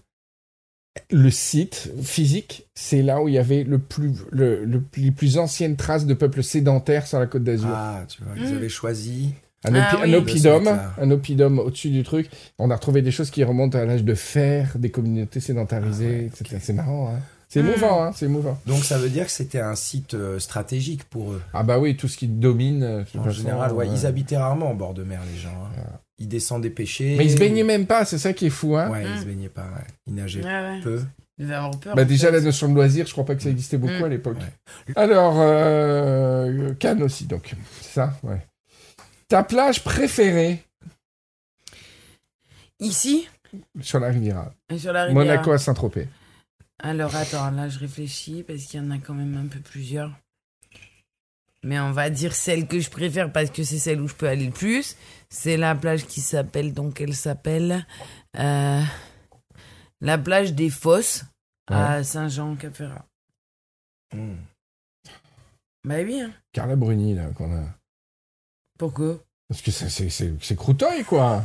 Le site physique, c'est là où il y avait le plus, le, le- les plus anciennes traces de peuples sédentaires sur la côte d'Azur. Ah, tu vois, ils avaient choisi. un, opi- Ah oui. un oppidum, De ce mec-là. un oppidum au-dessus du truc. On a retrouvé des choses qui remontent à l'âge de fer, des communautés sédentarisées. Ah ouais, etc. ok. C'est marrant, hein. Ah. C'est émouvant, hein. C'est émouvant. Donc ça veut dire que c'était un site euh, stratégique pour eux. Ah bah oui, tout ce qui domine. euh, de toute En façon, général, ouais, euh, ils habitaient rarement en bord de mer, les gens. hein. Ils descendaient pêcher. Mais ils se baignaient même pas, c'est ça qui est fou, hein. Ouais, Mm. ils se baignaient pas. ouais. Ils Ouais, nageaient ouais. peu. Ils devaient avoir peur. Bah en déjà fait. la notion de loisir, je crois pas que ça existait beaucoup Mm. à l'époque. Alors euh, Cannes aussi donc, c'est ça, ouais. Ta plage préférée Ici Sur la Riviera. Et sur la Riviera. Monaco à Saint-Tropez. Alors attends, là je réfléchis parce qu'il y en a quand même un peu plusieurs. Mais on va dire celle que je préfère parce que c'est celle où je peux aller le plus. C'est la plage qui s'appelle, donc elle s'appelle euh, la plage des Fosses à Saint-Jean-Cap-Ferrat. Bah oui, hein. Carla Bruni, là, qu'on a. pourquoi Parce que ça, c'est- c'est c'est Crouteuil, quoi.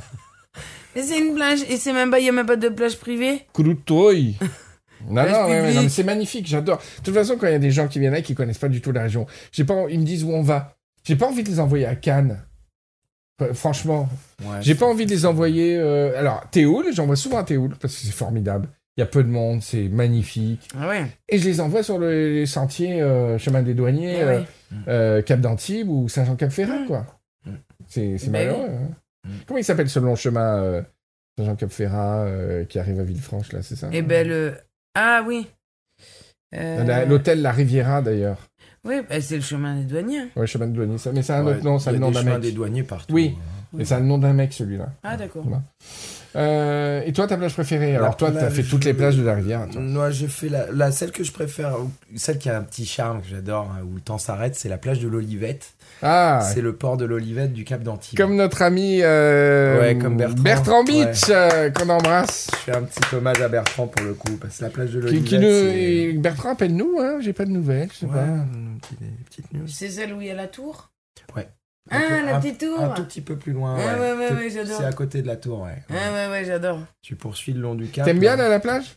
Mais c'est une plage et c'est même pas, il y a même pas de plage privée. Crouteuil. Non, Place non, ouais, ouais, non, mais publique. c'est magnifique, j'adore. De toute façon, quand il y a des gens qui viennent là qui connaissent pas du tout la région, j'ai pas, en- ils me disent où on va. J'ai pas envie de les envoyer à Cannes. Euh, Franchement, j'ai pas envie de les envoyer. euh, Alors, Théoul, j'envoie souvent à Théoul parce que c'est formidable. Il y a peu de monde, c'est magnifique. Ah ouais. Et je les envoie sur le- les sentiers euh, chemin des douaniers, Eh euh, ouais. euh, Cap d'Antibes ou Saint-Jean-Cap-Ferrat, quoi. C'est c'est Ben malheureux. hein. Comment il s'appelle ce long chemin euh, Saint-Jean-Cap-Ferrat euh, qui arrive à Villefranche, là, c'est ça Et ben le ah oui. Euh, Ah, La- L'hôtel La Riviera, d'ailleurs. Oui, bah, c'est le chemin des douaniers. hein. Ouais, le chemin des douaniers, hein, ça. Mais c'est un Ouais, autre nom, c'est il y le a nom des d'un chemins mec. des douaniers partout. hein. Oui, mais c'est le nom d'un mec, celui-là. Ah d'accord. Voilà. Euh, et toi, ta plage préférée Alors, toi, t'as plage- fait toutes les plages de la Riviera, toi. Moi, j'ai fait la, la- celle que je préfère, ou- celle qui a un petit charme que j'adore, hein, où le temps s'arrête, c'est la plage de l'Olivette. Ah C'est le port de l'Olivette du Cap d'Antibes. Comme notre ami euh, Ouais, comme Bertrand. Beach, euh, qu'on embrasse. Je fais un petit hommage à Bertrand pour le coup, parce que la plage de Qui, l'Olivette. qui nous- c'est- et Bertrand, appelle-nous, hein, j'ai pas de nouvelles, je sais Ouais, pas. une petite- une petite news. C'est celle où il y a la tour Ouais. Ah, Un peu- la un- petite tour Un tout petit peu plus loin. Ah, ouais, ouais, Tout- ouais, j'adore. C'est à côté de la tour, ouais. Ah Ouais, ouais, ouais, j'adore. Tu poursuis le long du cap. T'aimes bien, là, la plage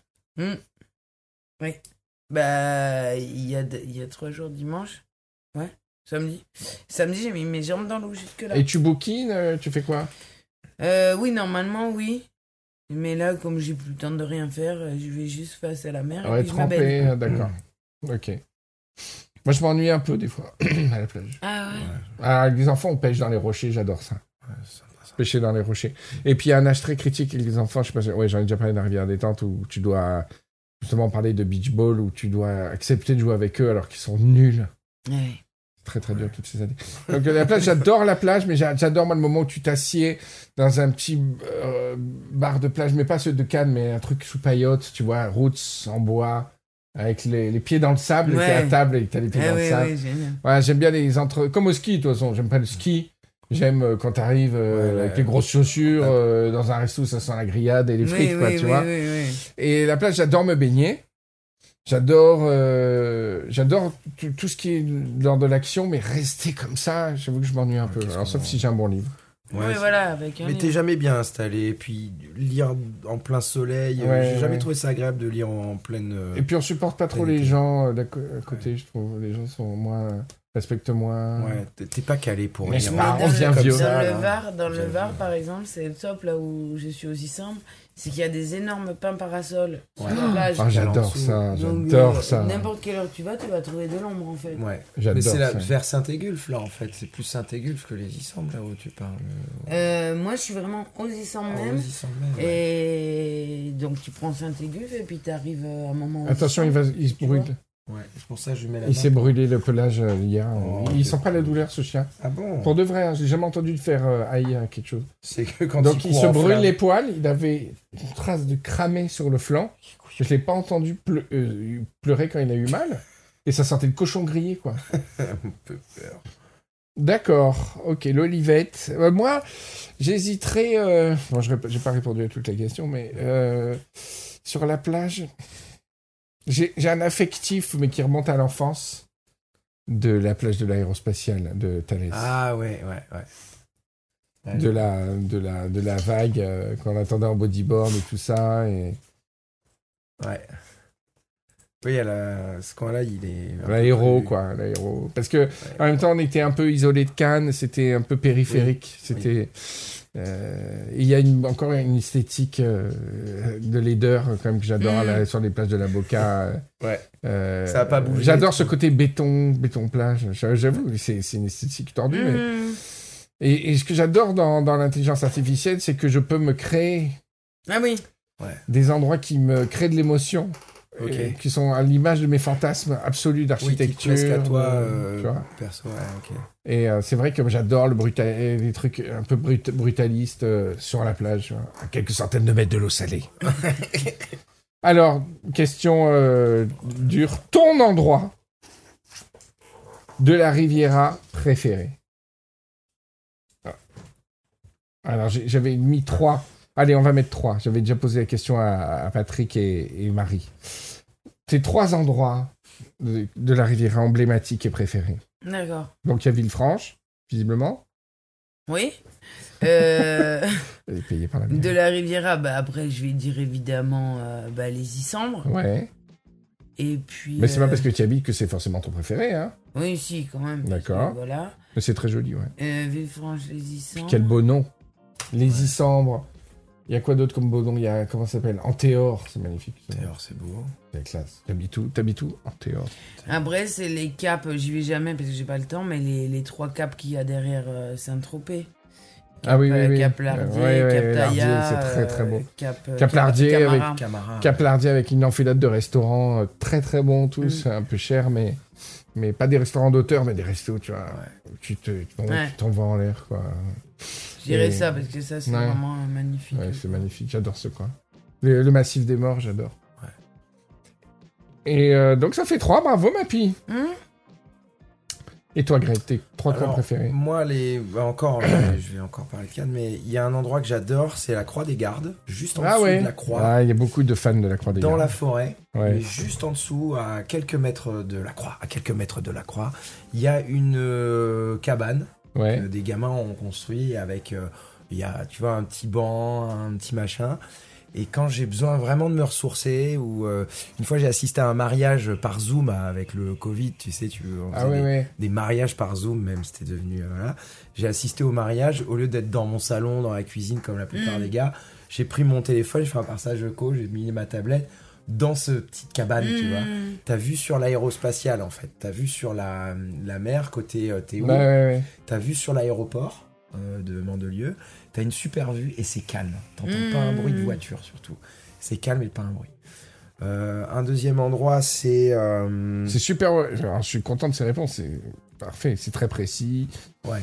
Bah, il y a, de- il y a trois jours dimanche. Ouais, samedi. Samedi, j'ai mis mes jambes dans l'eau jusque-là. Et tu bouquines, euh, tu fais quoi Euh, oui, normalement, oui. Mais là, comme j'ai plus le temps de rien faire, euh, je vais juste face à la mer. et Ouais, puis je Ah, m'appelle. trempé, euh, d'accord. Ok. Moi, je m'ennuie un peu, des fois, à la plage. Ah ouais. Ah, avec les enfants, on pêche dans les rochers, j'adore ça. Pêcher dans les rochers. Et puis, il y a un âge très critique avec les enfants. Je sais pas, si- ouais, j'en ai déjà parlé dans la Rivière Détente où tu dois justement parler de beach ball, où tu dois accepter de jouer avec eux alors qu'ils sont nuls. Ouais. Très, très dur toutes ces années. Donc, euh, la plage, j'adore la plage, mais j'a- j'adore, moi, le moment où tu t'assieds dans un petit euh, bar de plage, mais pas ceux de Cannes, mais un truc sous paillotte, tu vois, roots en bois, avec les, les pieds dans le sable, Ouais. t'es à table et t'as les pieds Ah dans le ouais, sable. ouais, génial. Ouais, j'aime bien les entre. Comme au ski, de toute façon. J'aime pas le ski. J'aime euh, quand t'arrives euh, Ouais, avec ouais. les grosses chaussures euh, dans un resto, ça sent la grillade et les Oui, frites, quoi, oui, tu oui, vois. oui, oui. Et la plage, j'adore me baigner. J'adore, euh, j'adore tout tout ce qui est lors de l'action, mais rester comme ça, j'avoue que je m'ennuie un peu. Ah, qu'est-ce Alors, sauf qu'on- si j'ai un bon livre. Ouais, Ouais, c'est- voilà, avec un Mais t'es livre. jamais bien installé, et puis lire en plein soleil, euh, Ouais, j'ai jamais ouais. trouvé ça agréable de lire en pleine. euh, Et puis, on supporte pas trop les l'été. gens euh, d'à co- à côté, je trouve. Les gens sont moins, respectent moins. Ouais, t'es- t'es pas calé pour Mais lire. c'est Mais pas dans Ah, on hein. devient le- vieux. Dans Ça, le là. Var, dans le J'avoue. Var, par exemple, c'est le top là où je suis aussi simple, c'est qu'il y a des énormes pins parasols sur la plage. Ah, j'adore Calançou. ça, Donc, euh, j'adore ça, N'importe quelle heure tu vas, tu vas trouver de l'ombre en fait. Ouais. Mais j'adore c'est la- ça. vers Saint-Égulphe, là, en fait. C'est plus Saint-Égulphe que les Issembles, là où tu parles. Euh, moi, je suis vraiment aux Issembles Ah, même. les Issembles, même, ouais. Et donc, tu prends Saint-Éguve et puis tu arrives à un moment. où- Attention, il, va, il se Tu vois brûle. Ouais, c'est pour ça que je lui mets la Il main. s'est brûlé le pelage euh, hier. Oh, il il c'est sent pas la douleur, ce chien. Ah bon Pour de vrai, hein, j'ai jamais entendu de faire euh, haïr quelque chose. C'est que quand Donc il court se en brûle flamme. les poils. Il avait une trace de cramé sur le flanc. Je l'ai pas entendu pleu- euh, pleurer quand il a eu mal. Et ça sentait le cochon grillé, quoi. Un peu peur. D'accord. Ok, l'olivette. Euh, moi, j'hésiterais. euh, Bon, je n'ai pas répondu à toute la question, mais euh, sur la plage, j'ai j'ai un affectif, mais qui remonte à l'enfance, de la plage de l'aérospatiale de Thalès. Ah ouais, ouais, ouais. de la, de la, de la vague euh, qu'on attendait en bodyboard et tout ça. Et... Ouais. Oui, à la... ce coin-là, il est. un peu L'aéro, plus- quoi. L'aéro. Parce que en même temps, on était un peu isolé de Cannes, c'était un peu périphérique. C'était. euh, Il y a une- encore une esthétique euh, de laideur, euh, quand même, que j'adore là, sur les plages de la Boca. euh, Mm. Ouais. euh, Ça a pas bougé. J'adore ce côté béton, béton-plage. J'avoue, c'est c'est une esthétique tordue, mais Mm. Mhm. Et, et ce que j'adore dans, dans l'intelligence artificielle, c'est que je peux me créer Ah oui. des endroits qui me créent de l'émotion. Ok. et- qui sont à l'image de mes fantasmes absolus d'architecture. Oui, qui te plaisent qu'à toi, euh, euh, tu vois. perso. ouais, ok. Et euh, c'est vrai que j'adore le brutal, les trucs un peu brut- brutalistes euh, sur la plage, hein, à quelques centaines de mètres de l'eau salée. Alors, question euh, dure. Ton endroit de la Riviera préféré Ah. Alors, j'ai- j'avais mis trois. Allez, on va mettre trois. J'avais déjà posé la question à, à Patrick et, et Marie. Tes trois endroits de, de la Riviera emblématiques et préférés. D'accord. Donc, il y a Villefranche, visiblement. Oui. Euh, Elle est payée par la mairie. de la Riviera, bah après je vais dire évidemment euh, bah, les Isambres. Ouais. Et puis. Mais c'est pas euh, parce que tu y habites que c'est forcément ton préféré, hein. Oui, si, quand même. parce que, D'accord. Voilà. Mais c'est très joli, ouais. Euh, Villefranche, les Isambres. Quel beau nom. Les Isambres. Il y a quoi d'autre comme beau nom Il y a, comment ça s'appelle Antéor, c'est magnifique. D'ailleurs, c'est beau. C'est la classe. T'habites où T'habites où Antéor. Après, c'est les caps, j'y vais jamais parce que j'ai pas le temps, mais les, les trois caps qu'il y a derrière euh, Saint-Tropez. Ah oui, oui, euh, oui. Cap Lardier, Ouais, ouais, Cap ouais, Lardier, Taillat, c'est très, très beau. euh, Cap, euh, Cap Cap- Lardier Camara. avec- Camara. Caplardier avec une enfilade de restaurants euh, très très bons tous, Mm. un peu cher mais mais pas des restaurants d'auteur mais des restos tu vois. où Tu te tu t'en- Ouais. tu t'en vas en l'air quoi. Je dirais Et- ça parce que ça, c'est Ouais. vraiment euh, magnifique. Ouais, c'est magnifique, j'adore ce coin. Le, le massif des morts, j'adore. Et euh, donc ça fait trois, bravo ma pie. Hum Et toi Greg, tes trois coins Alors, préférés Moi, les... bah, encore, je vais- je vais encore parler de Cannes, mais il y a un endroit que j'adore, c'est la Croix des Gardes, juste en Ah dessous ouais. de la Croix, Ah, il y a beaucoup de fans de la Croix des dans la Gardes. forêt, Ouais. mais juste en dessous, à quelques mètres de la Croix, à quelques mètres de la Croix, il y a une euh, cabane Ouais. que Euh, des gamins ont construit avec, euh, il y a, tu vois, un petit banc, un petit machin. Et quand j'ai besoin vraiment de me ressourcer, ou euh, une fois j'ai assisté à un mariage par Zoom avec le Covid, tu sais, tu on Ah faisait ouais, des- ouais. des mariages par Zoom, même c'était devenu. euh, voilà. J'ai assisté au mariage, au lieu d'être dans mon salon, dans la cuisine, comme la Mm. plupart des gars, j'ai pris mon téléphone, j'ai fait un passage de co, j'ai mis ma tablette dans ce petite cabane, Mm. tu vois. hum. T'as vu sur l'aérospatiale, en fait. T'as vu sur la, la mer, côté euh, Théo. Bah Ouais, ouais, T'as vu sur l'aéroport euh, de Mandelieu. T'as une super vue et c'est calme. T'entends pas un Mmh. bruit de voiture, surtout. C'est calme et pas un bruit. Euh, un deuxième endroit, c'est. euh, ouais. C'est super, ouais. Alors, je suis content de ces réponses, c'est parfait, c'est très précis. Ouais.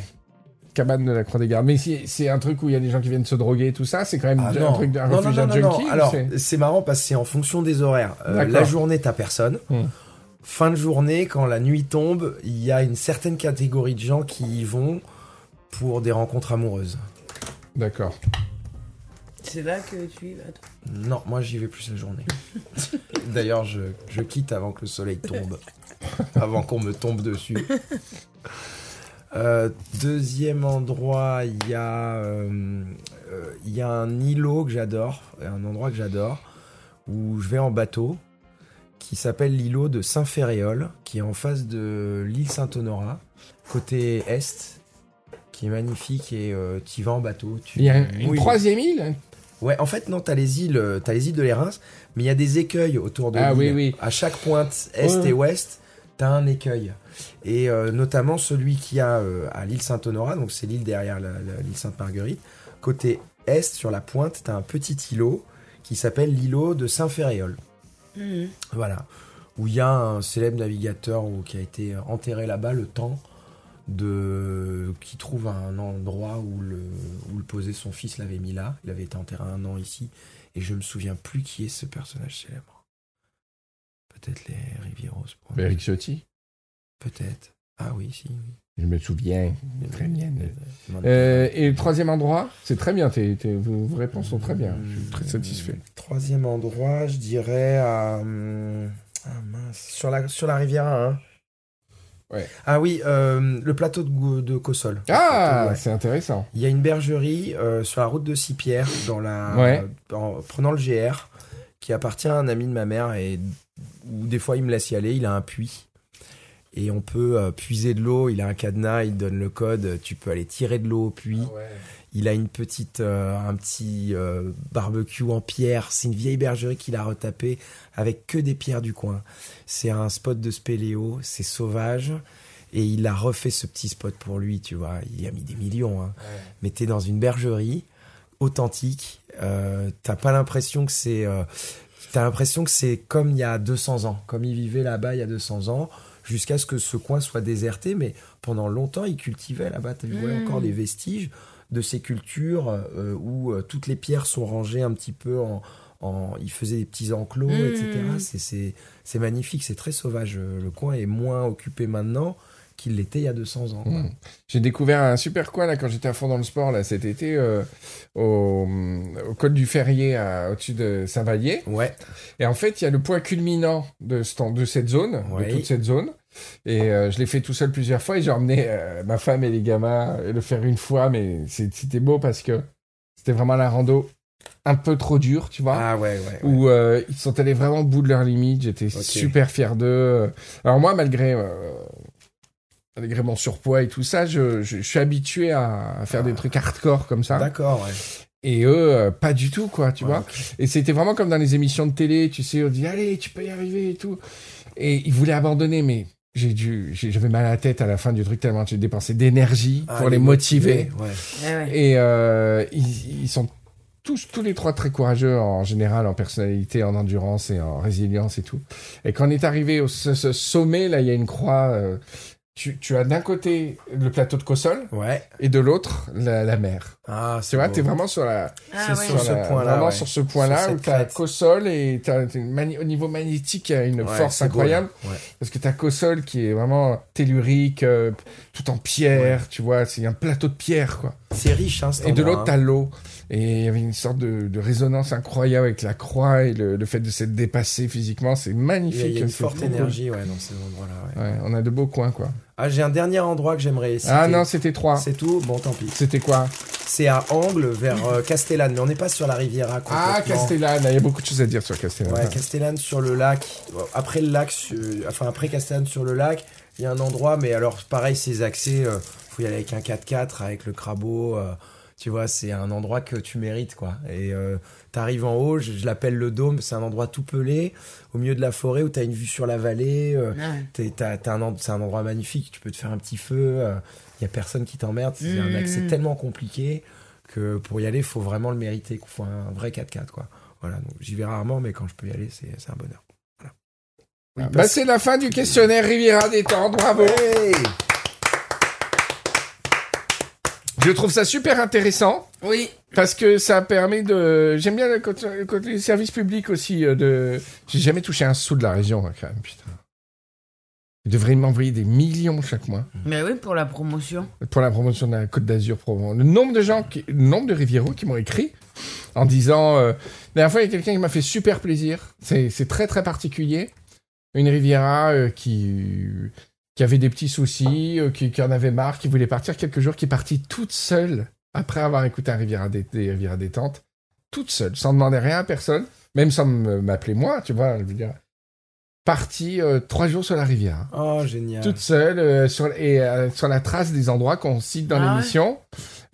Cabane de la Croix des Gardes. Mais si- c'est un truc où il y a des gens qui viennent se droguer et tout ça, c'est quand même Ah un non. truc d'un Non, non, refuge non, à non, non. junkie, ou Alors, c'est- c'est marrant parce que c'est en fonction des horaires. Euh, D'accord. la journée, t'as personne. Hmm. Fin de journée, quand la nuit tombe, il y a une certaine catégorie de gens qui y vont pour des rencontres amoureuses. D'accord. euh, C'est là que tu y vas. toi. Non, moi j'y vais plus la journée. D'ailleurs, je, je quitte avant que le soleil tombe. avant qu'on me tombe dessus. Euh, deuxième endroit, il y, a, euh, euh, il y a un îlot que j'adore, un endroit que j'adore, où je vais en bateau, qui s'appelle l'îlot de Saint-Ferréol, qui est en face de l'île Saint-Honorat, côté est, qui est magnifique, et euh, tu y vas en bateau. Tu Il y a un- une mouilles. troisième île Ouais, en fait, non, t'as les îles, euh, t'as les îles de l'Érins, mais il y a des écueils autour de Ah l'île. oui, oui. À chaque pointe, est Ouais. et ouest, t'as un écueil. Et euh, notamment celui qu'il y a euh, à l'île Saint-Honorat, donc c'est l'île derrière la- la- l'île Sainte-Marguerite. Côté est, sur la pointe, t'as un petit îlot qui s'appelle l'îlot de Saint-Ferréol. Mhm. Voilà. Où il y a un célèbre navigateur ou qui a été enterré là-bas le temps de qui trouve un endroit où le où le posait son fils l'avait mis là il avait été enterré un an ici et je me souviens plus qui est ce personnage célèbre peut-être les Rivieros pour- Bah, Eric Ciotti. peut-être ah oui si oui. Je me souviens. Très bien. Non, Euh, et le troisième endroit, c'est très bien, tes- tes- vos vos réponses sont très bien. Je suis très Euh, satisfait. troisième endroit je dirais à, hum, ah mince, sur la sur la Riviera hein. Ouais. ah oui euh, le plateau de, Gou- de Cossol Ah, Ouais. c'est intéressant. Il y a une bergerie euh, sur la route de Sipierre, dans la, Ouais. en prenant le GR, qui appartient à un ami de ma mère et où des fois il me laisse y aller. Il a un puits et on peut euh, puiser de l'eau. Il a un cadenas, il donne le code. Tu peux aller tirer de l'eau au puits. Il a une petite, euh, un petit euh, barbecue en pierre. C'est une vieille bergerie qu'il a retapée avec que des pierres du coin. C'est un spot de spéléo. C'est sauvage. Et il a refait ce petit spot pour lui, tu vois. Il y a mis des millions. Hein. Mais t'es dans une bergerie authentique. Euh, T'as pas l'impression que c'est euh, T'as l'impression que c'est comme il y a 200 ans, comme ils vivaient là-bas il y a 200 ans, jusqu'à ce que ce coin soit déserté. Mais pendant longtemps, ils cultivaient là-bas. Tu vois Mm. encore des vestiges de ces cultures euh, où euh, toutes les pierres sont rangées un petit peu en. en- ils faisaient des petits enclos, Mm. etc. C'est- C'est c'est magnifique, c'est très sauvage. Euh, Le coin est moins occupé maintenant qu'il l'était il y a 200 ans. quoi. Mm. J'ai découvert un super coin là quand j'étais à fond dans le sport là cet été euh, au, au col du Ferrier à- au-dessus de Saint-Vallier. Ouais. Et en fait, il y a le point culminant de, ce temps- de cette zone, Ouais. de toute cette zone. Et euh, je l'ai fait tout seul plusieurs fois et j'ai emmené euh, ma femme et les gamins euh, le faire une fois, mais c'est- c'était beau parce que c'était vraiment la rando un peu trop dure, tu vois Ah ouais, ouais. où euh, ils sont allés vraiment au bout de leur limite. J'étais Ok. super fier d'eux. Alors moi, malgré, euh, malgré mon surpoids et tout ça, je, je- je suis habitué à, à faire des trucs hardcore comme ça. Ah. D'accord, ouais. Et eux, euh, pas du tout, quoi, tu Ouais, vois. ok. Et c'était vraiment comme dans les émissions de télé, tu sais, on dit, allez, tu peux y arriver et tout. Et ils voulaient abandonner, mais j'ai dû, j'ai- j'avais mal à la tête à la fin du truc tellement j'ai dépensé d'énergie Ah, pour les motiver. ouais. Eh Ouais, ouais. Et euh, ils, ils sont tous, tous les trois très courageux en général, en personnalité, en endurance et en résilience et tout. Et quand on est arrivé au ce, ce sommet, là, il y a une croix. euh, tu, tu as d'un côté le plateau de Cossol Ouais. et de l'autre la, la mer. Ah, c'est Tu vois, beau. t'es vraiment sur la. Ah, ouais. Sur ce la- point-là, Vraiment ouais. sur ce Sur point-là cette où t'as crête. Cossol et t'as t'as une mani- au niveau magnétique, il y a une Ouais, force c'est beau, là. incroyable. Ouais. Parce que t'as Cossol qui est vraiment tellurique, euh, tout en pierre, tu vois, c'est un plateau de pierre, quoi. C'est riche, hein, cet Et de endroit, l'autre, hein. t'as l'eau. Et il y avait une sorte de, de résonance incroyable avec la croix et le, le fait de s'être dépassé physiquement. C'est Il y a- magnifique. il y a une c'est forte trop cool. énergie ouais, dans ces endroits-là. ouais. Ouais, on a de beaux coins, quoi. Ah, j'ai un dernier endroit que j'aimerais citer. Ah non, c'était trois. c'est tout Bon, tant pis. C'était quoi C'est à Angle, vers euh, Castellane, mais on n'est pas sur la Riviera. Ah, complètement. Castellane. Il y a beaucoup de choses à dire sur Castellane. Ouais, Castellane sur le lac. Après le lac, sur- enfin après Castellane sur le lac, il y a un endroit, mais alors pareil, ces accès, euh, faut y aller avec un 4x4, avec le crabeau. euh, tu vois, c'est un endroit que tu mérites, quoi. Et euh, t'arrives en haut, je, je l'appelle le dôme, c'est un endroit tout pelé, au milieu de la forêt où t'as une vue sur la vallée. euh, Ah, ouais. t'es- t'as- t'as un end- c'est un endroit magnifique, tu peux te faire un petit feu, il n'y a personne qui t'emmerde, c'est un Mmh. accès tellement compliqué que pour y aller, faut vraiment le mériter, qu'il faut un vrai 4x4. Quoi. Voilà, donc j'y vais rarement, mais quand je peux y aller, c'est c'est un bonheur. Ah, bah, c'est la fin du questionnaire Riviera Détente. Bravo. Je trouve ça super intéressant. Oui. Parce que ça permet de. J'aime bien le côté, le côté service public aussi. euh, de... J'ai jamais touché un sou de la région, moi, quand même, putain. Ils devraient m'envoyer des millions chaque mois Mais oui, pour la promotion. pour la promotion de la Côte d'Azur. Provence. Le nombre de gens, qui... le nombre de Rivieros qui m'ont écrit en disant. euh, La dernière fois, il y a quelqu'un qui m'a fait super plaisir. C'est c'est très, très particulier. Une Riviera euh, qui. qui avait des petits soucis, euh, qui, qui en avait marre, qui voulait partir quelques jours, qui est partie toute seule après avoir écouté un Riviera, dé- des Riviera détente, toute seule, sans demander rien à personne, même sans m- m'appeler moi, tu vois, je veux dire, partie euh, trois jours sur la Riviera, Oh, génial. toute seule, euh, sur, et euh, sur la trace des endroits qu'on cite dans Ah ouais. l'émission,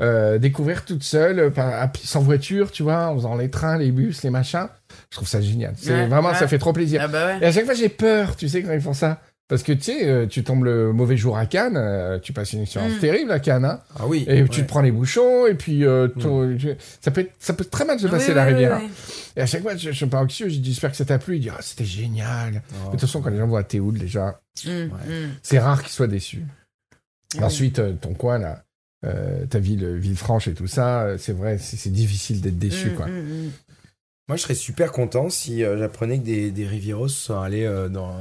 euh, découvrir toute seule, euh, par- à- sans voiture, tu vois, en faisant les trains, les bus, les machins, je trouve ça génial. C'est Ouais, vraiment, ouais. ça fait trop plaisir. Ah bah Et ouais. à chaque fois, j'ai peur, tu sais, quand ils font ça. Parce que, tu sais, euh, tu tombes le mauvais jour à Cannes, euh, tu passes une expérience Mm. terrible à Cannes, hein. Ah oui. et ouais. tu te prends les bouchons, et puis euh, ton- tu- ça, peut être- ça peut très mal se passer Mm. Oui, la oui, oui, rivière. oui. Et à chaque fois, je, je suis pas anxieux, je dis j'espère que ça t'a plu, il dit ah c'était génial. Mais Oh. De toute façon, quand les gens voient Théoul, déjà, Mm, Ouais. mm. c'est rare qu'ils soient déçus. Oui. Ensuite, euh, ton coin, là, euh, ta ville, Villefranche et tout ça, euh, c'est vrai, c'est c'est difficile d'être déçu, Mm, quoi. mm, mm. Moi, je serais super content si euh, j'apprenais que des, des Rivieros sont allés euh, dans,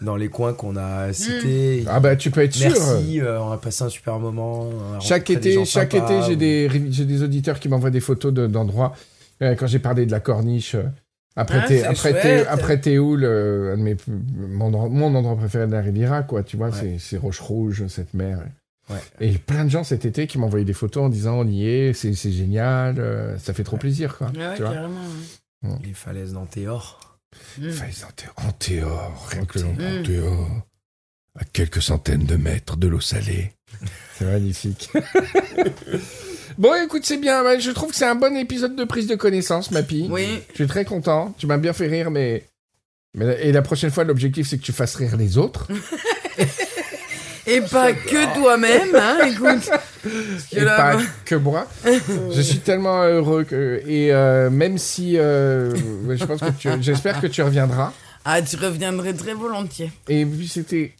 dans les coins qu'on a cités. Ah bah, tu peux être sûr. Merci, euh, on a passé un super moment. on a Chaque rencontré des gens été, chaque sympas, été, j'ai ou- des, rivi- j'ai des auditeurs qui m'envoient des photos de- d'endroits. Euh, quand j'ai parlé de la corniche, euh, après, Ah, Thé- c'est après, Thé- chouette. après Théoul, euh, un de mes- mon, endroit- mon endroit préféré de la Riviera, quoi, tu vois, c'est- c'est Roche Rouge, cette mer. Ouais. Et plein de gens cet été qui m'envoyaient des photos en disant on y est, c'est c'est génial, euh, ça fait trop plaisir, quoi. Ah ouais, tu vois. carrément. ouais. Les falaises d'Antéor. Mm. Enfin, ils en Théo- en Théor, rien que le nom Théor. en Théor, à quelques centaines de mètres de l'eau salée. C'est magnifique. bon, écoute, c'est bien. ouais, Je trouve que c'est un bon épisode de prise de connaissance, ma pie. Oui. Je suis très content. Tu m'as bien fait rire, mais... mais- Et la prochaine fois, l'objectif, c'est que tu fasses rire les autres. Et pas que toi-même, hein, écoute. Parce que Et là, pas moi- que moi. je suis tellement heureux que et euh, même si euh, je pense que tu- j'espère que tu reviendras. Ah, tu reviendrais très volontiers. Et puis c'était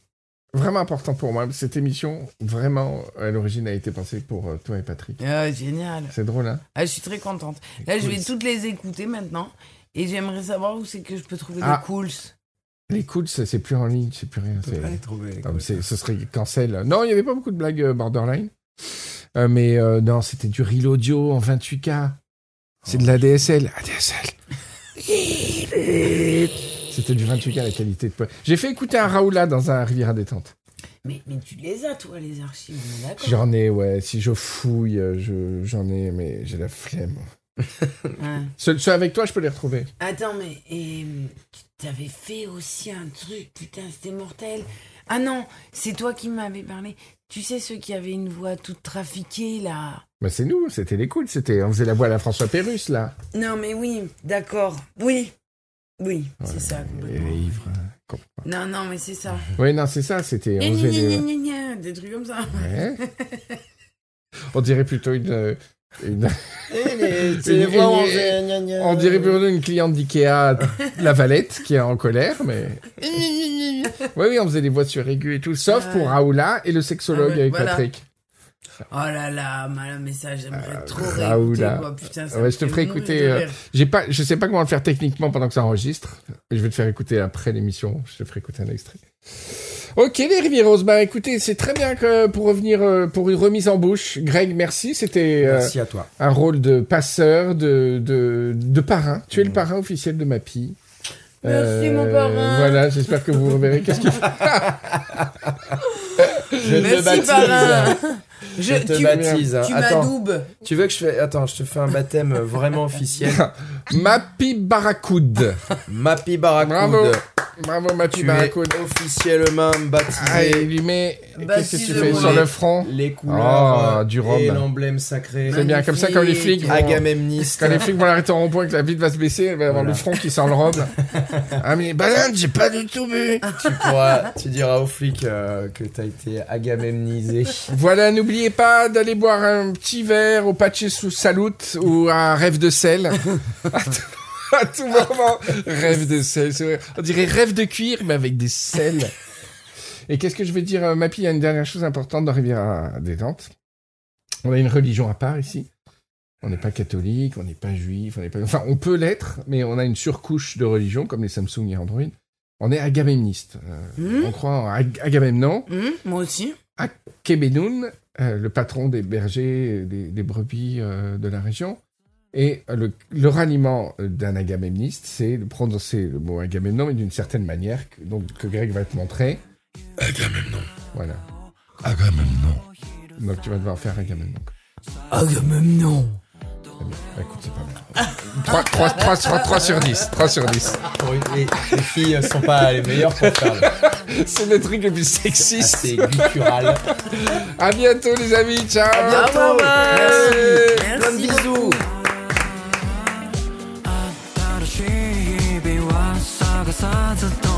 vraiment important pour moi cette émission. Vraiment, à l'origine a été pensée pour euh, toi et Patrick. Ah, génial. C'est drôle hein. Ah, je suis très contente. Là, je vais toutes les écouter maintenant. Et j'aimerais savoir où c'est que je peux trouver Ah. des cools. Les cools, ça, c'est plus en ligne, c'est plus rien. peut c'est- pas les trouver, les Ah, mais c'est- ce serait cancel. Non, il n'y avait pas beaucoup de blagues euh, borderline. Euh, mais euh, non, c'était du reel audio en 28K. C'est de la DSL. ADSL. C'était du 28K la qualité de poids. J'ai fait écouter un Raoula dans un Riviera détente. Mais, mais tu les as, toi, les archives, on est d'accord J'en ai, ouais. Si je fouille, euh, je- j'en ai, mais j'ai la flemme. Ouais. Ceux, ceux avec toi, je peux les retrouver. Attends, mais et, tu t'avais fait aussi un truc, putain, c'était mortel. Ah non, c'est toi qui m'avais parlé. Tu sais, ceux qui avaient une voix toute trafiquée, là. Bah, c'est nous, c'était les cools. C'était, on faisait la voix à la François Pérus, là. Non, mais oui, d'accord. Oui. Oui, c'est ça. Et les ivres, euh, complètement. Non, non, mais c'est ça. Ouais, non, c'est ça, c'était. Gna, on faisait gna, les- gna, gna, gna, Des trucs comme ça. Ouais. On dirait plutôt une. euh, une- tu les une- vois, on une- fait gna gna. euh. on dirait plutôt une cliente d'IKEA, la Valette, qui est en colère, mais. Oui, oui, on faisait des voix sur aiguë et tout, sauf Ah ouais. pour Raoula et le sexologue Ah ouais, avec voilà. Patrick. Oh là là, madame, mais ça, j'aimerais trop réécouter, Euh, Raoula. quoi. Putain, ça Ouais, me je te fait ferai mourir écouter. de euh, rire. j'ai pas, je sais pas comment le faire techniquement pendant que ça enregistre. Je vais te faire écouter après l'émission. Je te ferai écouter un extrait. Ok les Rivieros, bah écoutez, c'est très bien que pour revenir euh, pour une remise en bouche. Greg, merci, c'était euh, Merci à toi. un rôle de passeur, de, de, de parrain. Tu es Mm. le parrain officiel de Mappy. Merci, mon parrain. Voilà, j'espère que vous reverrez. Qu'est-ce qu'il fait Je te Merci, baptise. parrain. Je te tu- baptise. hein. Tu Attends. m'adoubes. Tu veux que je fais Attends, je te fais un baptême euh, vraiment officiel. Mappy Barracude. Mappy Barracude. Bravo. Bravo Mappy Tu Barracude. es officiellement baptisé. Ah, il lui met. Qu'est-ce que tu fais sur le front Les couleurs Oh, du euh, et robe. l'emblème sacré. C'est bien, comme ça, quand les flics vont, Agamemniste. quand les flics vont l'arrêter en rond-point et que la vitre va se baisser, elle va avoir le front qui sent le robe. ah, mais balade, j'ai pas du tout bu. tu pourras, tu diras aux flics euh, que t'as été agamemnisé. Voilà, n'oubliez pas d'aller boire un petit verre au patché sous salute ou à un rêve de sel. à, tout, à tout moment, rêve de sel, c'est vrai. On dirait rêve de cuir, mais avec des sels. Et qu'est-ce que je vais dire, euh, Mappy, il y a une dernière chose importante dans Rivière Détente. On a une religion à part ici. On n'est pas catholique, on n'est pas juif, on n'est pas... Enfin, on peut l'être, mais on a une surcouche de religion, comme les Samsung et Android. On est agamemniste. Euh, Hmm. On croit en Ag- Agamemnon. Hum, moi aussi. Kebenoun, euh, le patron des bergers, euh, des, des brebis euh, de la région. Et euh, le, le ralliement euh, d'un agamemniste, c'est de prononcer le mot agamemnon, mais d'une certaine manière, que, donc, que Greg va te montrer. Agamemnon. Voilà. Agamemnon. Donc tu vas devoir faire agamemnon. Agamemnon. Très bien. Bah, écoute, c'est pas mal. 3, 3, 3, 3, 3 sur 10. 3 sur 10. Pour- Les, les filles sont pas les meilleures pour faire le- C'est le truc le plus sexiste. assez guttural. À bientôt, les amis. Ciao. bientôt. Au revoir. Merci. Merci Plein de bisous. beaucoup. 新しい日々は探さずと